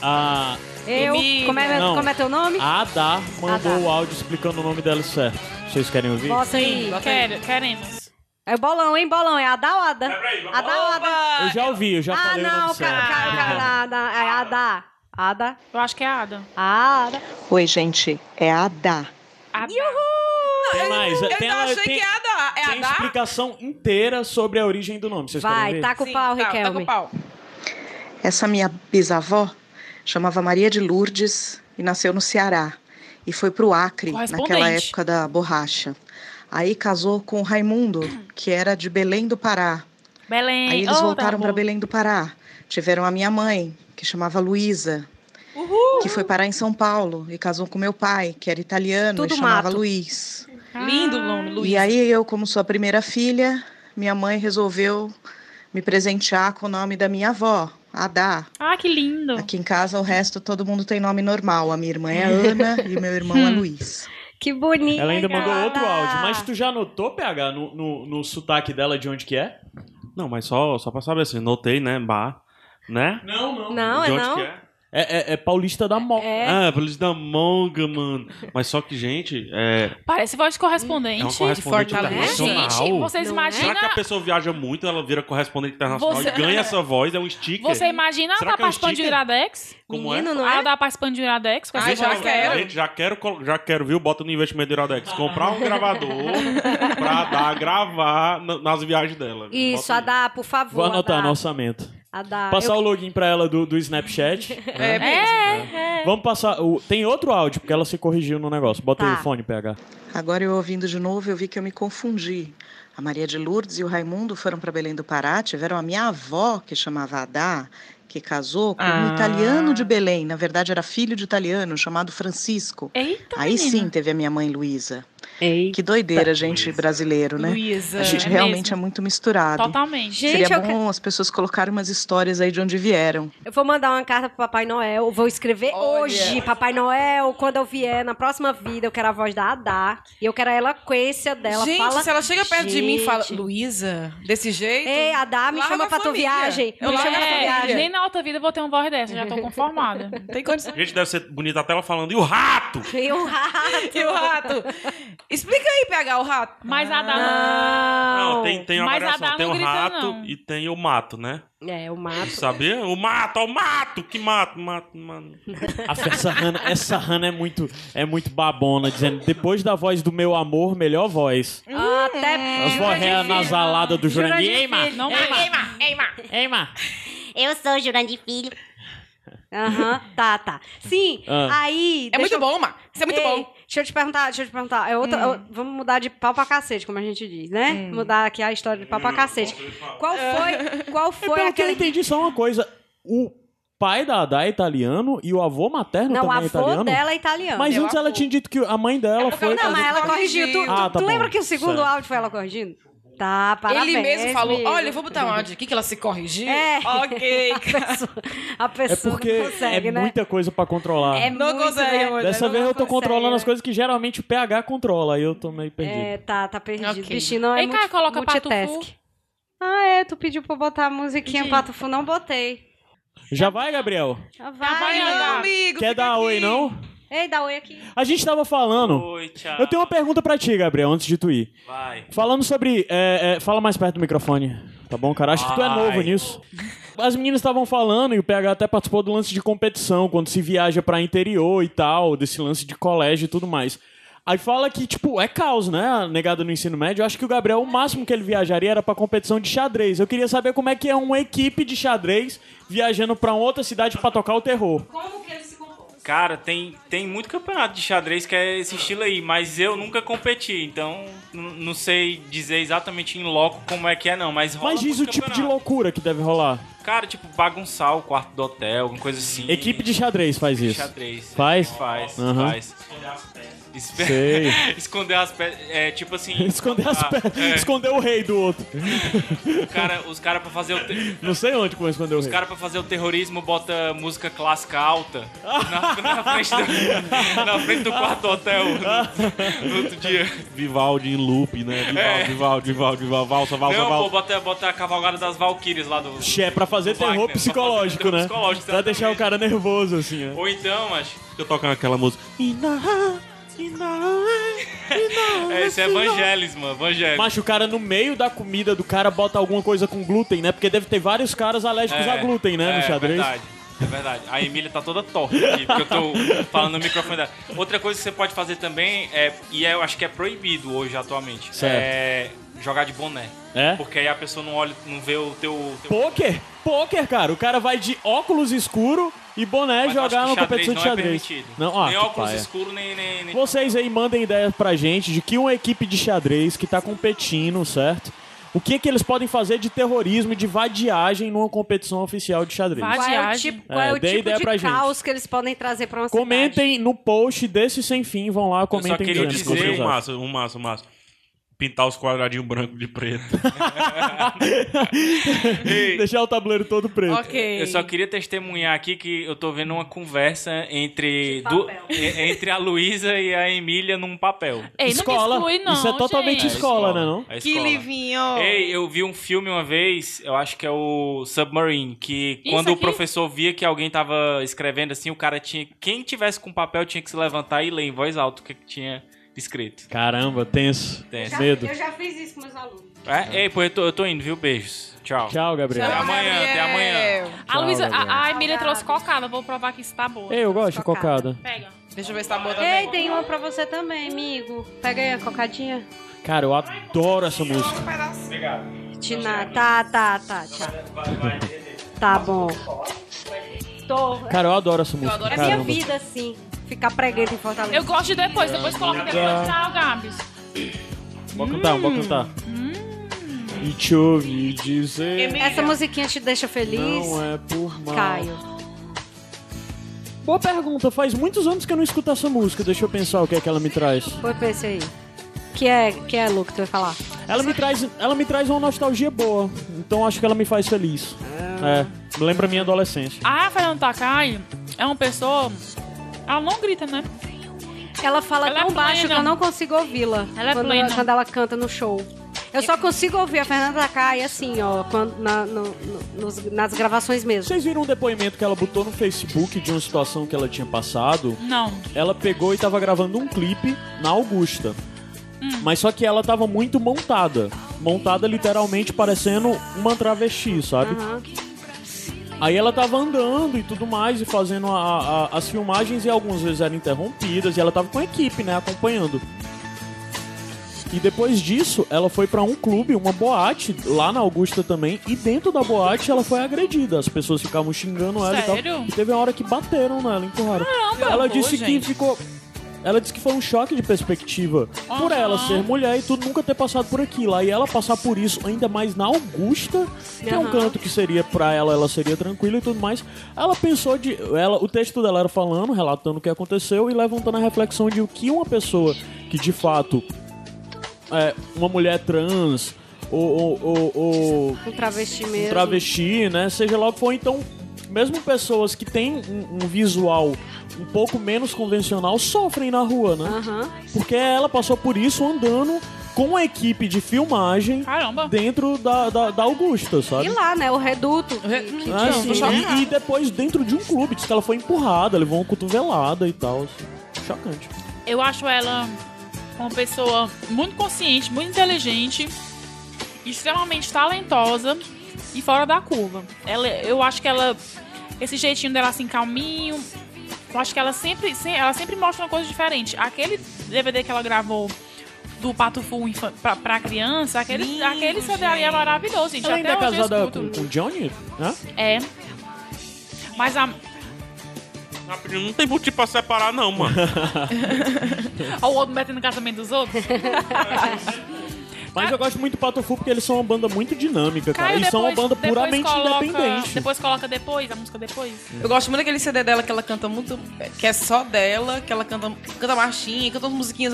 [SPEAKER 4] a...
[SPEAKER 1] Eu,
[SPEAKER 2] Emília.
[SPEAKER 1] como é, meu-
[SPEAKER 4] Não. Ah,
[SPEAKER 1] como é teu nome?
[SPEAKER 4] A Adar mandou
[SPEAKER 1] Adar.
[SPEAKER 4] o áudio explicando o nome dela certo. Vocês querem ouvir?
[SPEAKER 1] Bota aí.
[SPEAKER 2] Sim,
[SPEAKER 5] Tá
[SPEAKER 2] bota aí.
[SPEAKER 3] Quero, queremos.
[SPEAKER 1] É o bolão, hein? Bolão. É a da ou a da? A da ou a da?
[SPEAKER 4] Eu já ouvi, eu já
[SPEAKER 1] Ah,
[SPEAKER 4] falei o
[SPEAKER 1] não.
[SPEAKER 4] nome certo.
[SPEAKER 1] Cara, cara,
[SPEAKER 4] *laughs*
[SPEAKER 1] cara, não, é a da. A da.
[SPEAKER 3] Eu acho que é a Ada.
[SPEAKER 1] A da.
[SPEAKER 6] Oi, gente, é a Dá.
[SPEAKER 3] Ada.
[SPEAKER 4] Tem mais.
[SPEAKER 2] Eu
[SPEAKER 4] tem,
[SPEAKER 2] ainda achei
[SPEAKER 4] tem,
[SPEAKER 2] que é a da. É
[SPEAKER 4] tem
[SPEAKER 2] a da?
[SPEAKER 4] explicação inteira sobre a origem do nome. Vocês querem
[SPEAKER 1] Vai,
[SPEAKER 4] ver?
[SPEAKER 1] taca o
[SPEAKER 2] Sim,
[SPEAKER 1] pau,
[SPEAKER 2] tá, tá com
[SPEAKER 1] Riquelme.
[SPEAKER 2] pau.
[SPEAKER 6] Essa minha bisavó chamava Maria de Lourdes e nasceu no Ceará e foi para o Acre
[SPEAKER 3] Correspondente.
[SPEAKER 6] naquela época da borracha. Aí casou com o Raimundo, que era de Belém do Pará.
[SPEAKER 3] Belém.
[SPEAKER 6] Aí eles
[SPEAKER 3] Oh, tá
[SPEAKER 6] voltaram para
[SPEAKER 3] bom.
[SPEAKER 6] Belém do Pará. Tiveram a minha mãe, que chamava Luísa, que foi parar em São Paulo e casou com meu pai, que era italiano
[SPEAKER 1] Tudo
[SPEAKER 6] e chamava
[SPEAKER 1] mato.
[SPEAKER 6] Luiz.
[SPEAKER 3] Ah,
[SPEAKER 2] Lindo o nome, Luiz.
[SPEAKER 6] E aí eu, como sua primeira filha, minha mãe resolveu me presentear com o nome da minha avó, Adá.
[SPEAKER 3] Ah, que lindo.
[SPEAKER 6] Aqui em casa o resto todo mundo tem nome normal. A minha irmã é Ana e o meu irmão é Luiz.
[SPEAKER 1] Que bonito.
[SPEAKER 4] Ela ainda mandou
[SPEAKER 1] cara.
[SPEAKER 4] outro áudio. Mas tu já notou, PH, no, no, no sotaque dela de onde que é?
[SPEAKER 5] Não, mas só, só pra saber assim, notei, né? Bar, né?
[SPEAKER 4] Não, não.
[SPEAKER 1] Não, é
[SPEAKER 5] De onde
[SPEAKER 1] não?
[SPEAKER 5] que é?
[SPEAKER 4] É, é, é paulista da moca.
[SPEAKER 1] É.
[SPEAKER 5] Ah, Polícia da Monga, mano. Mas só que, gente, é.
[SPEAKER 3] Parece voz de correspondente.
[SPEAKER 5] É uma correspondente
[SPEAKER 3] de Fortaleza.
[SPEAKER 5] internacional.
[SPEAKER 3] Gente, vocês
[SPEAKER 1] Não é?
[SPEAKER 3] imaginam.
[SPEAKER 5] Será que a pessoa viaja muito, ela vira correspondente internacional
[SPEAKER 3] Você-
[SPEAKER 5] e ganha essa voz? É um sticker?
[SPEAKER 3] Você imagina ela
[SPEAKER 5] Será
[SPEAKER 3] tá
[SPEAKER 5] que é um
[SPEAKER 3] participando de
[SPEAKER 5] sticker?
[SPEAKER 3] Iradex?
[SPEAKER 5] Como
[SPEAKER 1] Menino,
[SPEAKER 5] é?
[SPEAKER 1] não
[SPEAKER 4] Ah,
[SPEAKER 3] Ela
[SPEAKER 1] é?
[SPEAKER 3] tá participando de Iradex com essa
[SPEAKER 2] Ai, já
[SPEAKER 3] voz
[SPEAKER 2] quero.
[SPEAKER 3] dela?
[SPEAKER 5] Gente, já quero, colo- já quero, viu? Bota no investimento do Iradex. Comprar um gravador pra dar, gravar na- nas viagens dela.
[SPEAKER 1] Isso,
[SPEAKER 5] Bota
[SPEAKER 1] a
[SPEAKER 5] aí.
[SPEAKER 1] Adá, por favor.
[SPEAKER 4] Vou anotar
[SPEAKER 1] Adá.
[SPEAKER 4] no orçamento.
[SPEAKER 1] Adá.
[SPEAKER 4] Passar
[SPEAKER 1] Tá, eu...
[SPEAKER 4] o login pra ela do, do Snapchat. né?
[SPEAKER 2] É,
[SPEAKER 4] Vamos passar. o- Tem outro áudio, porque ela se corrigiu no negócio. Bota
[SPEAKER 1] Tá.
[SPEAKER 4] aí o fone, PH.
[SPEAKER 6] Agora eu ouvindo de novo, eu vi que eu me confundi. A Maria de Lourdes e o Raimundo foram para Belém do Pará, tiveram a minha avó, que chamava Adá, que casou com um
[SPEAKER 2] Ah.
[SPEAKER 6] italiano de Belém. Na verdade, era filho de italiano, chamado Francisco.
[SPEAKER 3] Eita,
[SPEAKER 6] Aí
[SPEAKER 3] Então, menina.
[SPEAKER 6] sim teve a minha mãe Luísa.
[SPEAKER 1] Ei.
[SPEAKER 6] Que doideira, gente,
[SPEAKER 5] Luísa.
[SPEAKER 6] brasileiro, né?
[SPEAKER 2] Luísa.
[SPEAKER 6] A gente
[SPEAKER 3] é
[SPEAKER 6] realmente
[SPEAKER 3] mesmo.
[SPEAKER 6] é muito misturado.
[SPEAKER 3] Totalmente.
[SPEAKER 1] Gente,
[SPEAKER 6] Seria
[SPEAKER 1] eu
[SPEAKER 6] bom
[SPEAKER 1] quero-
[SPEAKER 6] as pessoas colocarem umas histórias aí de onde vieram.
[SPEAKER 1] Eu vou mandar uma carta pro Papai Noel. eu Vou escrever
[SPEAKER 2] Olha.
[SPEAKER 1] hoje. Papai Noel, quando eu vier, na próxima vida, eu quero a voz da Adá. E eu quero a eloquência dela.
[SPEAKER 2] gente,
[SPEAKER 1] fala.
[SPEAKER 2] se ela chega perto de mim e fala,
[SPEAKER 1] Gente. É,
[SPEAKER 2] Luísa, desse jeito.
[SPEAKER 1] Ei, Adá, me
[SPEAKER 2] larga
[SPEAKER 1] chama
[SPEAKER 2] a
[SPEAKER 1] pra tua
[SPEAKER 2] família.
[SPEAKER 1] viagem.
[SPEAKER 2] Eu
[SPEAKER 1] me
[SPEAKER 2] largo
[SPEAKER 1] chama
[SPEAKER 2] a
[SPEAKER 1] pra tua
[SPEAKER 2] família.
[SPEAKER 3] É,
[SPEAKER 1] viagem.
[SPEAKER 3] nem na outra vida eu vou ter uma voz dessa, já tô conformada.
[SPEAKER 2] Não tem
[SPEAKER 1] *laughs*
[SPEAKER 2] condição.
[SPEAKER 5] Gente, deve ser bonita até ela falando. E o rato?
[SPEAKER 1] E o um rato.
[SPEAKER 2] E o rato? Explica aí, PH, o rato.
[SPEAKER 3] Mas a da.
[SPEAKER 5] Não,
[SPEAKER 1] Não.
[SPEAKER 5] tem, tem uma
[SPEAKER 3] Mas a
[SPEAKER 5] variação.
[SPEAKER 3] Dá
[SPEAKER 5] Tem
[SPEAKER 3] não
[SPEAKER 5] o
[SPEAKER 3] grita,
[SPEAKER 5] rato
[SPEAKER 3] não.
[SPEAKER 5] e tem o mato, né?
[SPEAKER 1] É, o mato.
[SPEAKER 5] Sabia? O mato, ó, o mato! Que mato, mato, mano.
[SPEAKER 4] A essa Hannah, essa Hannah é muito, é muito babona, dizendo: depois da voz do meu amor, melhor voz.
[SPEAKER 1] É. Até.
[SPEAKER 4] As vozes nasalada do
[SPEAKER 1] Jurandir
[SPEAKER 4] Jurandir. Ei, ma!
[SPEAKER 3] Não é.
[SPEAKER 4] Ei, ma!
[SPEAKER 8] Eu sou Jurandir Filho.
[SPEAKER 1] Aham, tá, tá. Sim,
[SPEAKER 4] Ah.
[SPEAKER 1] aí.
[SPEAKER 2] É
[SPEAKER 1] deixa
[SPEAKER 2] muito
[SPEAKER 1] eu-
[SPEAKER 2] bom, Mar. Isso é muito
[SPEAKER 1] Ei,
[SPEAKER 2] bom.
[SPEAKER 1] Deixa eu te perguntar, deixa eu te perguntar. É outra, é o- Vamos mudar de pau pra cacete, como a gente diz, né? Mudar aqui a história de pau
[SPEAKER 4] Hum.
[SPEAKER 1] pra cacete. Qual foi, qual foi
[SPEAKER 4] Pelo que eu
[SPEAKER 1] é aquele...
[SPEAKER 4] entendi só uma coisa: o pai da Adá é italiano e o avô materno
[SPEAKER 1] Não, o
[SPEAKER 4] também é
[SPEAKER 1] avô
[SPEAKER 4] italiano.
[SPEAKER 1] dela é italiano.
[SPEAKER 4] Mas
[SPEAKER 2] Meu
[SPEAKER 4] antes ela
[SPEAKER 2] avô.
[SPEAKER 4] tinha dito que a mãe dela
[SPEAKER 2] porque
[SPEAKER 4] foi.
[SPEAKER 2] ela-
[SPEAKER 1] Não, mas
[SPEAKER 4] fazer-
[SPEAKER 1] ela
[SPEAKER 2] Corrigir.
[SPEAKER 1] corrigiu tudo.
[SPEAKER 4] Ah,
[SPEAKER 1] tu
[SPEAKER 4] tá bom.
[SPEAKER 1] lembra que o segundo
[SPEAKER 4] Certo.
[SPEAKER 1] áudio foi ela corrigindo? Tá, parabéns.
[SPEAKER 2] Ele mesmo falou,
[SPEAKER 1] amigo.
[SPEAKER 2] olha, eu vou botar um áudio aqui que ela se corrigiu.
[SPEAKER 1] É.
[SPEAKER 2] *laughs* Ok.
[SPEAKER 1] *laughs* A pessoa, a
[SPEAKER 4] É
[SPEAKER 1] pessoa
[SPEAKER 4] porque
[SPEAKER 1] não consegue,
[SPEAKER 4] é
[SPEAKER 1] né?
[SPEAKER 4] muita coisa pra controlar.
[SPEAKER 1] É
[SPEAKER 2] Não
[SPEAKER 1] muito,
[SPEAKER 2] consegue,
[SPEAKER 1] né?
[SPEAKER 2] amor.
[SPEAKER 4] Dessa
[SPEAKER 2] não
[SPEAKER 4] vez eu tô
[SPEAKER 2] consegue,
[SPEAKER 4] controlando
[SPEAKER 2] né?
[SPEAKER 4] as coisas que geralmente o PH controla, aí eu tô meio perdido.
[SPEAKER 1] É, tá, tá perdido.
[SPEAKER 2] Ok.
[SPEAKER 1] Bichinho não é
[SPEAKER 3] Vem cá,
[SPEAKER 1] multi-
[SPEAKER 3] coloca
[SPEAKER 1] multitask.
[SPEAKER 3] Patufu.
[SPEAKER 1] Ah, é, tu pediu pra eu botar a musiquinha
[SPEAKER 3] Pedi.
[SPEAKER 1] Patufu, não botei.
[SPEAKER 4] Já vai, Gabriel?
[SPEAKER 1] Ah,
[SPEAKER 3] vai,
[SPEAKER 1] Vai,
[SPEAKER 2] Não,
[SPEAKER 1] não.
[SPEAKER 2] amigo,
[SPEAKER 4] Quer
[SPEAKER 2] fica
[SPEAKER 4] dar
[SPEAKER 2] aqui.
[SPEAKER 4] oi, não?
[SPEAKER 1] Ei, dá oi aqui.
[SPEAKER 4] A gente tava falando.
[SPEAKER 5] Oi, tchau.
[SPEAKER 4] Eu tenho uma pergunta pra ti, Gabriel, antes de tu ir.
[SPEAKER 5] Vai.
[SPEAKER 4] Falando sobre. é, é, fala mais perto do microfone, tá bom, cara? Acho que tu é
[SPEAKER 5] Ai.
[SPEAKER 4] novo nisso. As meninas estavam falando, e o PH até participou do lance de competição, quando se viaja pra interior e tal, desse lance de colégio e tudo mais. Aí fala que, tipo, é caos, né? A negada no ensino médio. Eu acho que o Gabriel, o máximo que ele viajaria era pra competição de xadrez. Eu queria saber como é que é uma equipe de xadrez viajando pra outra cidade pra tocar o terror.
[SPEAKER 9] Cara, tem, tem muito campeonato de xadrez que é esse estilo aí, mas eu nunca competi, então n- não sei dizer exatamente em loco como é que é não, mas rola
[SPEAKER 4] Mas diz o
[SPEAKER 9] muito
[SPEAKER 4] tipo de
[SPEAKER 9] campeonato.
[SPEAKER 4] loucura que deve rolar.
[SPEAKER 9] Cara, tipo bagunçar o quarto do hotel, alguma coisa assim.
[SPEAKER 4] Equipe de xadrez faz isso.
[SPEAKER 9] xadrez. é,
[SPEAKER 4] Faz?
[SPEAKER 9] Faz,
[SPEAKER 4] Aham.
[SPEAKER 9] faz. Espe-
[SPEAKER 4] Sei.
[SPEAKER 9] *laughs* Esconder as pedras. É tipo
[SPEAKER 4] *laughs*
[SPEAKER 9] assim.
[SPEAKER 4] Esconder as
[SPEAKER 9] ah,
[SPEAKER 4] pernas. *laughs*
[SPEAKER 9] é,
[SPEAKER 4] Esconder o rei do outro.
[SPEAKER 9] o cara, os caras pra fazer o. te-
[SPEAKER 4] Não sei onde como é esconder o
[SPEAKER 9] Os
[SPEAKER 4] rei.
[SPEAKER 9] caras pra fazer o terrorismo bota música clássica alta na, na frente, do, *laughs* na frente do quarto do hotel no- no outro dia.
[SPEAKER 5] Vivaldi em loop, né? Vivaldi, Vivaldi, Vivaldi, Vivaldi, valsa, valsa,
[SPEAKER 9] Não, pô,
[SPEAKER 5] valsa.
[SPEAKER 9] bota, bota a cavalgada das Valkyries lá do.
[SPEAKER 4] É pra fazer
[SPEAKER 9] do
[SPEAKER 4] terror
[SPEAKER 9] Wagner,
[SPEAKER 4] psicológico,
[SPEAKER 9] pra fazer terror
[SPEAKER 4] né?
[SPEAKER 9] Psicológico,
[SPEAKER 4] pra deixar o
[SPEAKER 9] exatamente.
[SPEAKER 4] cara nervoso, assim, *laughs* né?
[SPEAKER 9] Ou então, mas.
[SPEAKER 5] Eu tocando aquela música.
[SPEAKER 9] *laughs* É, isso é Evangelis, mano. Evangelis.
[SPEAKER 4] Macho, o cara no meio da comida do cara bota alguma coisa com glúten, né? Porque deve ter vários caras alérgicos
[SPEAKER 9] é,
[SPEAKER 4] a glúten, né?
[SPEAKER 9] é,
[SPEAKER 4] no xadrez.
[SPEAKER 9] É verdade. É verdade. A Emília tá toda torta aqui, porque eu tô falando no microfone dela. Outra coisa que você pode fazer também é. E é- eu acho que é proibido hoje atualmente.
[SPEAKER 4] Certo.
[SPEAKER 9] É. Jogar de boné.
[SPEAKER 4] É?
[SPEAKER 9] Porque aí a pessoa não olha, não vê o teu. teu...
[SPEAKER 4] Pôquer? Pôquer, cara. O cara vai de óculos escuro e boné
[SPEAKER 9] Mas eu acho
[SPEAKER 4] jogar
[SPEAKER 9] que
[SPEAKER 4] numa
[SPEAKER 9] xadrez
[SPEAKER 4] competição de
[SPEAKER 9] não é
[SPEAKER 4] xadrez.
[SPEAKER 9] permitido.
[SPEAKER 4] não, ah,
[SPEAKER 9] nem
[SPEAKER 4] que
[SPEAKER 9] óculos
[SPEAKER 4] paia.
[SPEAKER 9] escuro, nem. nem, nem...
[SPEAKER 4] Vocês aí mandem ideia pra gente de que uma equipe de xadrez que tá competindo, certo? O que que eles podem fazer de terrorismo e de vadiagem numa competição oficial de xadrez?
[SPEAKER 3] Vai-
[SPEAKER 1] Qual é o
[SPEAKER 3] Viagem.
[SPEAKER 1] tipo, qual é,
[SPEAKER 4] É,
[SPEAKER 1] o
[SPEAKER 4] dê
[SPEAKER 1] tipo
[SPEAKER 4] ideia
[SPEAKER 1] de
[SPEAKER 4] pra gente.
[SPEAKER 1] caos que eles podem trazer pra uma cidade?
[SPEAKER 4] Comentem no post desse sem fim, vão lá, comentem dizendo
[SPEAKER 9] queria dizer-
[SPEAKER 4] o que vocês
[SPEAKER 5] Descobri um
[SPEAKER 4] acham.
[SPEAKER 5] massa, um massa, um massa. pintar os quadradinhos brancos de preto.
[SPEAKER 4] *laughs* Deixar o tabuleiro todo preto.
[SPEAKER 2] Ok.
[SPEAKER 9] Eu só queria testemunhar aqui que eu tô vendo uma conversa entre, du- e- *laughs* entre a Luísa e a Emília num papel.
[SPEAKER 3] Ei,
[SPEAKER 4] escola.
[SPEAKER 3] não me exclui, não.
[SPEAKER 4] Isso é totalmente
[SPEAKER 3] gente.
[SPEAKER 4] escola, né? Não?
[SPEAKER 9] A
[SPEAKER 2] Que
[SPEAKER 9] escola.
[SPEAKER 2] livinho.
[SPEAKER 3] Oh.
[SPEAKER 9] Ei, eu vi um filme uma vez, eu acho que é o Submarine, que
[SPEAKER 3] Isso
[SPEAKER 9] quando o
[SPEAKER 3] aqui?
[SPEAKER 9] professor via que alguém tava escrevendo assim, o cara tinha. Quem tivesse com papel tinha que se levantar e ler em voz alta o que que tinha escrito.
[SPEAKER 4] Caramba, tenso.
[SPEAKER 9] Tenso.
[SPEAKER 4] Já- Medo.
[SPEAKER 1] Eu já fiz isso com meus alunos.
[SPEAKER 9] É, ei, pô, eu tô, eu tô indo, viu? Beijos. Tchau.
[SPEAKER 4] Tchau, Gabriel.
[SPEAKER 9] Até amanhã, até amanhã.
[SPEAKER 3] A Luísa,
[SPEAKER 4] Gabriel.
[SPEAKER 3] a, a Emília trouxe cocada. Vou provar que isso tá boa.
[SPEAKER 4] Ei, eu gosto de cocada.
[SPEAKER 3] Pega.
[SPEAKER 2] Deixa eu ver se tá boa
[SPEAKER 1] Ei,
[SPEAKER 2] também.
[SPEAKER 1] tem uma pra você também, amigo. Pega aí a cocadinha.
[SPEAKER 4] Cara, eu adoro essa música.
[SPEAKER 1] De nada. Tá, tá, tá, tchau. Tá bom. Tô.
[SPEAKER 4] Cara, eu adoro essa música.
[SPEAKER 2] adoro
[SPEAKER 1] É minha
[SPEAKER 4] Caramba.
[SPEAKER 1] vida, assim. Ficar pregando em Fortaleza.
[SPEAKER 3] Eu gosto de depois. Depois coloca depois. Tchau, Gabs.
[SPEAKER 4] Vou cantar, vou cantar. E te ouvi dizer.
[SPEAKER 1] Essa musiquinha te deixa feliz,
[SPEAKER 4] Não é por mal.
[SPEAKER 1] Caio.
[SPEAKER 4] Boa pergunta, faz muitos anos que eu não escuto essa música. Deixa eu pensar o que é que ela me traz.
[SPEAKER 1] Foi pra esse aí. Que é, que é, Lu, que tu vai falar?
[SPEAKER 4] Ela me traz, ela me traz uma nostalgia boa. Então acho que ela me faz feliz. É, lembra minha adolescência.
[SPEAKER 3] A Fernanda Takai é uma pessoa... Ela não grita, né?
[SPEAKER 1] Ela fala
[SPEAKER 3] Ela é
[SPEAKER 1] tão baixo
[SPEAKER 3] plena.
[SPEAKER 1] que eu não consigo ouvi-la.
[SPEAKER 3] Ela é
[SPEAKER 1] quando,
[SPEAKER 3] plena.
[SPEAKER 1] quando ela canta no show. Eu só consigo ouvir a Fernanda Takai assim, ó, quando, na- no- no- nos- nas gravações mesmo.
[SPEAKER 4] Vocês viram um depoimento que ela botou no Facebook de uma situação que ela tinha passado?
[SPEAKER 3] Não.
[SPEAKER 4] Ela pegou e tava gravando um clipe na Augusta. Mas só que ela tava muito montada. Montada literalmente parecendo uma travesti, sabe?
[SPEAKER 1] Aham.
[SPEAKER 4] Aí ela tava andando e tudo mais, e fazendo a- a- as filmagens, e algumas vezes eram interrompidas, e ela tava com a equipe, né, acompanhando. E depois disso, ela foi pra um clube, uma boate, lá na Augusta também, e dentro da boate ela foi agredida. As pessoas ficavam xingando ela e
[SPEAKER 3] Sério?
[SPEAKER 4] tal. E teve uma hora que bateram nela, empurraram. ela
[SPEAKER 2] pô,
[SPEAKER 4] disse que
[SPEAKER 2] gente.
[SPEAKER 4] ficou. Ela disse que foi um choque de perspectiva por
[SPEAKER 3] Aham.
[SPEAKER 4] ela ser mulher e tudo nunca ter passado por aquilo. Aí ela passar por isso, ainda mais na Augusta, que é um
[SPEAKER 1] Aham.
[SPEAKER 4] canto que seria pra ela, ela seria tranquila e tudo mais. Ela pensou de. Ela, o texto dela era falando, relatando o que aconteceu e levantando a reflexão de o que uma pessoa que de fato é uma mulher trans ou- ou- ou- ou
[SPEAKER 1] Um travesti mesmo.
[SPEAKER 4] um travesti, né? Seja lá o que for, então, mesmo pessoas que têm um, um visual um pouco menos convencional sofrem na rua, né?
[SPEAKER 1] Aham.
[SPEAKER 4] Porque ela passou por isso andando com a equipe de filmagem
[SPEAKER 3] Caramba.
[SPEAKER 4] dentro da, da, da Augusta,
[SPEAKER 1] E
[SPEAKER 4] sabe?
[SPEAKER 1] lá, né? O reduto. que-
[SPEAKER 2] Re-
[SPEAKER 1] que
[SPEAKER 4] Ah,
[SPEAKER 3] então,
[SPEAKER 1] tinha.
[SPEAKER 4] sim. e, e depois dentro de um clube, diz que ela foi empurrada, levou uma cotovelada e tal. assim. Chocante.
[SPEAKER 3] Eu acho ela uma pessoa muito consciente, muito inteligente, extremamente talentosa e fora da curva. Ela, eu acho que ela esse jeitinho dela assim calminho, eu acho que ela sempre, se- ela sempre mostra uma coisa diferente. Aquele DVD que ela gravou do Pato Fu infa- pra, pra criança, aquele,
[SPEAKER 2] Lindo,
[SPEAKER 3] aquele CD ali é maravilhoso, gente.
[SPEAKER 4] ela
[SPEAKER 3] Até
[SPEAKER 4] ainda é
[SPEAKER 3] hoje eu
[SPEAKER 4] casada
[SPEAKER 3] escuto.
[SPEAKER 4] com, com Johnny, né?
[SPEAKER 3] É. Mas a,
[SPEAKER 5] Rapidinho, não tem motivo pra separar, não, mano.
[SPEAKER 3] ó, o outro metendo casamento dos outros.
[SPEAKER 4] Mas eu gosto muito do Pato Fu porque eles são uma banda muito dinâmica, cara.
[SPEAKER 3] Caio,
[SPEAKER 4] eles são uma
[SPEAKER 3] depois-
[SPEAKER 4] banda
[SPEAKER 3] depois
[SPEAKER 4] puramente
[SPEAKER 3] coloca-
[SPEAKER 4] independente.
[SPEAKER 3] Depois coloca depois, a música depois.
[SPEAKER 2] Eu gosto muito daquele CD dela que ela canta muito, que é só dela, que ela canta, canta marchinha, canta umas musiquinhas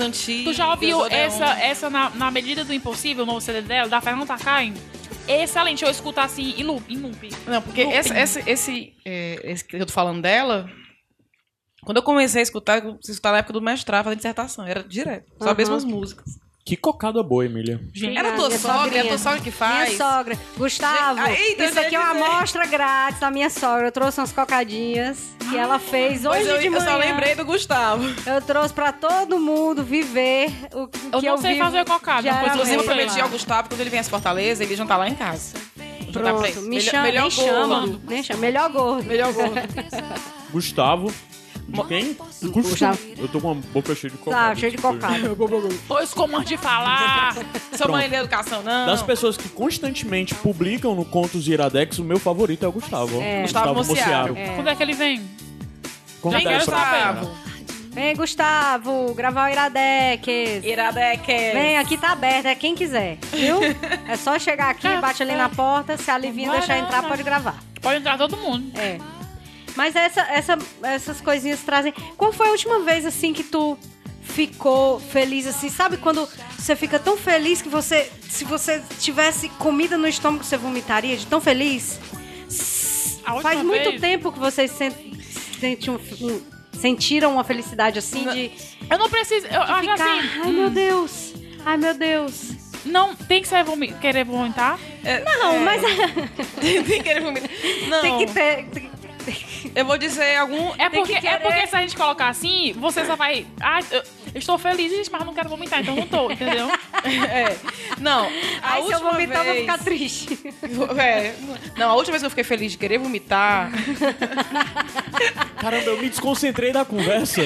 [SPEAKER 3] Tu
[SPEAKER 2] antigas.
[SPEAKER 3] já ouviu
[SPEAKER 2] Odeon.
[SPEAKER 3] essa, essa na, na Medida do Impossível, o novo CD dela, da Fernanda Takai? Excelente, eu escuto assim em loop, em loop.
[SPEAKER 2] Não, porque
[SPEAKER 3] Não
[SPEAKER 2] esse,
[SPEAKER 3] tem.
[SPEAKER 2] esse, esse, é, esse que eu tô falando dela, quando eu comecei a escutar, eu comecei a escutar na época do mestrado, fazendo dissertação, era direto. Só as
[SPEAKER 1] Aham.
[SPEAKER 2] mesmas músicas.
[SPEAKER 4] Que cocada boa, Emília.
[SPEAKER 1] Gente,
[SPEAKER 2] Era tua
[SPEAKER 1] minha
[SPEAKER 2] sogra, era
[SPEAKER 1] sogrinha.
[SPEAKER 2] tua sogra que faz.
[SPEAKER 1] Minha sogra. Gustavo,
[SPEAKER 2] Gente, ah, eita,
[SPEAKER 1] isso aqui é uma
[SPEAKER 2] eu ia dizer.
[SPEAKER 1] amostra grátis da minha sogra. Eu trouxe umas cocadinhas que ela fez hoje
[SPEAKER 2] Mas eu,
[SPEAKER 1] de
[SPEAKER 2] eu
[SPEAKER 1] manhã.
[SPEAKER 2] só lembrei do Gustavo.
[SPEAKER 1] Eu trouxe pra todo mundo viver o que
[SPEAKER 3] Eu
[SPEAKER 1] que
[SPEAKER 3] não
[SPEAKER 1] eu
[SPEAKER 3] sei
[SPEAKER 1] vivo
[SPEAKER 3] fazer cocada, uma coisa que
[SPEAKER 2] Inclusive, eu
[SPEAKER 3] sei
[SPEAKER 1] diariamente.
[SPEAKER 2] prometi ao Gustavo, quando ele viesse a Fortaleza, ele ia jantar lá em casa. Jantar pra ele.
[SPEAKER 1] Pronto, me
[SPEAKER 2] Melhor-
[SPEAKER 1] chama,
[SPEAKER 2] melhor
[SPEAKER 1] me chama,
[SPEAKER 2] gordo.
[SPEAKER 1] me chama. Melhor gordo.
[SPEAKER 2] Melhor gordo.
[SPEAKER 1] *laughs*
[SPEAKER 4] Gustavo. De quem?
[SPEAKER 1] Gustavo.
[SPEAKER 4] Eu tô com uma boca cheia de cocada.
[SPEAKER 1] Tá, cheio de
[SPEAKER 4] *laughs*
[SPEAKER 1] cocada.
[SPEAKER 3] Pois como antes de falar.
[SPEAKER 2] Sou mãe da educação, não.
[SPEAKER 4] Das pessoas que constantemente publicam no Contos Iradex, o meu favorito é o *laughs* Gustavo.
[SPEAKER 1] É.
[SPEAKER 2] Gustavo Mociaro.
[SPEAKER 1] É.
[SPEAKER 3] Quando é que ele vem?
[SPEAKER 4] Conta
[SPEAKER 3] Nem
[SPEAKER 4] essa
[SPEAKER 3] quero
[SPEAKER 4] pra
[SPEAKER 3] saber.
[SPEAKER 4] cá.
[SPEAKER 1] Vem, Gustavo, gravar o Iradex.
[SPEAKER 2] Iradeque.
[SPEAKER 1] Vem, aqui tá aberto, é quem quiser, viu? É só chegar
[SPEAKER 2] *laughs*
[SPEAKER 1] aqui, bate ali na porta, se a Livinha deixar entrar, pode gravar.
[SPEAKER 3] Pode entrar todo mundo.
[SPEAKER 1] É. Mas essa, essa- essas coisinhas trazem. Qual foi a última vez assim que tu ficou feliz assim. Sabe quando você fica tão feliz que você, se você tivesse comida no estômago, você vomitaria de tão feliz?
[SPEAKER 3] A última
[SPEAKER 1] Faz muito
[SPEAKER 3] vez-
[SPEAKER 1] tempo que vocês sen- sentiam- sentiram uma felicidade assim de
[SPEAKER 3] Eu não preciso. Eu, eu acho
[SPEAKER 1] ficar.
[SPEAKER 3] assim.
[SPEAKER 1] Ai meu Deus! Ai meu Deus!
[SPEAKER 3] Não tem que ser vomi querer vomitar.
[SPEAKER 1] Não, mas
[SPEAKER 2] É. *laughs* Tem que querer vomitar. Não,
[SPEAKER 1] tem que ter. tem que-
[SPEAKER 2] eu vou dizer algum...
[SPEAKER 3] É
[SPEAKER 1] Tem
[SPEAKER 3] porque,
[SPEAKER 1] que
[SPEAKER 3] é
[SPEAKER 1] querer.
[SPEAKER 3] porque se a gente colocar assim, você só vai. Ah, eu, eu estou feliz, gente, mas não quero vomitar, então não
[SPEAKER 2] *laughs*
[SPEAKER 3] tô, entendeu?
[SPEAKER 2] *laughs* É. Não, a
[SPEAKER 1] Ai, se
[SPEAKER 2] última
[SPEAKER 1] eu vomitar,
[SPEAKER 2] vez...
[SPEAKER 1] eu vou ficar triste.
[SPEAKER 2] É. Não, a última vez que eu fiquei feliz de querer vomitar...
[SPEAKER 4] Caramba, eu me desconcentrei da conversa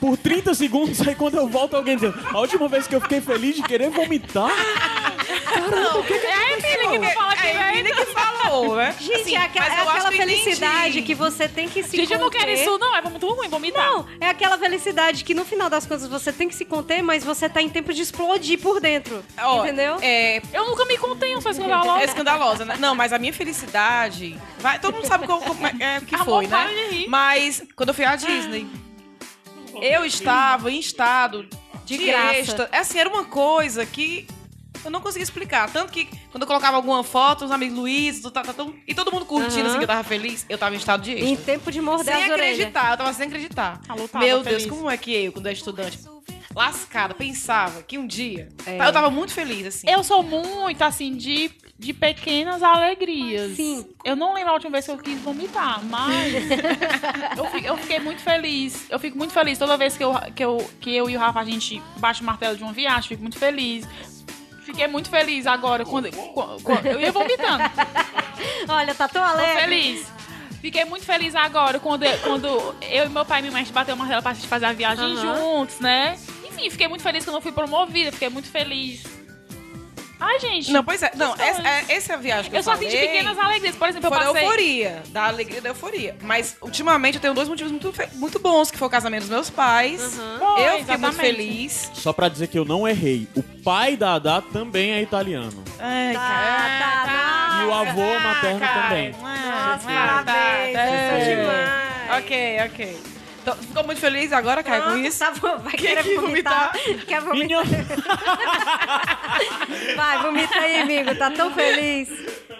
[SPEAKER 4] por 30 segundos, aí quando eu volto alguém dizendo, a última vez que eu fiquei feliz de querer vomitar.
[SPEAKER 3] é a Emília que não fala que
[SPEAKER 2] É a
[SPEAKER 3] é.
[SPEAKER 2] Emília que falou, né?
[SPEAKER 1] Gente,
[SPEAKER 2] Assim,
[SPEAKER 1] é aquela,
[SPEAKER 2] mas
[SPEAKER 1] é
[SPEAKER 2] eu acho
[SPEAKER 1] aquela
[SPEAKER 2] eu entendi.
[SPEAKER 1] felicidade que você tem que se
[SPEAKER 3] Gente, eu não
[SPEAKER 1] conter.
[SPEAKER 3] quero isso, não. É muito ruim vomitar.
[SPEAKER 1] Não, é aquela felicidade que no final das contas você tem que se conter, mas você tá em tempo de explodir por dentro.
[SPEAKER 2] Ó,
[SPEAKER 1] entendeu?
[SPEAKER 2] É,
[SPEAKER 3] Eu nunca me contenho, sou
[SPEAKER 2] é
[SPEAKER 3] escandalosa.
[SPEAKER 2] escandalosa, né? Não, mas a minha felicidade. Vai, todo mundo sabe como, como é, é, que
[SPEAKER 3] Amor,
[SPEAKER 2] foi,
[SPEAKER 3] para de
[SPEAKER 2] né?
[SPEAKER 3] rir.
[SPEAKER 2] Mas quando eu fui
[SPEAKER 1] Ah.
[SPEAKER 2] à Disney, eu estava em estado
[SPEAKER 1] De
[SPEAKER 2] de,
[SPEAKER 1] graça.
[SPEAKER 2] êxtase. Assim, era uma coisa que eu não conseguia explicar. Tanto que quando eu colocava alguma foto, os amigos Luiz, tu tá, tá, tão- e todo mundo curtindo,
[SPEAKER 1] Aham.
[SPEAKER 2] assim, que eu tava feliz, eu tava em estado de êxtase.
[SPEAKER 1] Em tempo de morder
[SPEAKER 2] sem
[SPEAKER 1] as orelhas.
[SPEAKER 2] acreditar, eu tava sem acreditar.
[SPEAKER 3] Alô, tava
[SPEAKER 2] Meu
[SPEAKER 3] Tá, feliz.
[SPEAKER 2] Deus, como é que eu, quando era estudante, lascada, pensava que um dia.
[SPEAKER 1] É.
[SPEAKER 2] Eu tava muito feliz, assim.
[SPEAKER 3] Eu sou muito, assim, de, de pequenas alegrias.
[SPEAKER 1] Sim.
[SPEAKER 3] Eu não lembro a última vez que eu quis vomitar, mas eu, fi- eu fiquei muito feliz. Eu fico muito feliz toda vez que eu, que, eu, que eu e o Rafa, a gente bate o martelo de uma viagem, fico muito feliz. Fiquei muito feliz agora quando, quando- quando- eu ia vomitando.
[SPEAKER 1] Olha, tá tão
[SPEAKER 3] Tô
[SPEAKER 1] alegre.
[SPEAKER 3] feliz. Fiquei muito feliz agora quando, quando eu e meu pai e minha mãe a gente bateu o martelo pra gente fazer a viagem
[SPEAKER 1] Aham.
[SPEAKER 3] juntos, né? Enfim, fiquei muito feliz que eu não fui promovida, fiquei muito fez. Ai, gente.
[SPEAKER 2] Não, pois é. Não,
[SPEAKER 3] Essas-
[SPEAKER 2] essa, é- essa é a viagem que eu,
[SPEAKER 3] Eu só
[SPEAKER 2] falei.
[SPEAKER 3] senti pequenas alegrias. Por exemplo, eu
[SPEAKER 2] Foi da
[SPEAKER 3] passei.
[SPEAKER 2] euforia, da alegria da euforia. Mas ultimamente eu tenho dois motivos muito, fe- muito bons, que foi o casamento dos meus pais.
[SPEAKER 3] Foi,
[SPEAKER 2] eu fiquei muito
[SPEAKER 3] exatamente.
[SPEAKER 2] feliz.
[SPEAKER 4] Só pra dizer que eu não errei. O pai da Adá também é italiano.
[SPEAKER 2] Ai,
[SPEAKER 1] Tá,
[SPEAKER 2] cara.
[SPEAKER 1] tá, tá.
[SPEAKER 4] E o avô materno também.
[SPEAKER 1] Nossa,
[SPEAKER 2] Ah, tá,
[SPEAKER 1] parabéns,
[SPEAKER 2] tá.
[SPEAKER 1] vocês são demais.
[SPEAKER 2] Ok, ok. Então, ficou muito feliz agora, Caio, com
[SPEAKER 1] Nossa,
[SPEAKER 2] isso?
[SPEAKER 1] tá bom, vai querer
[SPEAKER 2] que
[SPEAKER 1] vomitar.
[SPEAKER 2] vomitar?
[SPEAKER 1] Quer vomitar?
[SPEAKER 4] Minha...
[SPEAKER 1] Vai, vomita aí, amigo. Tá tão feliz.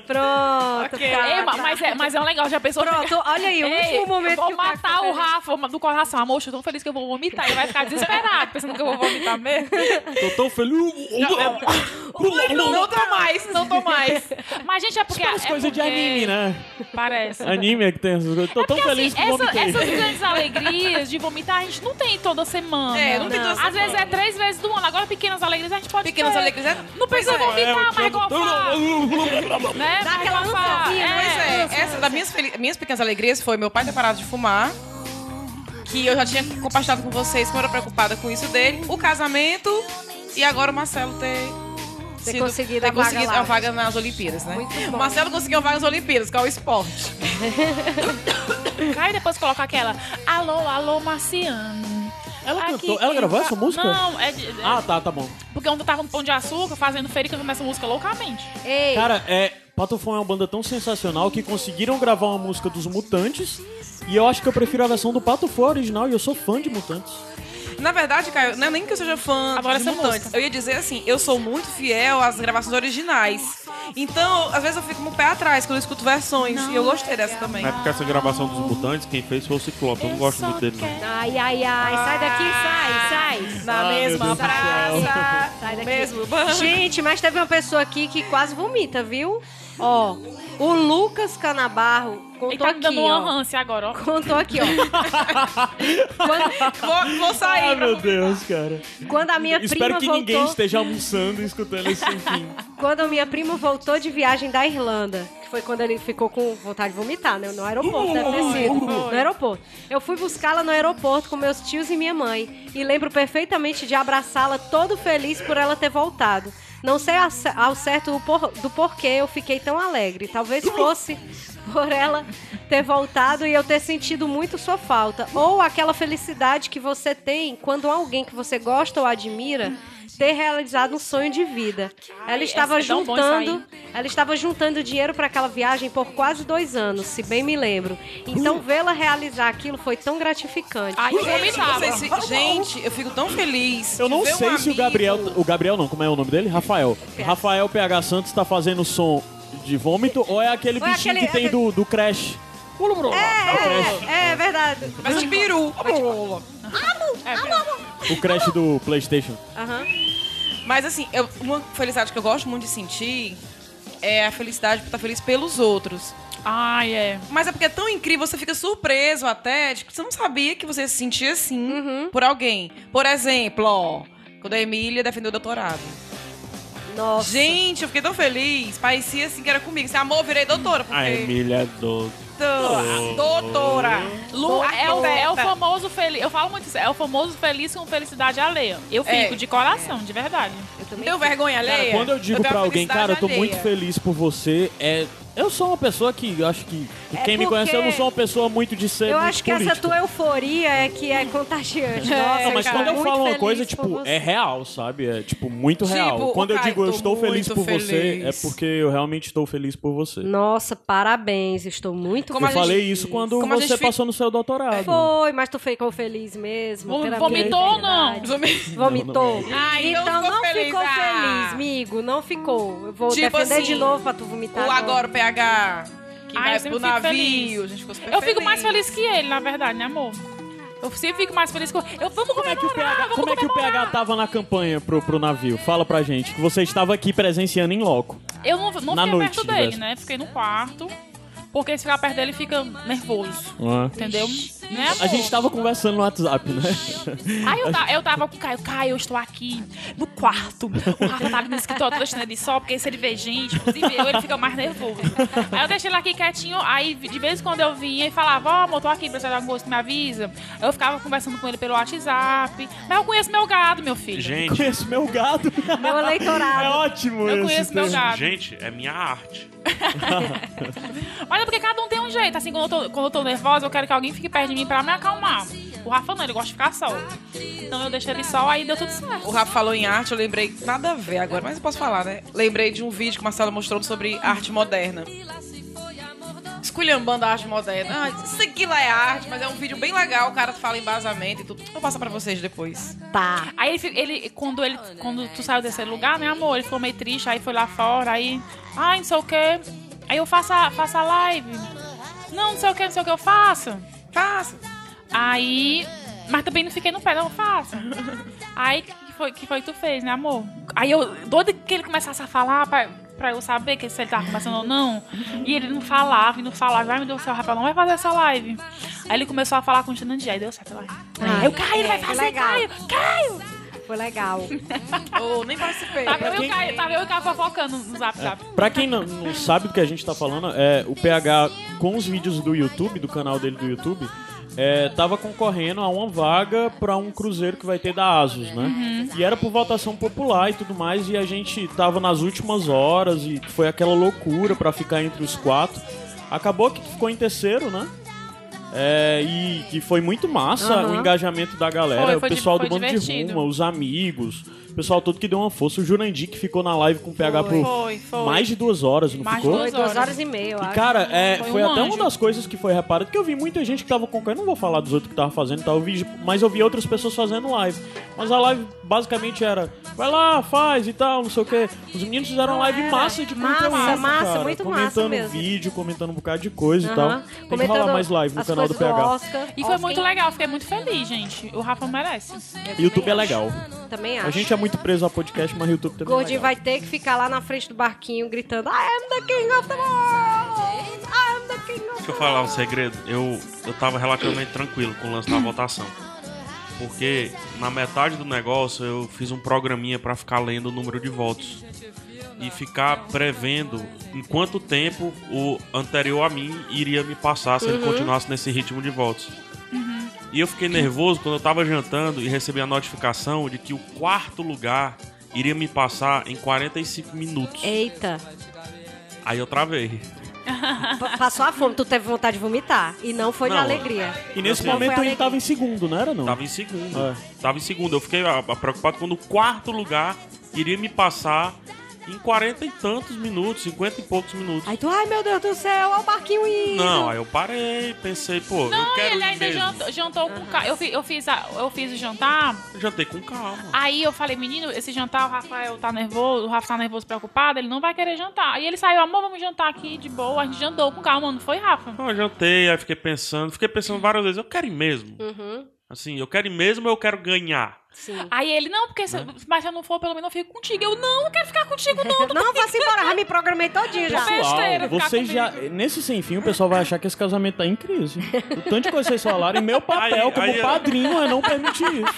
[SPEAKER 1] Pronto,
[SPEAKER 2] Ok.
[SPEAKER 1] cara.
[SPEAKER 3] Ei, ma- mas, é, mas é um legal, já pensou. *laughs*
[SPEAKER 1] Pronto, olha aí, o
[SPEAKER 3] Ei,
[SPEAKER 1] último momento
[SPEAKER 3] eu vou
[SPEAKER 1] que o tá Caio
[SPEAKER 3] matar
[SPEAKER 1] ficou
[SPEAKER 3] o
[SPEAKER 1] feliz.
[SPEAKER 3] Rafa do coração. Amor, eu tô tão feliz que eu vou vomitar. Ele vai ficar desesperado, pensando que eu vou vomitar mesmo.
[SPEAKER 4] Tô tão feliz.
[SPEAKER 1] é-
[SPEAKER 2] Não, não tô mais, não tô mais.
[SPEAKER 3] Mas, gente, é porque.
[SPEAKER 4] As
[SPEAKER 3] é
[SPEAKER 4] coisas de
[SPEAKER 3] porque-
[SPEAKER 4] anime, né?
[SPEAKER 3] Parece.
[SPEAKER 4] Anime é que tem essas coisas. Tô tão
[SPEAKER 3] Porque,
[SPEAKER 4] feliz
[SPEAKER 3] assim,
[SPEAKER 4] que
[SPEAKER 3] essa-
[SPEAKER 4] vomitei.
[SPEAKER 3] essas grandes alegrias de vomitar, a gente não tem toda semana.
[SPEAKER 2] É, não tem toda
[SPEAKER 3] Às
[SPEAKER 2] semana.
[SPEAKER 3] vezes é três vezes do ano. Agora, pequenas alegrias a gente pode
[SPEAKER 2] *laughs* Pequenas
[SPEAKER 3] ter.
[SPEAKER 2] alegrias, é?
[SPEAKER 3] Não precisa
[SPEAKER 2] Pois é.
[SPEAKER 4] É, eu
[SPEAKER 1] tá
[SPEAKER 3] vomitar, mas
[SPEAKER 4] tô tão-
[SPEAKER 3] golfar. Né?
[SPEAKER 1] Dá
[SPEAKER 3] Mas
[SPEAKER 1] aquela
[SPEAKER 3] golfar.
[SPEAKER 1] ânsiazinha,
[SPEAKER 3] É.
[SPEAKER 2] Pois é, essa das minhas, fel- minhas pequenas alegrias foi meu pai ter parado de fumar, que eu já tinha compartilhado com vocês, como eu era preocupada com isso dele, o casamento e agora o Marcelo ter.
[SPEAKER 1] Ter conseguido a
[SPEAKER 2] ter
[SPEAKER 1] vaga
[SPEAKER 2] conseguido
[SPEAKER 1] lá.
[SPEAKER 2] a vaga nas Olimpíadas, né?
[SPEAKER 1] Muito bom.
[SPEAKER 2] O Marcelo conseguiu a vaga nas Olimpíadas, que é o esporte.
[SPEAKER 3] Aí depois coloca aquela Alô, alô, Marciano.
[SPEAKER 4] Ela
[SPEAKER 3] Aqui
[SPEAKER 4] cantou- ela gravou essa música?
[SPEAKER 3] Não, é de, é-
[SPEAKER 4] Ah, tá, tá bom.
[SPEAKER 3] porque ontem eu tava no Pão de Açúcar fazendo feira e cantando essa música loucamente.
[SPEAKER 1] Ei,
[SPEAKER 4] Cara, é. Patofon é uma banda tão sensacional que conseguiram gravar uma música dos Mutantes. E eu acho que eu prefiro a versão do Patofon original. E eu sou fã de Mutantes.
[SPEAKER 2] Na verdade, Caio, não é nem que eu seja fã
[SPEAKER 3] Agora
[SPEAKER 2] de
[SPEAKER 3] essa
[SPEAKER 2] Mutantes.
[SPEAKER 3] música.
[SPEAKER 2] Eu ia dizer assim, eu sou muito fiel às gravações originais. Então, às vezes eu fico com o pé atrás quando eu escuto versões. e eu gostei dessa também.
[SPEAKER 5] Na época essa gravação dos mutantes, quem fez foi o Ciclope. Eu não gosto muito dele. não.
[SPEAKER 1] ai, ai, ai, sai daqui, sai, sai.
[SPEAKER 2] Na
[SPEAKER 4] Ai, meu
[SPEAKER 2] mesma
[SPEAKER 4] Deus do céu.
[SPEAKER 2] praça, *laughs*
[SPEAKER 1] Sai daqui.
[SPEAKER 2] mesmo banco.
[SPEAKER 1] Gente, mas teve uma pessoa aqui que quase vomita, viu? Ó, o Lucas Canabarro
[SPEAKER 3] Ele
[SPEAKER 1] contou
[SPEAKER 3] tá me
[SPEAKER 1] aqui,
[SPEAKER 3] dando uma
[SPEAKER 1] ó.
[SPEAKER 3] ânsia agora, ó.
[SPEAKER 1] Contou aqui, ó. quando,
[SPEAKER 2] Vou, vou sair.
[SPEAKER 4] Ai,
[SPEAKER 2] pra
[SPEAKER 4] meu Deus, cara.
[SPEAKER 1] quando a minha
[SPEAKER 4] Espero
[SPEAKER 1] prima
[SPEAKER 4] que
[SPEAKER 1] voltou,
[SPEAKER 4] ninguém esteja almoçando e escutando esse fim.
[SPEAKER 1] quando a minha prima voltou de viagem da Irlanda, que foi quando ele ficou com vontade de vomitar, né? No aeroporto, deve ter sido. No aeroporto. Eu fui buscá-la no aeroporto com meus tios e minha mãe e lembro perfeitamente de abraçá-la todo feliz por ela ter voltado. Não sei ao ce- ao certo o por- do porquê eu fiquei tão alegre. Talvez fosse por ela ter voltado e eu ter sentido muito sua falta. Ou aquela felicidade que você tem quando alguém que você gosta ou admira ter realizado um sonho de vida. Ela estava
[SPEAKER 3] essa é tão bom
[SPEAKER 1] juntando,
[SPEAKER 3] isso
[SPEAKER 1] ela estava juntando dinheiro para aquela viagem por quase dois anos, se bem me lembro. Então vê-la realizar aquilo foi tão gratificante.
[SPEAKER 3] Aí eu vomitava.
[SPEAKER 2] Vocês se- gente, eu fico tão feliz.
[SPEAKER 4] Eu não
[SPEAKER 2] de ver um
[SPEAKER 4] sei se o
[SPEAKER 2] amigo-
[SPEAKER 4] Gabriel. O Gabriel não, como é o nome dele? Rafael. Rafael PH Santos tá fazendo som de vômito ou é aquele
[SPEAKER 1] Ou é
[SPEAKER 4] bichinho
[SPEAKER 1] aquele-
[SPEAKER 4] que tem do, do Crash?
[SPEAKER 1] É, é verdade.
[SPEAKER 2] Mas
[SPEAKER 4] *laughs*
[SPEAKER 2] de peru.
[SPEAKER 4] O Crash do PlayStation.
[SPEAKER 1] Aham.
[SPEAKER 2] Mas assim, eu- uma felicidade que eu gosto muito de sentir é a felicidade por estar feliz pelos outros.
[SPEAKER 3] Ai, é.
[SPEAKER 2] Mas é porque é tão incrível, você fica surpreso até, tipo, você não sabia que você se sentia assim por alguém. Por exemplo, ó, quando a Emília defendeu o doutorado.
[SPEAKER 1] Nossa.
[SPEAKER 2] Gente, eu fiquei tão feliz. Parecia assim que era comigo. Assim, amor, eu virei doutora.
[SPEAKER 4] Ah,
[SPEAKER 2] Porque...
[SPEAKER 5] A Emília é doce.
[SPEAKER 2] Doutora. doutora.
[SPEAKER 3] Lu, é, o, é o
[SPEAKER 2] Roberta.
[SPEAKER 3] famoso feliz. Eu falo muito isso. É o famoso feliz com felicidade alheia. Eu
[SPEAKER 2] É.
[SPEAKER 3] fico de coração, de verdade.
[SPEAKER 1] Eu também
[SPEAKER 2] Deu vergonha
[SPEAKER 4] Cara,
[SPEAKER 2] alheia?
[SPEAKER 4] quando eu digo
[SPEAKER 2] tenho
[SPEAKER 4] pra
[SPEAKER 2] uma
[SPEAKER 4] alguém, cara, eu tô
[SPEAKER 2] felicidade
[SPEAKER 4] muito
[SPEAKER 2] alheia.
[SPEAKER 4] feliz por você, é. Eu sou uma pessoa que eu acho que.
[SPEAKER 2] É
[SPEAKER 4] quem me
[SPEAKER 1] porque-
[SPEAKER 4] conhece, eu não sou uma pessoa muito de ser.
[SPEAKER 1] Eu
[SPEAKER 4] muito
[SPEAKER 1] acho que essa
[SPEAKER 4] político.
[SPEAKER 1] tua euforia é que é contagiante. Nossa,
[SPEAKER 4] Não, mas
[SPEAKER 1] cara,
[SPEAKER 4] quando eu
[SPEAKER 1] muito
[SPEAKER 4] falo uma
[SPEAKER 1] feliz
[SPEAKER 4] coisa,
[SPEAKER 1] por
[SPEAKER 4] tipo,
[SPEAKER 1] você.
[SPEAKER 4] é real, sabe? É, tipo, muito
[SPEAKER 2] Tipo,
[SPEAKER 4] real. Quando eu
[SPEAKER 2] Caio,
[SPEAKER 4] digo eu
[SPEAKER 2] tô
[SPEAKER 4] estou feliz
[SPEAKER 2] muito
[SPEAKER 4] por você, é
[SPEAKER 2] feliz.
[SPEAKER 4] porque eu realmente estou feliz por você.
[SPEAKER 1] Nossa, parabéns, estou muito
[SPEAKER 2] Como a
[SPEAKER 4] eu
[SPEAKER 1] feliz.
[SPEAKER 2] gente-
[SPEAKER 4] falei isso quando
[SPEAKER 2] como a
[SPEAKER 4] você
[SPEAKER 2] gente fica-
[SPEAKER 4] passou no seu doutorado.
[SPEAKER 1] Foi, mas tu ficou feliz mesmo.
[SPEAKER 3] Vom-
[SPEAKER 1] pela
[SPEAKER 3] vomitou
[SPEAKER 1] minha
[SPEAKER 3] ou não?
[SPEAKER 1] liberdade.
[SPEAKER 2] Zumbi.
[SPEAKER 1] Vomitou.
[SPEAKER 4] é.
[SPEAKER 2] Ah, então
[SPEAKER 1] então
[SPEAKER 2] ficou
[SPEAKER 1] não
[SPEAKER 2] feliz,
[SPEAKER 1] ficou
[SPEAKER 2] ah.
[SPEAKER 1] feliz, amigo. Não ficou. Eu vou
[SPEAKER 2] Tipo
[SPEAKER 1] defender
[SPEAKER 2] assim,
[SPEAKER 1] de novo pra tu vomitar.
[SPEAKER 2] O agora o PH. Que
[SPEAKER 3] Tá Ai, eu
[SPEAKER 2] vai
[SPEAKER 3] sempre
[SPEAKER 2] pro
[SPEAKER 3] fico
[SPEAKER 2] navio.
[SPEAKER 3] feliz.
[SPEAKER 2] A gente ficou super
[SPEAKER 3] Eu fico mais feliz que ele, na verdade, né, amor? Eu sempre fico mais feliz que eu. Vamos
[SPEAKER 4] Como
[SPEAKER 3] comemorar,
[SPEAKER 4] é, que o PH,
[SPEAKER 3] vamos
[SPEAKER 4] como é que o PH tava na campanha pro, pro navio? Fala pra gente, que você estava aqui presenciando em loco.
[SPEAKER 3] Eu não, não
[SPEAKER 4] Na
[SPEAKER 3] fiquei
[SPEAKER 4] noite,
[SPEAKER 3] perto dele,
[SPEAKER 4] diversos.
[SPEAKER 3] né? Fiquei no quarto. Porque se ficar perto dele, fica nervoso. Entendeu? Né, amor?
[SPEAKER 4] A gente tava conversando no WhatsApp, né?
[SPEAKER 3] Aí eu, ta- eu tava com o Caio. Caio, eu estou aqui no quarto. O Rafa tá ali no escritório deixando ele só, porque se ele vê gente, inclusive eu, ele fica mais nervoso. Aí eu deixei ele aqui quietinho. Aí de vez em quando eu vinha e falava: Ó, amor, tô aqui, precisa de alguma coisa que me avisa. Eu ficava conversando com ele pelo WhatsApp. Mas eu conheço meu gado, meu filho.
[SPEAKER 5] Gente,
[SPEAKER 4] Conheço meu gado.
[SPEAKER 1] Meu
[SPEAKER 4] É
[SPEAKER 1] eleitorado.
[SPEAKER 4] ótimo
[SPEAKER 3] Eu
[SPEAKER 4] esse
[SPEAKER 3] conheço meu
[SPEAKER 4] termo.
[SPEAKER 3] gado.
[SPEAKER 5] gente, é minha arte.
[SPEAKER 3] *laughs* Mas é porque cada um tem um jeito. Assim, quando eu tô, quando eu tô nervosa, eu quero que alguém fique perto de mim pra me acalmar. O Rafa não, ele gosta de ficar só. Então eu deixei ele só, aí deu tudo certo.
[SPEAKER 2] O Rafa falou em arte, eu lembrei, nada a ver agora, mas eu posso falar, né? Lembrei de um vídeo que o Marcelo mostrou sobre arte moderna. Esculhambando a arte moderna. Ah, isso aqui lá é arte, mas é um vídeo bem legal, o cara fala embasamento e tudo. Vou passar pra vocês depois.
[SPEAKER 1] Tá.
[SPEAKER 3] Aí ele, fi- ele- quando ele, quando tu saiu desse lugar, né, amor? Ele ficou meio triste, aí foi lá fora, aí, ai, não sei o quê. Aí eu faço a, faço a live. Não, não sei o que, não sei o que eu faço.
[SPEAKER 2] Faça.
[SPEAKER 3] Aí, mas também não fiquei no pé, não faço. Aí, que foi que foi que tu fez, né, amor? Aí eu, doido que ele começasse a falar pra, pra eu saber que se ele tava conversando ou não. E ele não falava, e não falava. Ai, meu Deus do céu, Rafael, não vai fazer essa live. Aí ele começou a falar com o Xandan aí deu certo a live. Aí eu, Caio, ele vai
[SPEAKER 1] é,
[SPEAKER 3] fazer,
[SPEAKER 1] legal.
[SPEAKER 3] Caio, Caio!
[SPEAKER 1] Foi legal.
[SPEAKER 2] Ou nem participei.
[SPEAKER 3] Tava Tá eu e o Caio, tava eu e o Caio fofocando no zap zap.
[SPEAKER 4] Pra quem não, não sabe do que a gente tá falando, é, o PH, com os vídeos do YouTube, do canal dele do YouTube, é, tava concorrendo a uma vaga pra um cruzeiro que vai ter da Asus, né?
[SPEAKER 3] Uhum.
[SPEAKER 4] E era por votação popular e tudo mais, e a gente tava nas últimas horas e foi aquela loucura pra ficar entre os quatro. Acabou que ficou em terceiro, né? É, e que foi muito massa
[SPEAKER 1] Aham.
[SPEAKER 4] o engajamento da galera,
[SPEAKER 3] Foi,
[SPEAKER 4] o
[SPEAKER 3] foi di-
[SPEAKER 4] pessoal
[SPEAKER 3] foi
[SPEAKER 4] do Bando
[SPEAKER 3] divertido.
[SPEAKER 4] de Ruma, os amigos, o pessoal todo que deu uma força, o Jurandir que ficou na live com o PH por
[SPEAKER 3] Foi, foi.
[SPEAKER 4] mais de duas horas, não
[SPEAKER 3] Mais
[SPEAKER 4] ficou?
[SPEAKER 1] Foi duas horas e meia, eu
[SPEAKER 4] E,
[SPEAKER 1] acho.
[SPEAKER 4] cara, é,
[SPEAKER 3] Foi
[SPEAKER 4] foi,
[SPEAKER 3] um
[SPEAKER 4] até
[SPEAKER 3] anjo.
[SPEAKER 4] uma das coisas que foi reparado, que eu vi muita gente que tava concorrendo, não vou falar dos outros que tava fazendo, tá, eu vi, mas eu vi outras pessoas fazendo live. Mas a live basicamente era, vai lá, faz e tal, não sei o quê. Os meninos fizeram live
[SPEAKER 1] era.
[SPEAKER 4] massa de
[SPEAKER 1] Massa,
[SPEAKER 4] coisa massa,
[SPEAKER 1] massa,
[SPEAKER 4] cara,
[SPEAKER 1] muito massa
[SPEAKER 4] comentando
[SPEAKER 1] mesmo.
[SPEAKER 4] vídeo, comentando um bocado de coisa e
[SPEAKER 1] Aham.
[SPEAKER 4] tal. Tem que rolar mais live no
[SPEAKER 1] as
[SPEAKER 4] canal do
[SPEAKER 1] coisas
[SPEAKER 4] PH.
[SPEAKER 1] Oscar.
[SPEAKER 3] E foi
[SPEAKER 1] Oscar,
[SPEAKER 3] muito legal, fiquei muito feliz, gente. O Rafa merece.
[SPEAKER 1] eu
[SPEAKER 4] YouTube
[SPEAKER 1] também
[SPEAKER 4] é legal.
[SPEAKER 1] acho, Também acho.
[SPEAKER 4] A gente é muito preso a podcast, mas YouTube também
[SPEAKER 1] Gordinho
[SPEAKER 4] é legal.
[SPEAKER 1] vai ter que ficar lá na frente do barquinho gritando I am the king of the world! I am the king of
[SPEAKER 5] Deixa
[SPEAKER 1] the
[SPEAKER 5] eu
[SPEAKER 1] world!
[SPEAKER 5] falar um segredo. Eu, eu tava relativamente tranquilo com o lance da votação. Porque na metade do negócio eu fiz um programinha pra ficar lendo o número de votos. E ficar prevendo em quanto tempo o anterior a mim iria me passar se ele continuasse nesse ritmo de votos. E eu fiquei nervoso quando eu tava jantando e recebi a notificação de que o quarto lugar
[SPEAKER 1] É.
[SPEAKER 5] iria me passar em 45 minutos.
[SPEAKER 1] Eita!
[SPEAKER 5] Aí eu travei.
[SPEAKER 1] Pa- Passou a fome, tu teve vontade de vomitar. E não foi de
[SPEAKER 5] Não,
[SPEAKER 1] alegria.
[SPEAKER 4] E nesse
[SPEAKER 1] foi
[SPEAKER 5] Não,
[SPEAKER 4] momento ele
[SPEAKER 1] alegria.
[SPEAKER 4] tava em segundo, não era não?
[SPEAKER 5] Tava em segundo.
[SPEAKER 4] É.
[SPEAKER 5] Tava em segundo. Eu fiquei ah, preocupado quando o quarto lugar iria me passar em 40 e tantos minutos, 50 e poucos minutos.
[SPEAKER 1] Aí tu, ai meu Deus do céu, olha o barquinho indo.
[SPEAKER 5] Não, aí eu parei, pensei, pô, eu
[SPEAKER 3] Não,
[SPEAKER 5] quero
[SPEAKER 3] ele
[SPEAKER 5] ir
[SPEAKER 3] ainda
[SPEAKER 5] mesmo.
[SPEAKER 3] jantou, jantou com calma. Eu, fi- eu, fiz a- eu fiz o jantar,
[SPEAKER 5] Jantei com calma.
[SPEAKER 3] aí eu falei, menino, esse jantar o Rafael tá nervoso, o Rafa tá nervoso, preocupado, ele não vai querer jantar. Aí ele saiu, amor, vamos jantar aqui de boa. A gente jantou com calma, não foi, Rafa?
[SPEAKER 5] Então eu jantei, aí fiquei pensando, fiquei pensando várias vezes, eu quero ir mesmo.
[SPEAKER 1] Uhum,
[SPEAKER 5] Assim, eu quero ir mesmo ou eu quero ganhar?
[SPEAKER 1] sim.
[SPEAKER 3] Aí ele, não, porque
[SPEAKER 1] Né?
[SPEAKER 3] se, mas se eu não for, pelo menos eu fico contigo. Eu, não, não quero ficar contigo,
[SPEAKER 1] *laughs*
[SPEAKER 3] não.
[SPEAKER 1] Não, vá-se embora, já me programei todinho já.
[SPEAKER 3] Pessoal, besteira ficar
[SPEAKER 4] vocês já. Nesse sem fim, o pessoal vai achar que esse casamento tá em crise. O tanto de coisa que vocês falaram, e meu papel
[SPEAKER 5] Aí-
[SPEAKER 4] como
[SPEAKER 5] aí-
[SPEAKER 4] padrinho é não permitir isso.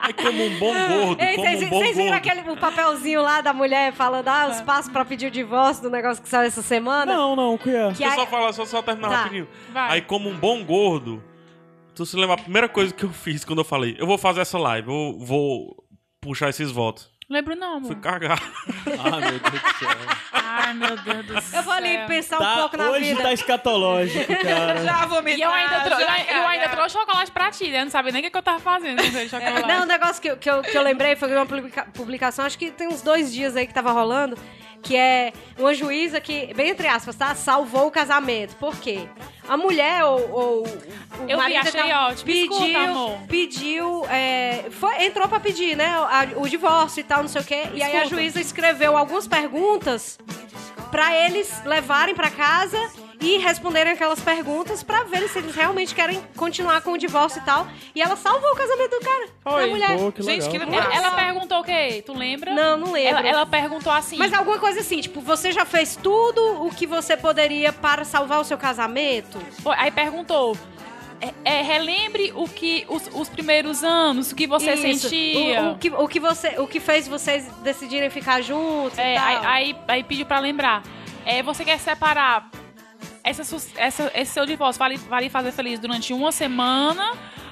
[SPEAKER 5] Aí como um bom
[SPEAKER 1] *laughs*
[SPEAKER 5] gordo,
[SPEAKER 1] Ei,
[SPEAKER 5] como um
[SPEAKER 1] vocês
[SPEAKER 5] bom
[SPEAKER 1] vocês viram
[SPEAKER 5] gordo.
[SPEAKER 1] aquele o papelzinho lá da mulher falando, ah,
[SPEAKER 3] É.
[SPEAKER 1] os passos pra pedir o divórcio do negócio que saiu essa semana?
[SPEAKER 4] Não, não, o que é?
[SPEAKER 1] Que
[SPEAKER 5] Deixa eu
[SPEAKER 1] aí-
[SPEAKER 5] só falar, só, só terminar
[SPEAKER 1] Tá.
[SPEAKER 5] rapidinho.
[SPEAKER 3] Vai.
[SPEAKER 5] Aí, como um bom gordo, tu se lembra a primeira coisa que eu fiz quando eu falei, eu vou fazer essa live, eu vou puxar esses votos.
[SPEAKER 3] Lembro não, amor.
[SPEAKER 5] Fui cagar.
[SPEAKER 4] Ah, meu Deus do céu.
[SPEAKER 3] Ai, meu Deus do céu.
[SPEAKER 1] Eu vou ali pensar um pouco na
[SPEAKER 4] hoje
[SPEAKER 1] vida.
[SPEAKER 4] tá escatológico, cara.
[SPEAKER 2] Já vou
[SPEAKER 3] E eu ainda, trou- eu ainda trouxe chocolate pra ti, né? Não sabia nem o que, que eu tava fazendo com esse chocolate.
[SPEAKER 1] É. Não, o negócio que, eu- que, eu, que eu lembrei foi de uma publica- publicação, acho que tem uns dois dias aí que tava rolando, que é uma juíza que, bem entre aspas, tá? Salvou o casamento. Por quê? A mulher ou, ou o
[SPEAKER 3] Eu vi,
[SPEAKER 1] marido
[SPEAKER 3] achei
[SPEAKER 1] tá-
[SPEAKER 3] ótimo. Escuta, amor.
[SPEAKER 1] pediu, é, foi, entrou pra pedir, né, a- o divórcio e tal, não sei o quê. E aí a
[SPEAKER 3] Escuta.
[SPEAKER 1] juíza escreveu algumas perguntas pra eles levarem pra casa e responderem aquelas perguntas pra ver se eles realmente querem continuar com o divórcio e tal. E ela salvou o casamento do cara, da
[SPEAKER 3] Foi.
[SPEAKER 1] mulher.
[SPEAKER 4] Pô, que
[SPEAKER 2] Gente,
[SPEAKER 4] legal.
[SPEAKER 2] que legal.
[SPEAKER 3] Ela, ela perguntou o quê? Tu lembra?
[SPEAKER 1] Não, não lembro.
[SPEAKER 3] Ela, ela perguntou assim.
[SPEAKER 1] Mas alguma coisa assim, tipo, você já fez tudo o que você poderia para salvar o seu casamento?
[SPEAKER 3] Foi, Aí perguntou. é, é, relembre o que os, os primeiros anos, o que você
[SPEAKER 1] Isso.
[SPEAKER 3] sentia.
[SPEAKER 1] O, o que, o, que você, o que fez vocês decidirem ficar juntos e
[SPEAKER 3] É,
[SPEAKER 1] tal.
[SPEAKER 3] aí, aí, aí pediu pra lembrar. É, você quer separar essa, su- essa- esse seu divórcio? Vai, lhe- vai lhe fazer feliz durante uma semana?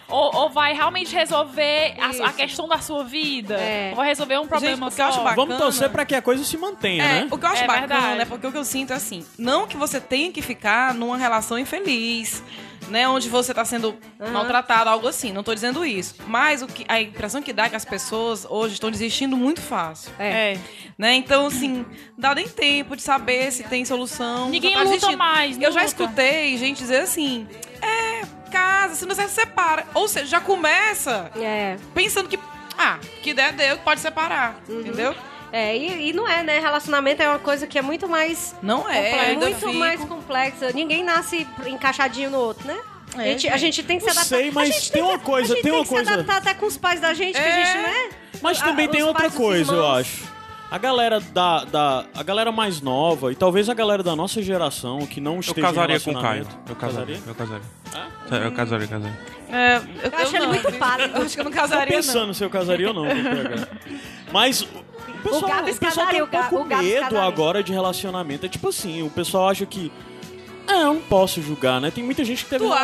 [SPEAKER 3] Ou, ou vai realmente resolver a, su- a
[SPEAKER 1] Isso.
[SPEAKER 3] questão da sua vida?
[SPEAKER 1] É.
[SPEAKER 3] Ou vai resolver um problema
[SPEAKER 2] o que
[SPEAKER 3] só?
[SPEAKER 2] eu acho bacana-
[SPEAKER 4] Vamos torcer pra que a coisa se mantenha,
[SPEAKER 2] É,
[SPEAKER 4] né?
[SPEAKER 2] o que eu acho
[SPEAKER 3] É
[SPEAKER 2] bacana,
[SPEAKER 3] verdade.
[SPEAKER 2] né? Porque o que eu sinto é assim, não que você tenha que ficar numa relação infeliz, né? Onde você tá sendo maltratado, algo assim. Não tô dizendo isso. Mas o que, a impressão que dá é que as pessoas hoje estão desistindo muito fácil.
[SPEAKER 1] É.
[SPEAKER 2] Né? Então, assim, dá nem tempo de saber se tem solução.
[SPEAKER 3] Ninguém
[SPEAKER 2] Já tá
[SPEAKER 3] luta
[SPEAKER 2] desistindo.
[SPEAKER 3] mais, não
[SPEAKER 2] Eu já
[SPEAKER 3] luta.
[SPEAKER 2] escutei gente dizer assim, é, casa, se não você separa. Ou seja, já começa
[SPEAKER 1] É,
[SPEAKER 2] pensando que, ah, que der, deu, pode separar.
[SPEAKER 3] Uhum.
[SPEAKER 2] Entendeu?
[SPEAKER 1] é e, e não é, né? Relacionamento é uma coisa que é muito mais...
[SPEAKER 2] Não é. eu ainda
[SPEAKER 1] muito
[SPEAKER 2] fico-
[SPEAKER 1] mais complexa. Ninguém nasce encaixadinho no outro, né?
[SPEAKER 2] É,
[SPEAKER 1] a, gente, a gente tem que se
[SPEAKER 4] Não
[SPEAKER 1] adaptar.
[SPEAKER 4] sei, mas
[SPEAKER 1] a gente
[SPEAKER 4] tem
[SPEAKER 1] que-
[SPEAKER 4] uma coisa,
[SPEAKER 1] a gente
[SPEAKER 4] tem uma
[SPEAKER 1] que
[SPEAKER 4] coisa.
[SPEAKER 1] se adaptar até com os pais da gente, que
[SPEAKER 2] É,
[SPEAKER 1] a gente, né?
[SPEAKER 4] Mas
[SPEAKER 1] A-
[SPEAKER 4] também
[SPEAKER 1] os
[SPEAKER 4] tem outra
[SPEAKER 1] pais dos
[SPEAKER 4] coisa, eu
[SPEAKER 1] irmãos.
[SPEAKER 4] acho. A galera da, da. A galera mais nova, e talvez a galera da nossa geração, que não
[SPEAKER 5] Eu
[SPEAKER 4] esteja
[SPEAKER 5] casaria
[SPEAKER 4] em
[SPEAKER 5] com o Caio.
[SPEAKER 4] relacionamento-
[SPEAKER 5] Eu casaria? Eu casaria. Sério, Eu casaria, casaria.
[SPEAKER 2] É, eu,
[SPEAKER 1] Eu acho ele
[SPEAKER 2] não,
[SPEAKER 1] muito
[SPEAKER 2] eu-
[SPEAKER 1] pálido.
[SPEAKER 2] Eu acho que eu não
[SPEAKER 4] Tô
[SPEAKER 2] casaria,
[SPEAKER 4] pensando se eu casaria ou não. vou pegar. Mas o pessoal, o
[SPEAKER 1] Gabs
[SPEAKER 4] pessoal tem
[SPEAKER 1] casaria,
[SPEAKER 4] um
[SPEAKER 1] o Ga-
[SPEAKER 4] pouco
[SPEAKER 1] o Gabs
[SPEAKER 4] medo
[SPEAKER 1] casaria.
[SPEAKER 4] agora de relacionamento. É tipo assim, o pessoal acha que... Ah, eu não posso julgar, né? Tem muita gente que teve
[SPEAKER 2] Tu
[SPEAKER 4] um
[SPEAKER 2] acha?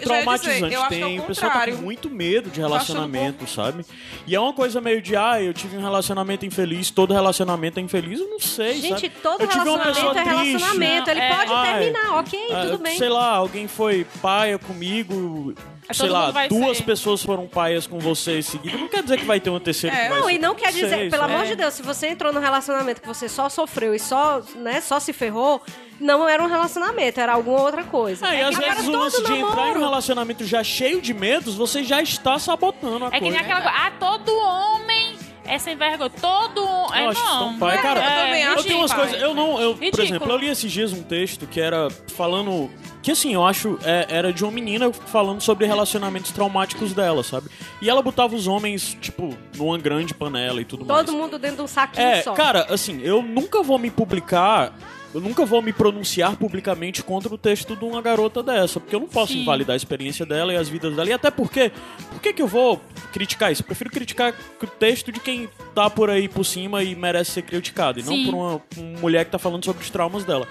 [SPEAKER 2] Eu já ia dizer,
[SPEAKER 4] traumatizante.
[SPEAKER 2] eu acho que é o
[SPEAKER 4] tem, o pessoal tá com
[SPEAKER 2] contrário.
[SPEAKER 4] muito medo de
[SPEAKER 2] achando
[SPEAKER 4] relacionamento, sabe? E é uma coisa meio de, ah, eu tive um relacionamento infeliz, todo relacionamento é infeliz, eu não sei,
[SPEAKER 1] Gente,
[SPEAKER 4] sabe?
[SPEAKER 1] todo
[SPEAKER 4] eu tive uma pessoa
[SPEAKER 1] relacionamento é
[SPEAKER 4] triste.
[SPEAKER 1] relacionamento. Ele
[SPEAKER 2] né?
[SPEAKER 3] Não, é.
[SPEAKER 1] pode
[SPEAKER 4] Ai.
[SPEAKER 1] terminar, ok,
[SPEAKER 4] Ah,
[SPEAKER 1] tudo bem.
[SPEAKER 4] Sei lá, alguém foi paia comigo.
[SPEAKER 3] Mas
[SPEAKER 4] sei
[SPEAKER 3] todo
[SPEAKER 4] lá,
[SPEAKER 3] mundo vai
[SPEAKER 4] duas
[SPEAKER 3] ser.
[SPEAKER 4] pessoas foram paias com você em seguida. Não quer dizer que vai ter uma terceira.
[SPEAKER 2] É.
[SPEAKER 4] que vai
[SPEAKER 1] Não,
[SPEAKER 4] ser- é.
[SPEAKER 1] e não quer
[SPEAKER 4] sei,
[SPEAKER 1] dizer, pelo
[SPEAKER 4] sabe?
[SPEAKER 1] amor de Deus, se você entrou num relacionamento que você só sofreu e só, né, só se ferrou, não era um relacionamento, era alguma outra coisa. É
[SPEAKER 4] Ah, e às
[SPEAKER 1] Agora,
[SPEAKER 4] vezes o
[SPEAKER 1] todo
[SPEAKER 4] lance de entrar em um
[SPEAKER 1] namoro-
[SPEAKER 4] relacionamento já cheio de medos, você já está sabotando a
[SPEAKER 3] É que nem
[SPEAKER 4] coisa.
[SPEAKER 2] né,
[SPEAKER 3] aquela coisa. Ah, todo homem é sem vergonha. Todo homem. É,
[SPEAKER 4] Nossa,
[SPEAKER 3] não. É,
[SPEAKER 4] então pai, cara.
[SPEAKER 2] eu também
[SPEAKER 4] Eu
[SPEAKER 2] acho
[SPEAKER 4] tenho umas
[SPEAKER 2] pai.
[SPEAKER 4] coisas. Eu não. Eu, por
[SPEAKER 3] Ridículo.
[SPEAKER 4] exemplo, eu li esses dias um texto que era falando. Que assim, eu acho. é, era de uma menina falando sobre relacionamentos traumáticos dela, sabe? E ela botava os homens, tipo, numa grande panela e tudo mais.
[SPEAKER 1] Todo mundo dentro de um saquinho
[SPEAKER 4] É,
[SPEAKER 1] só.
[SPEAKER 4] cara, assim, eu nunca vou me publicar. Eu nunca vou me pronunciar publicamente contra o texto de uma garota dessa, porque eu não posso
[SPEAKER 3] Sim.
[SPEAKER 4] invalidar a experiência dela e as vidas dela. E até porque, por que, que eu vou criticar isso? Eu prefiro criticar o texto de quem tá por aí por cima e merece ser criticado, e
[SPEAKER 3] Sim.
[SPEAKER 4] não por uma, uma mulher que tá falando sobre os traumas dela.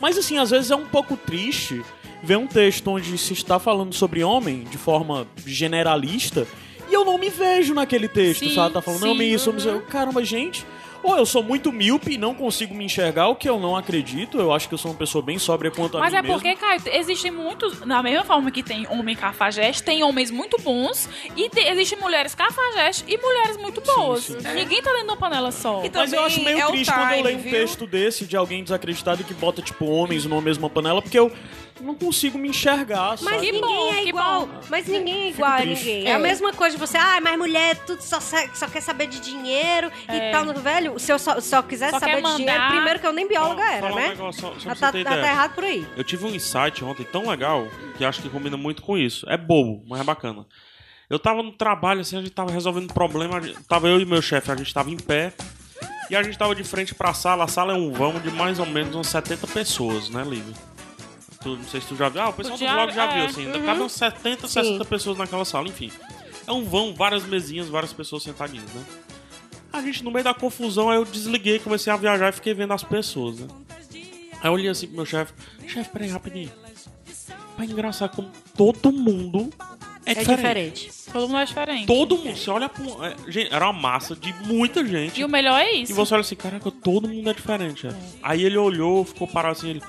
[SPEAKER 4] Mas assim, às vezes é um pouco triste ver um texto onde se está falando sobre homem de forma generalista e eu não me vejo naquele texto,
[SPEAKER 3] Sim,
[SPEAKER 4] sabe? Tá falando,
[SPEAKER 3] sim.
[SPEAKER 4] homem, isso, homem, isso. Eu, Caramba, gente, Ou eu sou muito míope e não consigo me enxergar, o que eu não acredito. Eu acho que eu sou uma pessoa bem sóbria quanto a
[SPEAKER 3] Mas
[SPEAKER 4] mim
[SPEAKER 3] é porque, Caio, existem muitos. Da mesma forma que tem homem cafajeste, tem homens muito bons. E te- existem mulheres cafajeste e mulheres muito boas. Ninguém tá lendo uma panela só.
[SPEAKER 2] E
[SPEAKER 4] Mas eu
[SPEAKER 2] também
[SPEAKER 4] acho meio
[SPEAKER 2] é o
[SPEAKER 4] triste quando eu
[SPEAKER 2] time,
[SPEAKER 4] leio um
[SPEAKER 2] viu?
[SPEAKER 4] texto desse de alguém desacreditado que bota, tipo, homens numa mesma panela, porque eu não consigo me enxergar,
[SPEAKER 1] Mas
[SPEAKER 4] sabe?
[SPEAKER 1] ninguém
[SPEAKER 3] bom,
[SPEAKER 1] é
[SPEAKER 3] que
[SPEAKER 1] igual.
[SPEAKER 3] bom.
[SPEAKER 1] Mas ninguém é igual a
[SPEAKER 4] triste.
[SPEAKER 1] ninguém. É. a mesma coisa de você, ah, mas mulher tudo só, sa- só quer saber de dinheiro e tal. Velho, se eu só, só quisesse
[SPEAKER 3] Só quer
[SPEAKER 1] saber de dinheiro,
[SPEAKER 3] mandar.
[SPEAKER 1] primeiro que eu nem bióloga
[SPEAKER 5] Só- só
[SPEAKER 1] era,
[SPEAKER 5] um
[SPEAKER 1] né?
[SPEAKER 5] negócio, só- só pra
[SPEAKER 1] Já
[SPEAKER 5] você
[SPEAKER 1] tá,
[SPEAKER 5] ter
[SPEAKER 1] já
[SPEAKER 5] ideia.
[SPEAKER 1] tá errado por aí.
[SPEAKER 5] Eu tive um insight ontem tão legal que acho que combina muito com isso. É bobo, mas é bacana. Eu tava no trabalho, assim, a gente tava resolvendo um problema. a gente- Tava eu e meu chefe, a gente tava em pé. E a gente tava de frente pra sala. A sala é um vão de mais ou menos umas 70 pessoas, né, Lívia? Tu- não sei se tu já viu. Ah, o pessoal
[SPEAKER 3] Já-
[SPEAKER 5] do blog já
[SPEAKER 3] é,
[SPEAKER 5] viu, assim. Cada uns 70, 60 pessoas naquela sala, enfim. É um vão, várias mesinhas, várias pessoas sentadinhas, né? A gente, no meio da confusão, aí eu desliguei, comecei a viajar e fiquei vendo as pessoas, né? Aí eu olhei assim pro meu chefe, chefe, peraí, rapidinho. Pra engraçar como todo mundo é,
[SPEAKER 1] É
[SPEAKER 5] diferente.
[SPEAKER 1] diferente.
[SPEAKER 3] Todo mundo é diferente.
[SPEAKER 5] Todo mundo, você olha pra. um- é, gente, era uma massa de muita gente.
[SPEAKER 3] E o melhor é
[SPEAKER 5] E
[SPEAKER 3] isso.
[SPEAKER 5] você olha assim, caraca, todo mundo é diferente. chefe. Aí ele olhou, ficou parado assim, ele.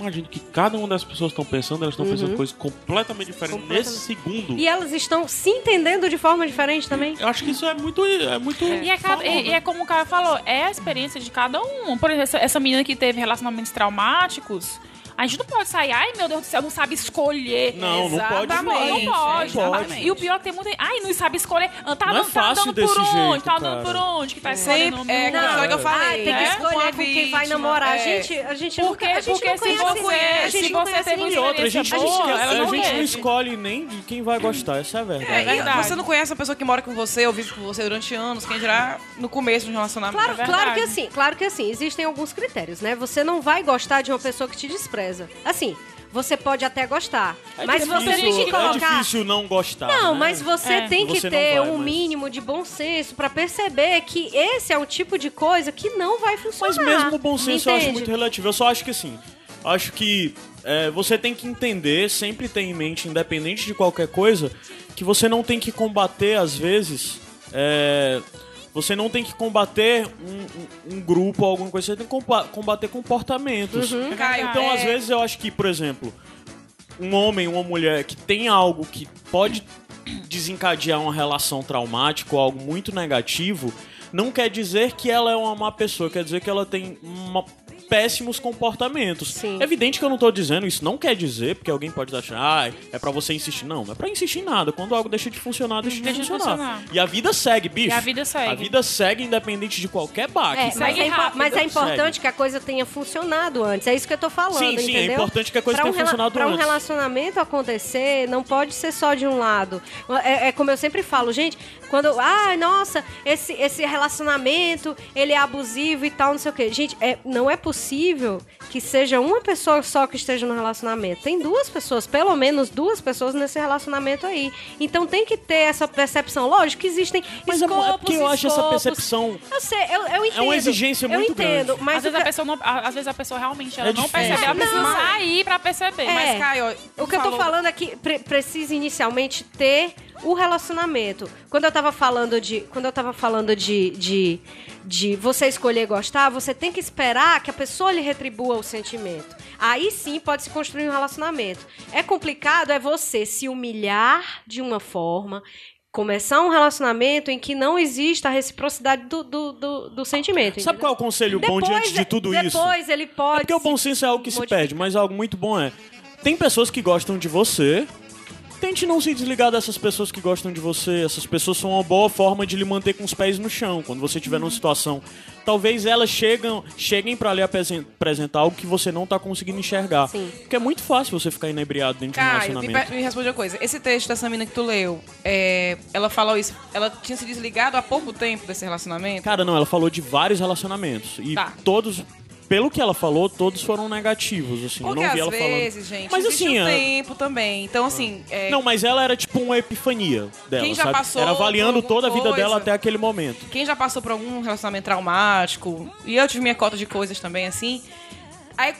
[SPEAKER 5] Imagina que cada uma das pessoas estão pensando, elas estão
[SPEAKER 3] Uhum.
[SPEAKER 5] pensando coisas completamente diferentes nesse segundo.
[SPEAKER 1] E elas estão se entendendo de forma diferente também.
[SPEAKER 5] Eu acho que isso é muito. É muito
[SPEAKER 3] E é, cada- e- e é como o cara falou, é a experiência de cada um. Por exemplo, essa, essa menina que teve relacionamentos traumáticos, a gente não pode sair, ai meu Deus do céu, não sabe escolher.
[SPEAKER 4] Não, não pode
[SPEAKER 3] Tá bom,
[SPEAKER 4] mesmo.
[SPEAKER 3] não pode.
[SPEAKER 4] Não
[SPEAKER 3] tá?
[SPEAKER 4] pode.
[SPEAKER 3] E o pior é que tem muita. Ai, não sabe escolher. Ah, Tá
[SPEAKER 4] Não é
[SPEAKER 3] dando, tá
[SPEAKER 4] fácil
[SPEAKER 3] dando
[SPEAKER 4] desse
[SPEAKER 3] por onde?
[SPEAKER 4] jeito,
[SPEAKER 3] tá dando
[SPEAKER 4] cara.
[SPEAKER 3] por onde? Que tá escolhendo
[SPEAKER 2] Sempre é
[SPEAKER 3] o mundo.
[SPEAKER 2] aquela história que eu falei.
[SPEAKER 1] ah, tem que
[SPEAKER 2] né?
[SPEAKER 1] escolher com quem vai
[SPEAKER 2] vítima,
[SPEAKER 1] namorar. A
[SPEAKER 2] é.
[SPEAKER 1] gente, a gente não
[SPEAKER 3] Porque,
[SPEAKER 1] a gente
[SPEAKER 3] porque
[SPEAKER 1] não
[SPEAKER 3] se
[SPEAKER 1] conhece
[SPEAKER 3] você,
[SPEAKER 1] ninguém. a gente
[SPEAKER 3] se
[SPEAKER 1] não
[SPEAKER 3] você
[SPEAKER 1] conhece
[SPEAKER 3] teve uma
[SPEAKER 1] ninguém.
[SPEAKER 4] Outra, a gente,
[SPEAKER 3] experiência
[SPEAKER 1] a gente
[SPEAKER 3] boa,
[SPEAKER 1] não-
[SPEAKER 3] ela
[SPEAKER 4] a
[SPEAKER 3] não
[SPEAKER 4] gente não
[SPEAKER 3] quer.
[SPEAKER 4] escolhe nem de quem vai gostar, essa é a verdade.
[SPEAKER 2] É, e
[SPEAKER 3] verdade.
[SPEAKER 2] você não conhece a pessoa que mora com você ou vive com você durante anos, quem dirá no começo de um relacionamento.
[SPEAKER 1] Claro,
[SPEAKER 3] É verdade.
[SPEAKER 1] claro que assim, claro que assim, existem alguns critérios, né? Você não vai gostar de uma pessoa que te despreza. Assim, você pode até gostar, mas você tem que
[SPEAKER 4] É
[SPEAKER 1] colocar.
[SPEAKER 4] difícil não gostar.
[SPEAKER 1] não,
[SPEAKER 4] né?
[SPEAKER 1] mas você
[SPEAKER 3] É.
[SPEAKER 1] tem que
[SPEAKER 4] Você não
[SPEAKER 1] ter
[SPEAKER 4] vai,
[SPEAKER 1] um
[SPEAKER 4] mas-
[SPEAKER 1] mínimo de bom senso pra perceber que esse é um tipo de coisa que não vai funcionar.
[SPEAKER 4] Mas mesmo o bom senso eu acho
[SPEAKER 1] entende?
[SPEAKER 4] muito relativo. Eu só acho que assim, acho que é, você tem que entender, sempre ter em mente, independente de qualquer coisa, que você não tem que combater, às vezes. é, você não tem que combater um, um- um grupo ou alguma coisa, você tem que compa- combater comportamentos.
[SPEAKER 2] Caio,
[SPEAKER 4] Então,
[SPEAKER 2] é-
[SPEAKER 4] às vezes, eu acho que, por exemplo, um homem, uma mulher que tem algo que pode desencadear uma relação traumática ou algo muito negativo, não quer dizer que ela é uma má pessoa, quer dizer que ela tem uma- péssimos comportamentos.
[SPEAKER 1] Sim.
[SPEAKER 4] É evidente que eu não tô dizendo isso, não quer dizer, porque alguém pode achar, ah, é pra você insistir. Não, não é pra insistir em nada. Quando algo deixa de funcionar, deixa,
[SPEAKER 3] Deixa
[SPEAKER 4] de
[SPEAKER 3] de
[SPEAKER 4] funcionar.
[SPEAKER 3] funcionar.
[SPEAKER 4] E a vida segue, bicho.
[SPEAKER 3] E a vida segue.
[SPEAKER 4] A vida segue independente de qualquer baque.
[SPEAKER 1] É,
[SPEAKER 4] cara.
[SPEAKER 1] mas, é, impo-
[SPEAKER 3] rápido.
[SPEAKER 1] mas é importante que a coisa tenha funcionado antes. É isso que eu tô falando,
[SPEAKER 4] Sim, sim, é
[SPEAKER 1] entendeu?
[SPEAKER 4] importante que a coisa
[SPEAKER 1] Pra
[SPEAKER 4] tenha
[SPEAKER 1] rela-
[SPEAKER 4] funcionado
[SPEAKER 1] pra um
[SPEAKER 4] antes.
[SPEAKER 1] relacionamento acontecer, não pode ser só de um lado. É, é como eu sempre falo, gente, quando... Ah, nossa, esse, esse relacionamento, ele é abusivo e tal, não sei o quê. Gente, é, não é possível que seja uma pessoa só que esteja no relacionamento. Tem duas pessoas, pelo menos duas pessoas nesse relacionamento aí. Então tem que ter essa percepção. Lógico que existem
[SPEAKER 4] Mas é mo- é
[SPEAKER 1] escopos,
[SPEAKER 4] porque eu acho essa
[SPEAKER 1] escopos.
[SPEAKER 4] percepção
[SPEAKER 1] Eu sei, eu, eu entendo.
[SPEAKER 4] É exigência
[SPEAKER 1] eu
[SPEAKER 4] muito
[SPEAKER 1] entendo,
[SPEAKER 4] grande.
[SPEAKER 1] Mas
[SPEAKER 3] às,
[SPEAKER 1] o
[SPEAKER 3] vezes a
[SPEAKER 1] que-
[SPEAKER 3] pessoa não- a- às vezes a pessoa realmente ela
[SPEAKER 4] É
[SPEAKER 3] não
[SPEAKER 4] difícil.
[SPEAKER 3] percebe, ela
[SPEAKER 1] Não.
[SPEAKER 3] precisa sair pra perceber.
[SPEAKER 1] É.
[SPEAKER 3] Mas
[SPEAKER 2] Mas, Caio,
[SPEAKER 1] o que eu tô
[SPEAKER 2] falou-
[SPEAKER 1] falando é que pre- precisa inicialmente ter o relacionamento. Quando eu tava falando de. Quando eu tava falando de, de, de você escolher gostar, você tem que esperar que a pessoa lhe retribua o sentimento. Aí sim pode se construir um relacionamento. É complicado, é você se humilhar de uma forma. Começar um relacionamento em que não exista a reciprocidade do, do, do, do sentimento.
[SPEAKER 4] Sabe
[SPEAKER 1] entendeu?
[SPEAKER 4] qual é o conselho bom diante de tudo isso?
[SPEAKER 1] Depois ele
[SPEAKER 4] É
[SPEAKER 1] pode.
[SPEAKER 4] porque o bom
[SPEAKER 1] se-
[SPEAKER 4] senso é algo que se
[SPEAKER 1] modificar.
[SPEAKER 4] perde, mas algo muito bom é. Tem pessoas que gostam de você. Tente não se desligar dessas pessoas que gostam de você. Essas pessoas são uma boa forma de lhe manter com os pés no chão quando você
[SPEAKER 2] Uhum.
[SPEAKER 4] estiver numa situação. Talvez elas chegam, cheguem pra lhe apresen- apresentar algo que você não tá conseguindo enxergar.
[SPEAKER 1] Sim.
[SPEAKER 4] Porque é muito fácil você ficar inebriado dentro de um
[SPEAKER 2] Caio, me,
[SPEAKER 4] relacionamento.
[SPEAKER 2] pe- me responde uma coisa. Esse texto dessa menina que tu leu, é, ela falou isso. Ela tinha se desligado há pouco tempo desse relacionamento.
[SPEAKER 4] Cara, não, ela falou de vários relacionamentos. E
[SPEAKER 2] Tá.
[SPEAKER 4] todos, pelo que ela falou, todos foram negativos, assim. eu
[SPEAKER 2] Porque
[SPEAKER 4] não vi
[SPEAKER 2] às
[SPEAKER 4] ela
[SPEAKER 2] vezes,
[SPEAKER 4] falando.
[SPEAKER 2] gente,
[SPEAKER 4] mas
[SPEAKER 2] existe
[SPEAKER 4] assim,
[SPEAKER 2] um
[SPEAKER 4] a-
[SPEAKER 2] tempo também. Então, assim, é,
[SPEAKER 4] Não, mas ela era tipo uma epifania dela,
[SPEAKER 2] Quem já
[SPEAKER 4] sabe?
[SPEAKER 2] passou
[SPEAKER 4] era avaliando
[SPEAKER 2] por alguma
[SPEAKER 4] toda a vida
[SPEAKER 2] coisa?
[SPEAKER 4] dela até aquele momento.
[SPEAKER 2] quem já passou por algum relacionamento traumático, e eu tive minha cota de coisas também, assim. Aí,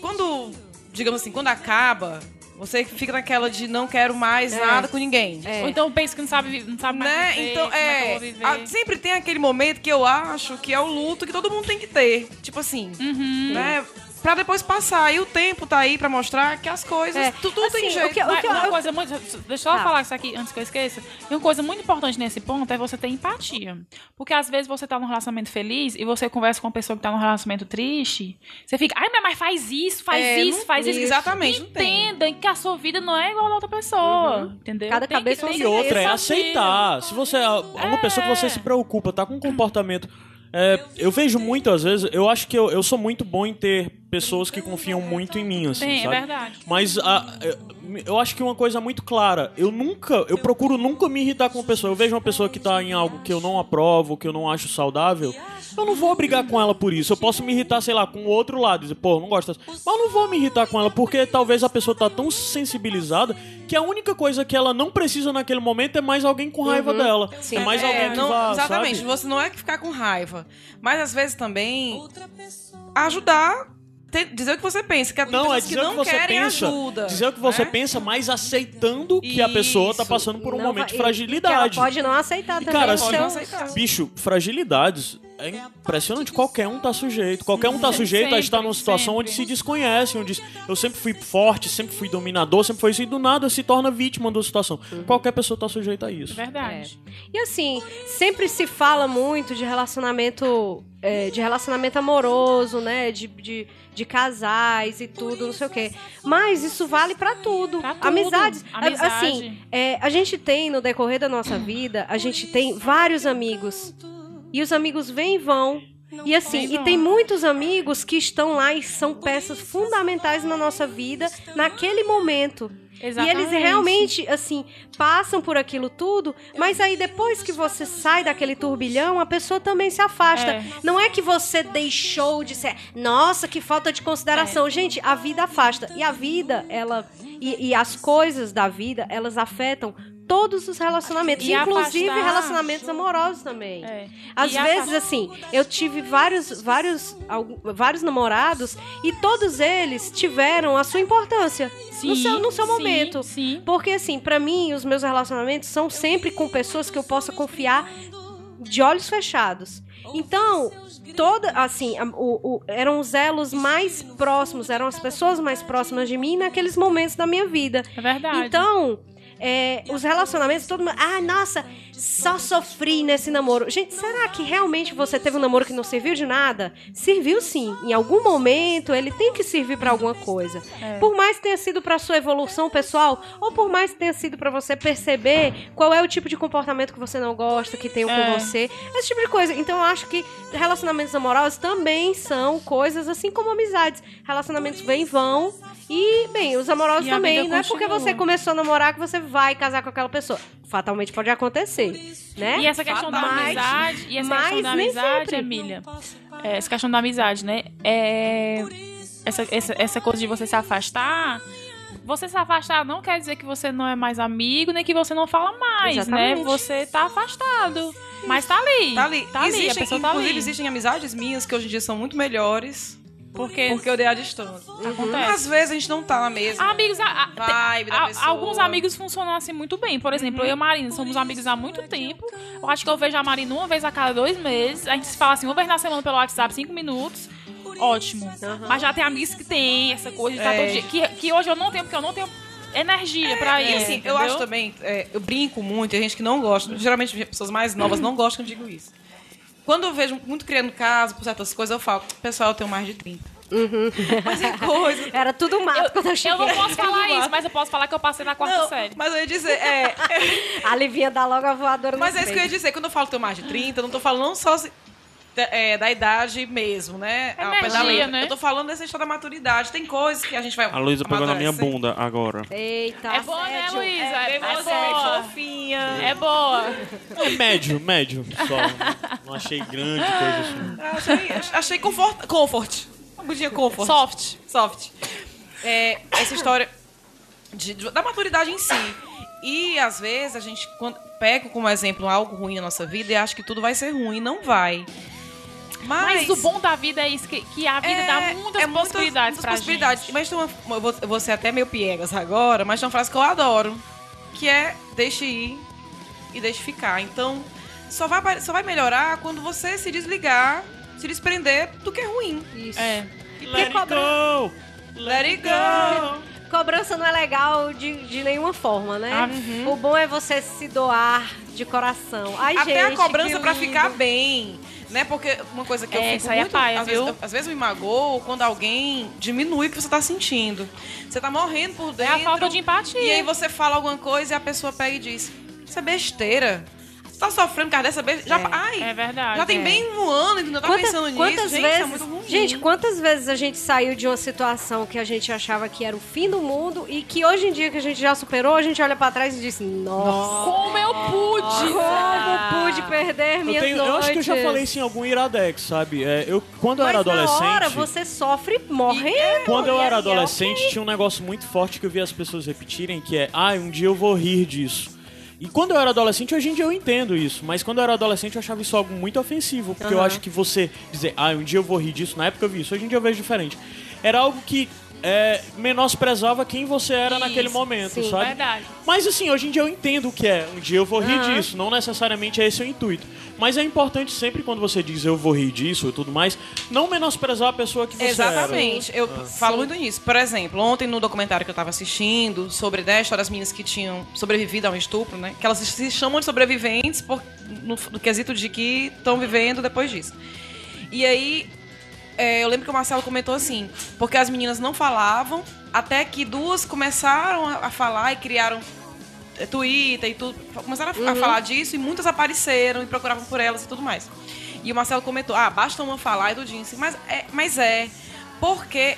[SPEAKER 2] quando, digamos assim, quando acaba, Você que fica naquela de não quero mais
[SPEAKER 1] É.
[SPEAKER 2] nada com ninguém.
[SPEAKER 3] Ou então pensa que não sabe, vi- não sabe mais
[SPEAKER 2] né?
[SPEAKER 3] viver,
[SPEAKER 2] então,
[SPEAKER 3] como é que eu
[SPEAKER 2] é.
[SPEAKER 3] vou viver.
[SPEAKER 2] a- sempre tem aquele momento que eu acho que é o luto que todo mundo tem que ter. Tipo assim,
[SPEAKER 1] Uhum.
[SPEAKER 2] né? Pra depois passar. E o tempo tá aí pra mostrar que as coisas.
[SPEAKER 1] É.
[SPEAKER 2] tu- Tudo tem
[SPEAKER 1] Assim,
[SPEAKER 2] jeito.
[SPEAKER 1] o que- o
[SPEAKER 3] Mas
[SPEAKER 1] que eu-
[SPEAKER 3] uma
[SPEAKER 1] eu-
[SPEAKER 3] coisa muito. Deixa eu só
[SPEAKER 1] Tá.
[SPEAKER 3] falar isso aqui antes que eu esqueça. E uma coisa muito importante nesse ponto é você ter empatia. Porque às vezes você tá num relacionamento feliz e você conversa com uma pessoa que tá num relacionamento triste. Você fica, ai, minha mas faz isso, faz
[SPEAKER 2] É,
[SPEAKER 3] isso,
[SPEAKER 2] não-
[SPEAKER 3] faz isso.
[SPEAKER 2] exatamente, não tem.
[SPEAKER 3] Entendam que a sua vida não é igual a da outra pessoa. Entendeu?
[SPEAKER 1] Cada
[SPEAKER 3] Tem que-
[SPEAKER 1] cabeça é um
[SPEAKER 3] tem
[SPEAKER 1] Sim,
[SPEAKER 4] E
[SPEAKER 3] que ter
[SPEAKER 4] outra é
[SPEAKER 3] essa
[SPEAKER 4] aceitar. Se você é uma pessoa que você se preocupa, tá com um comportamento. é, eu vejo muito, às vezes, eu acho que eu, eu sou muito bom em ter pessoas que confiam muito em mim, assim,
[SPEAKER 3] Sim, é
[SPEAKER 4] sabe?
[SPEAKER 3] verdade.
[SPEAKER 4] Mas a- eu- eu acho que uma coisa muito clara, eu nunca, eu procuro nunca me irritar com uma pessoa. Eu vejo uma pessoa que tá em algo que eu não aprovo, que eu não acho saudável, eu não vou brigar com ela por isso. Eu posso me irritar, sei lá, com o outro lado, dizer, pô, eu não gosto. dessa- Mas eu não vou me irritar com ela, porque talvez a pessoa tá tão sensibilizada que a única coisa que ela não precisa naquele momento é mais alguém com raiva dela. É mais
[SPEAKER 2] Uhum. É,
[SPEAKER 4] alguém que
[SPEAKER 2] não-
[SPEAKER 4] vá,
[SPEAKER 2] Exatamente,
[SPEAKER 4] sabe?
[SPEAKER 2] você não é que ficar com raiva. Mas às vezes também ajudar, te- dizer o que você pensa. Que
[SPEAKER 4] Não, é
[SPEAKER 2] pessoas
[SPEAKER 4] dizer
[SPEAKER 2] que
[SPEAKER 4] o
[SPEAKER 2] não
[SPEAKER 4] que você
[SPEAKER 2] querem
[SPEAKER 4] pensa.
[SPEAKER 2] ajuda.
[SPEAKER 4] Dizer o que você
[SPEAKER 2] né?
[SPEAKER 4] pensa, mas aceitando que a pessoa tá
[SPEAKER 2] Isso.
[SPEAKER 4] passando por um
[SPEAKER 1] Não
[SPEAKER 4] momento
[SPEAKER 1] vai-
[SPEAKER 4] de
[SPEAKER 1] e- e que
[SPEAKER 4] fragilidade.
[SPEAKER 1] Ela pode não aceitar também. então,
[SPEAKER 4] cara,
[SPEAKER 1] o
[SPEAKER 2] Pode
[SPEAKER 4] assim,
[SPEAKER 2] não
[SPEAKER 1] seu-
[SPEAKER 2] aceitar.
[SPEAKER 4] Bicho, fragilidades. É impressionante, qualquer um tá sujeito. Qualquer um tá sujeito a estar numa
[SPEAKER 3] sempre,
[SPEAKER 4] situação onde se
[SPEAKER 3] sempre.
[SPEAKER 4] desconhece, onde eu sempre fui forte, sempre fui dominador, sempre foi isso, e do nada se torna vítima da situação.
[SPEAKER 1] Uhum.
[SPEAKER 4] Qualquer pessoa tá sujeita a
[SPEAKER 3] É
[SPEAKER 4] isso.
[SPEAKER 3] verdade.
[SPEAKER 1] E assim, sempre se fala muito de relacionamento, é, de relacionamento amoroso, né? De, de, de casais e tudo, não sei o quê. Mas isso vale pra tudo.
[SPEAKER 3] Pra tudo.
[SPEAKER 1] Amizades. a-
[SPEAKER 3] Amizade.
[SPEAKER 1] Assim, é, a gente tem no decorrer da nossa vida, a gente tem vários amigos. E os amigos vêm e vão. E assim, e tem muitos amigos que estão lá e são peças fundamentais na nossa vida naquele momento. E eles
[SPEAKER 3] Exatamente.
[SPEAKER 1] realmente, assim, passam por aquilo tudo, mas aí depois que você sai daquele turbilhão, a pessoa também se afasta.
[SPEAKER 3] É.
[SPEAKER 1] Não é que você deixou de ser. Nossa, que falta de
[SPEAKER 3] É.
[SPEAKER 1] consideração. Gente, a vida afasta. E a vida, ela. E, e as coisas da vida, elas afetam todos os relacionamentos,
[SPEAKER 3] E
[SPEAKER 1] inclusive
[SPEAKER 3] afastar-
[SPEAKER 1] relacionamentos amorosos também.
[SPEAKER 3] É.
[SPEAKER 1] Às
[SPEAKER 3] E
[SPEAKER 1] vezes,
[SPEAKER 3] afastar-
[SPEAKER 1] assim, eu tive vários, vários, algu- vários namorados e todos eles tiveram a sua importância
[SPEAKER 3] Sim,
[SPEAKER 1] assim, no seu, no seu
[SPEAKER 3] sim,
[SPEAKER 1] momento.
[SPEAKER 3] Sim.
[SPEAKER 1] Porque, assim, pra mim, os meus relacionamentos são sempre com pessoas que eu possa confiar de olhos fechados. Então, toda, assim, a- o- o- eram os elos mais próximos, eram as pessoas mais próximas de mim naqueles momentos da minha vida.
[SPEAKER 3] É verdade.
[SPEAKER 1] Então, é, os relacionamentos, todo mundo. Ah, nossa, só sofri nesse namoro. Gente, será que realmente você teve um namoro que não serviu de nada? Serviu sim. Em algum momento ele tem que servir pra alguma coisa.
[SPEAKER 3] É.
[SPEAKER 1] Por mais que tenha sido pra sua evolução pessoal, ou por mais que tenha sido pra você perceber qual é o tipo de comportamento que você não gosta, que tem um com
[SPEAKER 3] É.
[SPEAKER 1] você, esse tipo de coisa. Então eu acho que relacionamentos amorosos também são coisas assim como amizades. Relacionamentos vêm e vão. E, bem, os amorosos
[SPEAKER 3] E a
[SPEAKER 1] também.
[SPEAKER 3] vida
[SPEAKER 1] Não é porque
[SPEAKER 3] continua.
[SPEAKER 1] você começou a namorar que você vai casar com aquela pessoa. Fatalmente pode acontecer, né?
[SPEAKER 3] E essa questão da
[SPEAKER 1] Mas-
[SPEAKER 3] amizade, e essa
[SPEAKER 1] mas
[SPEAKER 3] questão da
[SPEAKER 1] nem
[SPEAKER 3] amizade,
[SPEAKER 1] sempre.
[SPEAKER 3] Emília. é, essa questão da amizade, né? É, essa, essa, essa coisa de você se afastar. Você se afastar não quer dizer que você não é mais amigo, nem que você não fala mais,
[SPEAKER 1] Exatamente.
[SPEAKER 3] né? Você tá afastado. Mas tá ali.
[SPEAKER 2] Tá ali.
[SPEAKER 3] Tá ali, a
[SPEAKER 2] Existem-
[SPEAKER 3] pessoa tá
[SPEAKER 2] inclusive,
[SPEAKER 3] ali.
[SPEAKER 2] existem amizades minhas que hoje em dia são muito melhores
[SPEAKER 3] Porque,
[SPEAKER 2] porque eu dei a distância.
[SPEAKER 3] acontece.
[SPEAKER 2] Às vezes a gente não tá na mesma
[SPEAKER 3] Amigos, a- É. a-
[SPEAKER 2] vibe da
[SPEAKER 3] Al-
[SPEAKER 2] pessoa. Uhum.
[SPEAKER 3] Alguns amigos funcionam assim muito bem. Por exemplo, eu e a Marina somos amigos há muito tempo. Eu acho que eu vejo a Marina uma vez a cada dois meses. A gente se fala assim, uma vez na semana pelo WhatsApp, cinco minutos. Ótimo. Mas já tem amigos que tem essa coisa de estar
[SPEAKER 2] É.
[SPEAKER 3] todo dia. Que, que hoje eu não tenho, porque eu não tenho energia pra
[SPEAKER 2] E
[SPEAKER 3] isso.
[SPEAKER 2] assim, eu
[SPEAKER 3] entendeu?
[SPEAKER 2] acho também, é, eu brinco muito, tem gente que não gosta, geralmente pessoas mais novas não gostam, eu digo isso. Quando eu vejo muito criando caso por certas coisas, eu falo, pessoal, eu tenho mais de 30. Mas é coisa.
[SPEAKER 1] Era tudo mato quando eu cheguei.
[SPEAKER 3] Eu não posso falar isso, mas eu posso falar que eu passei na *laughs* quarta
[SPEAKER 2] Não,
[SPEAKER 3] série.
[SPEAKER 2] mas eu ia dizer, é,
[SPEAKER 3] *laughs*
[SPEAKER 1] A Livinha dá logo a voadora
[SPEAKER 2] Mas
[SPEAKER 1] no
[SPEAKER 2] é isso que eu ia dizer, quando eu falo ter mais de 30, eu não tô falando não só se- da- é, da idade mesmo, né? Ao pé da
[SPEAKER 3] Energia,
[SPEAKER 2] letra.
[SPEAKER 3] né?
[SPEAKER 2] Eu tô falando dessa história da maturidade. Tem coisas que a gente vai.
[SPEAKER 5] A Luísa pegou na minha
[SPEAKER 2] amadurecendo.
[SPEAKER 5] bunda agora.
[SPEAKER 1] Eita,
[SPEAKER 3] É boa, né,
[SPEAKER 1] assédio.
[SPEAKER 3] Luísa?
[SPEAKER 2] É,
[SPEAKER 3] É,
[SPEAKER 2] bem você, bem
[SPEAKER 3] boa.
[SPEAKER 2] fofinha.
[SPEAKER 3] É boa.
[SPEAKER 4] É médio, médio. Só. Não achei grande coisa assim.
[SPEAKER 2] Ah, Achei, achei confort. Comfort. Uma bundinha comfort.
[SPEAKER 3] Soft.
[SPEAKER 2] Soft. É, essa história de- de- da maturidade em si. E às vezes a gente quando, pega como exemplo algo ruim na nossa vida e acha que tudo vai ser ruim. Não vai.
[SPEAKER 3] Mas, o bom da vida é isso, que, que a vida dá muitas
[SPEAKER 2] é muitas-
[SPEAKER 3] possibilidades
[SPEAKER 2] muitas
[SPEAKER 3] pra
[SPEAKER 2] possibilidades. Mas tem uma, uma- eu vou- eu vou ser até meio piegas agora, mas tem uma frase que eu adoro, que é deixe ir e deixe ficar. Então, só vai, apare- só vai melhorar quando você se desligar, se desprender do que é ruim.
[SPEAKER 3] gente.
[SPEAKER 1] Isso.
[SPEAKER 3] É.
[SPEAKER 1] Porque cobran-
[SPEAKER 2] Let it go!
[SPEAKER 1] cobrança não é legal de, de nenhuma forma, né?
[SPEAKER 3] Ah,
[SPEAKER 1] O bom é você se doar de coração. Ai,
[SPEAKER 2] Até
[SPEAKER 1] gente,
[SPEAKER 2] a cobrança
[SPEAKER 1] que
[SPEAKER 2] pra
[SPEAKER 1] lindo.
[SPEAKER 2] ficar bem. Né? Porque uma coisa que
[SPEAKER 3] É,
[SPEAKER 2] eu
[SPEAKER 3] isso
[SPEAKER 2] fico
[SPEAKER 3] aí é
[SPEAKER 2] muito...
[SPEAKER 3] paia,
[SPEAKER 2] às, vezes,
[SPEAKER 3] viu?
[SPEAKER 2] às vezes me magoou quando alguém diminui o que você tá sentindo. Você tá morrendo por
[SPEAKER 3] É
[SPEAKER 2] dentro.
[SPEAKER 3] a falta de empatia.
[SPEAKER 2] E aí você fala alguma coisa e a pessoa pega e diz: Isso é besteira. Você tá sofrendo por causa dessa besteira. Já, ai,
[SPEAKER 3] É verdade.
[SPEAKER 2] já tem
[SPEAKER 3] é.
[SPEAKER 2] bem um ano, entendeu? Eu tava
[SPEAKER 1] Quantas-
[SPEAKER 2] pensando nisso.
[SPEAKER 1] quantas
[SPEAKER 2] gente,
[SPEAKER 1] vezes,
[SPEAKER 2] tá muito ruim.
[SPEAKER 1] gente, quantas vezes a gente saiu de uma situação que a gente achava que era o fim do mundo e que hoje em dia que a gente já superou, a gente olha pra trás e diz: Nossa,
[SPEAKER 3] Como eu pude!
[SPEAKER 1] como pude perder
[SPEAKER 4] Eu,
[SPEAKER 1] minhas
[SPEAKER 4] tenho- eu
[SPEAKER 1] noites?
[SPEAKER 4] acho que eu já falei isso em algum Iradex, sabe? É, eu, quando eu
[SPEAKER 1] Mas
[SPEAKER 4] era adolescente.
[SPEAKER 1] na hora você sofre morrendo.
[SPEAKER 4] Quando eu
[SPEAKER 2] é
[SPEAKER 1] E
[SPEAKER 4] era
[SPEAKER 1] assim, ó,
[SPEAKER 4] adolescente, tinha um negócio muito forte que eu via as pessoas repetirem, que é, ah, um dia eu vou rir disso. E quando eu era adolescente, hoje em dia eu entendo isso, mas quando eu era adolescente eu achava isso algo muito ofensivo, porque eu acho que você dizer, ah, um dia eu vou rir disso, na época eu vi isso, hoje em dia eu vejo diferente. Era algo que é, menosprezava quem você era
[SPEAKER 3] Isso,
[SPEAKER 4] naquele momento,
[SPEAKER 1] sim,
[SPEAKER 4] sabe?
[SPEAKER 3] verdade.
[SPEAKER 4] Mas assim, hoje em dia eu entendo o que é. Um dia eu vou rir disso. Não necessariamente é esse o intuito. Mas é importante sempre quando você diz eu vou rir disso e tudo mais, não menosprezar a pessoa que você Ah.
[SPEAKER 2] Exatamente. Eu falo muito nisso. Por exemplo, ontem no documentário que eu tava assistindo sobre né, a história das meninas que tinham sobrevivido a um estupro, né? Que elas se chamam de sobreviventes por, no, no quesito de que estão vivendo depois disso. E aí, é, eu lembro que o Marcelo comentou assim, porque as meninas não falavam, até que duas começaram a, a falar e criaram é, Twitter e tudo. Começaram a, a
[SPEAKER 1] Uhum.
[SPEAKER 2] falar disso e muitas apareceram e procuravam por elas e tudo mais. E o Marcelo comentou, ah, basta uma falar e do disse, mas é, mas é porque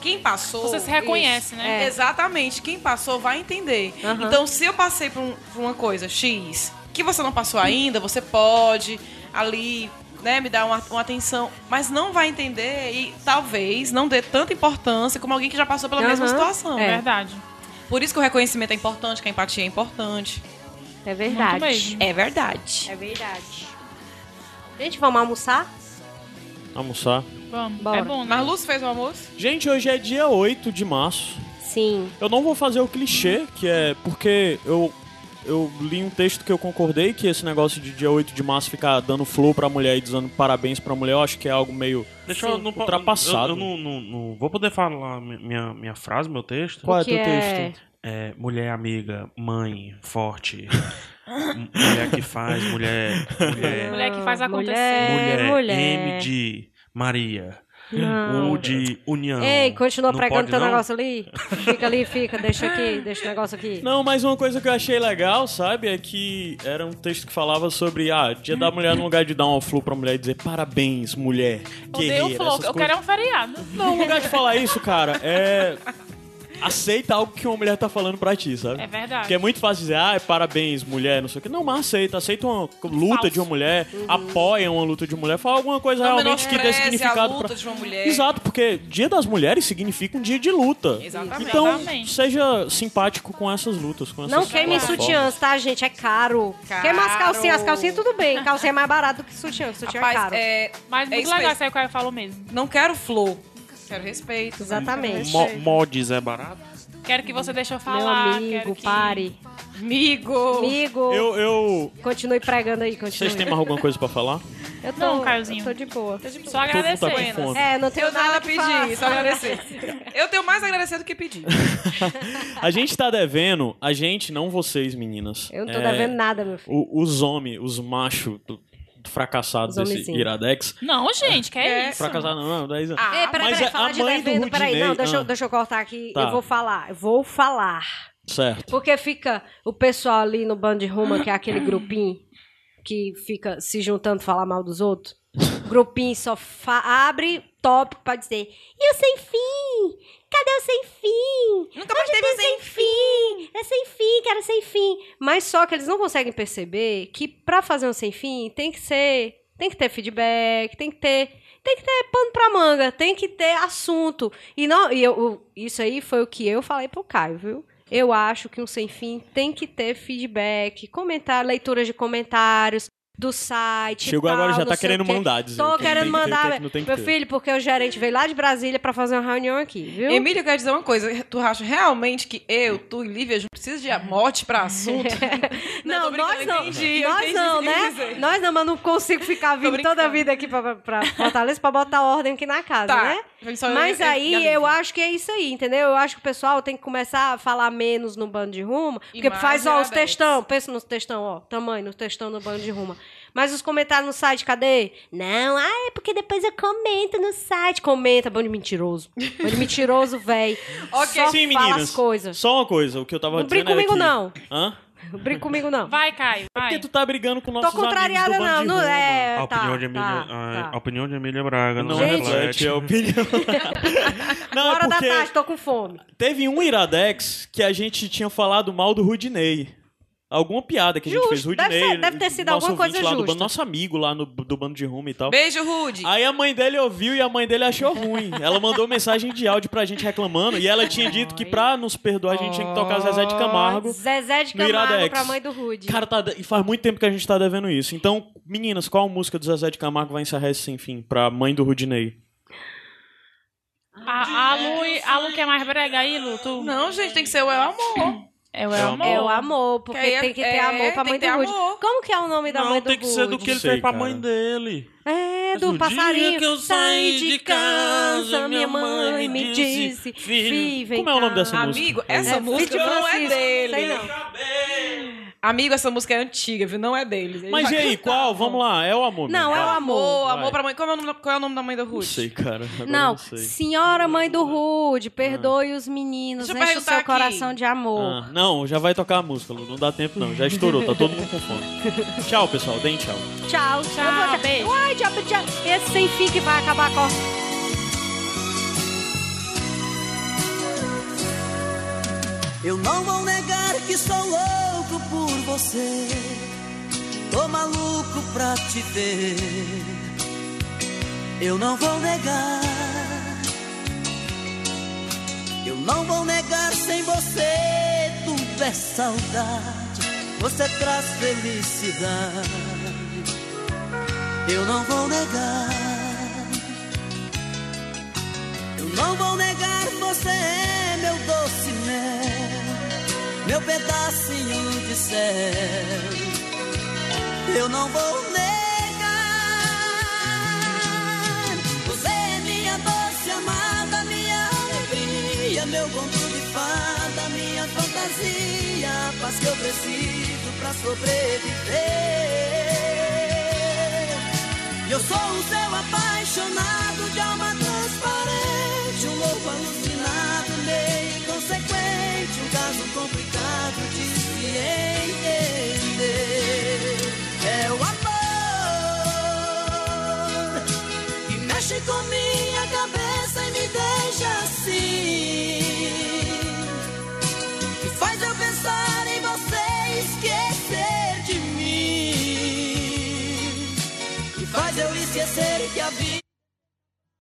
[SPEAKER 2] quem passou...
[SPEAKER 3] Você se reconhece, né?
[SPEAKER 2] É. Exatamente. Quem passou vai entender.
[SPEAKER 1] Aham.
[SPEAKER 2] Então, se eu passei por, um- por uma coisa X que você não passou ainda, você pode ali, né, me dar uma, uma atenção, mas não vai entender e talvez não dê tanta importância como alguém que já passou pela mesma
[SPEAKER 1] Aham.
[SPEAKER 2] situação.
[SPEAKER 1] É.
[SPEAKER 3] Verdade.
[SPEAKER 2] Por isso que o reconhecimento é importante, que a empatia é importante.
[SPEAKER 1] É
[SPEAKER 3] Muito
[SPEAKER 1] verdade.
[SPEAKER 3] mesmo.
[SPEAKER 2] É verdade.
[SPEAKER 1] É verdade. Gente, vamos almoçar?
[SPEAKER 4] era. Almoçar.
[SPEAKER 3] Vamos.
[SPEAKER 1] Bora.
[SPEAKER 3] É bom, né?
[SPEAKER 2] Mas Lúcio fez o almoço?
[SPEAKER 4] Gente, hoje é dia 8 de março.
[SPEAKER 1] Sim.
[SPEAKER 4] Eu não vou fazer o clichê, que é porque eu, eu li um texto que eu concordei que esse negócio de dia 8 de março ficar dando flor pra mulher e dizendo parabéns pra mulher, eu acho que é algo meio.
[SPEAKER 5] Deixa eu não pa-
[SPEAKER 4] Ultrapassado.
[SPEAKER 5] Eu, eu não, não- não vou poder falar mi- minha, minha frase, meu texto.
[SPEAKER 4] Qual é
[SPEAKER 1] que
[SPEAKER 4] teu
[SPEAKER 1] é-
[SPEAKER 4] texto?
[SPEAKER 5] É, mulher amiga, mãe, forte. m- mulher que faz, mulher.
[SPEAKER 4] É.
[SPEAKER 5] Mulher.
[SPEAKER 3] Mulher que faz
[SPEAKER 1] Ah,
[SPEAKER 3] acontecer.
[SPEAKER 1] Mulher,
[SPEAKER 5] mulher,
[SPEAKER 1] mulher.
[SPEAKER 5] M de Maria.
[SPEAKER 1] Não.
[SPEAKER 5] U de União.
[SPEAKER 1] Ei, continua
[SPEAKER 5] Não
[SPEAKER 1] pregando
[SPEAKER 5] pode,
[SPEAKER 1] teu
[SPEAKER 5] não?
[SPEAKER 1] negócio ali. Fica ali, fica, deixa aqui, deixa o negócio aqui.
[SPEAKER 4] Não, mas uma coisa que eu achei legal, sabe, é que era um texto que falava sobre, ah, dia da mulher no lugar de dar uma flor pra mulher e dizer parabéns, mulher, guerreira,
[SPEAKER 3] Odeio flor.
[SPEAKER 4] essas
[SPEAKER 3] Eu
[SPEAKER 4] coisas. Uhum.
[SPEAKER 3] quero é um feriado.
[SPEAKER 4] Não, no lugar de falar isso, cara,
[SPEAKER 3] *laughs*
[SPEAKER 4] é... Aceita algo que uma mulher tá falando pra ti, sabe?
[SPEAKER 3] É verdade.
[SPEAKER 2] Tá.
[SPEAKER 4] Porque é muito fácil dizer, ah, parabéns, mulher, não sei o quê. Não, mas aceita. Aceita uma luta
[SPEAKER 3] Falso.
[SPEAKER 4] de uma mulher, apoia uma luta de uma mulher. Fala alguma coisa
[SPEAKER 2] Uhum. Não
[SPEAKER 4] realmente que dê
[SPEAKER 2] menospreze a
[SPEAKER 4] significado
[SPEAKER 2] luta
[SPEAKER 4] pra...
[SPEAKER 2] de uma mulher.
[SPEAKER 4] Exato, porque Dia das Mulheres significa um dia de luta.
[SPEAKER 2] Exatamente.
[SPEAKER 4] Então,
[SPEAKER 3] Exatamente.
[SPEAKER 4] seja simpático com essas lutas. Com essas
[SPEAKER 1] Não queimem
[SPEAKER 4] plataformas.
[SPEAKER 1] sutiãs, tá, gente? É caro.
[SPEAKER 2] Caro.
[SPEAKER 1] Queima as calcinhas. As calcinhas tudo bem. Calcinha é mais barato do que sutiã. que Sutiã é
[SPEAKER 2] Rapaz,
[SPEAKER 1] caro.
[SPEAKER 2] é,
[SPEAKER 3] Mas
[SPEAKER 2] É
[SPEAKER 3] muito
[SPEAKER 2] isso
[SPEAKER 3] legal
[SPEAKER 2] mesmo.
[SPEAKER 3] isso aí que o Caio falou mesmo.
[SPEAKER 2] não quero flor. Quero respeito.
[SPEAKER 1] Exatamente.
[SPEAKER 5] Mo- mods é barato?
[SPEAKER 3] Quero que você deixe eu
[SPEAKER 1] Meu
[SPEAKER 3] falar. quero
[SPEAKER 1] amigo,
[SPEAKER 3] que...
[SPEAKER 1] pare.
[SPEAKER 2] Amigo.
[SPEAKER 1] Amigo,
[SPEAKER 4] Eu, eu...
[SPEAKER 1] continue pregando aí,
[SPEAKER 4] Vocês têm
[SPEAKER 1] continue.
[SPEAKER 4] mais alguma coisa pra falar?
[SPEAKER 1] Eu tô,
[SPEAKER 3] Não, Caiozinho.
[SPEAKER 1] eu tô de boa.
[SPEAKER 3] Só
[SPEAKER 4] Todo mundo tá com
[SPEAKER 3] agradecer.
[SPEAKER 4] fome.
[SPEAKER 1] É, não tenho
[SPEAKER 2] Eu nada a
[SPEAKER 1] que falar.
[SPEAKER 2] pedir, só agradecer. Eu tenho mais a agradecer do
[SPEAKER 1] *laughs*
[SPEAKER 2] que pedir.
[SPEAKER 4] A gente tá devendo... A gente, não vocês, meninas.
[SPEAKER 1] Eu não tô
[SPEAKER 4] É,
[SPEAKER 1] devendo nada, meu filho.
[SPEAKER 4] o- Os homens, os machos do- do fracassados
[SPEAKER 1] Os
[SPEAKER 4] desse
[SPEAKER 1] homenzinhos.
[SPEAKER 4] Iradex...
[SPEAKER 3] Não, gente, que é,
[SPEAKER 2] É.
[SPEAKER 3] isso.
[SPEAKER 4] Fracassados não, não, 10 anos.
[SPEAKER 2] Ah,
[SPEAKER 1] Ei, peraí,
[SPEAKER 4] mas é
[SPEAKER 1] peraí,
[SPEAKER 4] a-
[SPEAKER 1] falar
[SPEAKER 4] a
[SPEAKER 1] de
[SPEAKER 4] mãe do
[SPEAKER 1] devendo, peraí, não,
[SPEAKER 4] Rudinei-
[SPEAKER 1] deixa, eu-
[SPEAKER 4] ah.
[SPEAKER 1] deixa eu cortar aqui,
[SPEAKER 4] Tá.
[SPEAKER 1] eu vou falar, eu vou falar,
[SPEAKER 4] Certo.
[SPEAKER 1] porque fica o pessoal ali no Band Ruma, que é aquele grupinho que fica se juntando falar mal dos outros, grupinho só fa- abre tópico pra dizer, e o sem fim, cadê o sem fim,
[SPEAKER 2] Nunca mais teve assim.
[SPEAKER 1] sem fim, é sem fim, quero sem fim. Mas só que eles não conseguem perceber que pra fazer um sem fim tem que ser, tem que ter feedback, tem que ter, tem que ter pano pra manga, tem que ter assunto. E não, e eu- eu- isso aí foi o que eu falei pro Caio, viu? Eu acho que um sem fim tem que ter feedback, comentar, leitura de comentários, do site. e
[SPEAKER 4] Chegou
[SPEAKER 1] tal,
[SPEAKER 4] agora, já
[SPEAKER 1] não
[SPEAKER 4] tá
[SPEAKER 1] sei
[SPEAKER 4] querendo
[SPEAKER 1] o quê.
[SPEAKER 4] mandar, dizer
[SPEAKER 1] Tô
[SPEAKER 4] o que tem que
[SPEAKER 1] querendo
[SPEAKER 4] ter, o que
[SPEAKER 1] mandar.
[SPEAKER 4] que não tem que
[SPEAKER 1] Meu
[SPEAKER 4] ter.
[SPEAKER 1] filho, porque o gerente veio lá de Brasília pra fazer uma reunião aqui, viu?
[SPEAKER 2] Emílio, eu quero dizer uma coisa. Tu acha realmente que eu, tu e Lívia, a gente precisa de morte pra
[SPEAKER 1] *laughs*
[SPEAKER 2] assunto?
[SPEAKER 1] Não,
[SPEAKER 2] tô brincando,
[SPEAKER 1] nós
[SPEAKER 2] eu
[SPEAKER 1] não.
[SPEAKER 2] entendi, eu
[SPEAKER 1] nós
[SPEAKER 2] entendi o
[SPEAKER 1] não,
[SPEAKER 2] que você quis
[SPEAKER 1] né?
[SPEAKER 2] dizer.
[SPEAKER 1] Nós não, mas não consigo ficar vindo toda a
[SPEAKER 2] brincando.
[SPEAKER 1] vida aqui pra, pra- pra Fortaleza pra botar ordem aqui na casa,
[SPEAKER 2] Tá.
[SPEAKER 1] né?
[SPEAKER 2] Eu só-
[SPEAKER 1] Mas
[SPEAKER 2] eu- eu-
[SPEAKER 1] aí
[SPEAKER 2] e a
[SPEAKER 1] eu,
[SPEAKER 2] Lívia?
[SPEAKER 1] acho que é isso aí, entendeu? Eu acho que o pessoal tem que começar a falar menos no bando de ruma.
[SPEAKER 2] E
[SPEAKER 1] Porque
[SPEAKER 2] mais
[SPEAKER 1] faz, ó, os
[SPEAKER 2] abertos.
[SPEAKER 1] textão. Pensa nos textão, ó. Tamanho, nos textão no bando de ruma. Mas os comentários no site, cadê?
[SPEAKER 8] Não, ah, é porque depois eu comento no site.
[SPEAKER 1] Comenta, bando de mentiroso. Bando de mentiroso, *laughs* véi.
[SPEAKER 2] Ok.
[SPEAKER 1] Só
[SPEAKER 4] Sim,
[SPEAKER 1] fala
[SPEAKER 4] meninas.
[SPEAKER 1] as coisas.
[SPEAKER 4] Só uma coisa, o que eu tava
[SPEAKER 1] Não
[SPEAKER 4] dizendo
[SPEAKER 1] brinca
[SPEAKER 4] era
[SPEAKER 1] comigo,
[SPEAKER 4] que-
[SPEAKER 1] não.
[SPEAKER 4] Hã?
[SPEAKER 1] Brinca comigo, não.
[SPEAKER 3] Vai, Caio,
[SPEAKER 4] Por que
[SPEAKER 3] vai.
[SPEAKER 4] tu tá brigando com
[SPEAKER 1] Tô
[SPEAKER 4] nossos
[SPEAKER 1] contrariada,
[SPEAKER 4] amigos do
[SPEAKER 1] não.
[SPEAKER 4] Bando de
[SPEAKER 1] não
[SPEAKER 4] Roma?
[SPEAKER 1] é,
[SPEAKER 5] A
[SPEAKER 1] tá,
[SPEAKER 5] opinião, de Emília,
[SPEAKER 4] ah,
[SPEAKER 1] tá,
[SPEAKER 5] a-
[SPEAKER 4] é,
[SPEAKER 1] tá.
[SPEAKER 5] a opinião de Emília Braga não, é
[SPEAKER 4] Não
[SPEAKER 1] Gente.
[SPEAKER 5] reflete.
[SPEAKER 4] reflete a
[SPEAKER 1] *laughs*
[SPEAKER 4] opinião. não, é
[SPEAKER 1] Hora
[SPEAKER 4] porque
[SPEAKER 1] da tarde, tô com fome.
[SPEAKER 4] teve um Iradex que a gente tinha falado mal do Rudinei. Alguma piada que a gente
[SPEAKER 1] Justo,
[SPEAKER 4] fez.
[SPEAKER 1] deve
[SPEAKER 4] Rudinei,
[SPEAKER 1] ser- deve ter sido
[SPEAKER 4] nosso
[SPEAKER 1] alguma coisa
[SPEAKER 4] ouvinte lá do
[SPEAKER 1] justa.
[SPEAKER 4] bando, nosso amigo lá no, do bando de rumo e tal.
[SPEAKER 2] Beijo, Rude.
[SPEAKER 4] Aí a mãe dele ouviu e a mãe dele achou ruim. Ela mandou mensagem de áudio pra gente reclamando e ela tinha dito que pra nos perdoar a gente tinha que tocar Zezé de Camargo.
[SPEAKER 1] Zezé de
[SPEAKER 4] No
[SPEAKER 1] Camargo
[SPEAKER 4] Iradex.
[SPEAKER 1] pra mãe do Rude.
[SPEAKER 4] Cara, tá, e faz muito tempo que a gente tá devendo isso. Então, meninas, qual música do Zezé de Camargo vai encerrar esse sem fim pra mãe do Rudinei?
[SPEAKER 3] A, a, Lu, a Lu quer mais brega aí, Lu? Tu?
[SPEAKER 2] Não, gente, tem que ser o El Amor.
[SPEAKER 3] É o El Amor.
[SPEAKER 1] É o amor, porque
[SPEAKER 2] Que aí é-
[SPEAKER 1] tem que ter
[SPEAKER 2] é,
[SPEAKER 1] amor pra
[SPEAKER 2] tem
[SPEAKER 1] mãe
[SPEAKER 2] que
[SPEAKER 1] do
[SPEAKER 2] ter
[SPEAKER 1] Rude.
[SPEAKER 2] amor.
[SPEAKER 1] Como que é o nome da
[SPEAKER 5] Não,
[SPEAKER 1] mãe do
[SPEAKER 5] tem que ser do
[SPEAKER 1] Rude?
[SPEAKER 5] que ele
[SPEAKER 4] Sei,
[SPEAKER 5] fez pra
[SPEAKER 4] cara.
[SPEAKER 5] mãe dele.
[SPEAKER 1] É,
[SPEAKER 5] No
[SPEAKER 1] do
[SPEAKER 5] dia
[SPEAKER 1] passarinho.
[SPEAKER 5] que eu
[SPEAKER 1] Saí de casa, minha mãe me disse.
[SPEAKER 5] filho-
[SPEAKER 1] filho, vem
[SPEAKER 4] Como é o nome
[SPEAKER 1] cá.
[SPEAKER 4] dessa música?
[SPEAKER 2] Amigo, essa
[SPEAKER 1] É,
[SPEAKER 2] música
[SPEAKER 1] Fito
[SPEAKER 2] não é
[SPEAKER 1] Francisco,
[SPEAKER 2] dele.
[SPEAKER 1] sei não.
[SPEAKER 2] Amigo, essa música é antiga, viu? Não é dele. Ele
[SPEAKER 4] Mas e
[SPEAKER 2] vai
[SPEAKER 4] aí,
[SPEAKER 2] cantar.
[SPEAKER 4] qual? Vamos lá, é o amor.
[SPEAKER 1] Não, é
[SPEAKER 4] mesmo,
[SPEAKER 1] o
[SPEAKER 4] vai.
[SPEAKER 1] amor.
[SPEAKER 2] Amor, amor
[SPEAKER 4] Vai.
[SPEAKER 2] pra mãe. Qual é o nome, da- qual é o nome da mãe da Ruth?
[SPEAKER 4] Não sei, cara. Agora
[SPEAKER 1] Não,
[SPEAKER 4] não sei.
[SPEAKER 1] senhora mãe do Rude, perdoe os meninos,
[SPEAKER 2] Deixa eu
[SPEAKER 1] enche o seu
[SPEAKER 2] perguntar aqui.
[SPEAKER 1] coração de amor.
[SPEAKER 4] Ah, não, já vai tocar a música, Lu. Não dá tempo, não. Já estourou, tá todo mundo com fome.
[SPEAKER 1] *laughs*
[SPEAKER 4] tchau, pessoal. Deem tchau.
[SPEAKER 1] Tchau, tchau. Eu vou-
[SPEAKER 3] beijo.
[SPEAKER 1] Uai, tchau, tchau. Esse sem fim que vai acabar com a
[SPEAKER 7] Eu não vou negar que sou louco por você. Tô maluco pra te ver. Eu não vou negar. Eu não vou negar sem você. Tudo é saudade. Você traz felicidade. Eu não vou negar. Eu não vou negar, você é meu doce mel, meu pedacinho de céu. Eu não vou negar, você é minha doce amada, minha alegria, meu conto de fada, minha fantasia, a paz que eu preciso pra sobreviver. Eu sou o seu apaixonado de alma transparente, um louco alucinado, meio inconsequente, um caso complicado de se entender. É o amor que mexe com minha cabeça e me deixa assim que faz eu pensar em você e esquecer de mim, que faz eu esquecer que a vida.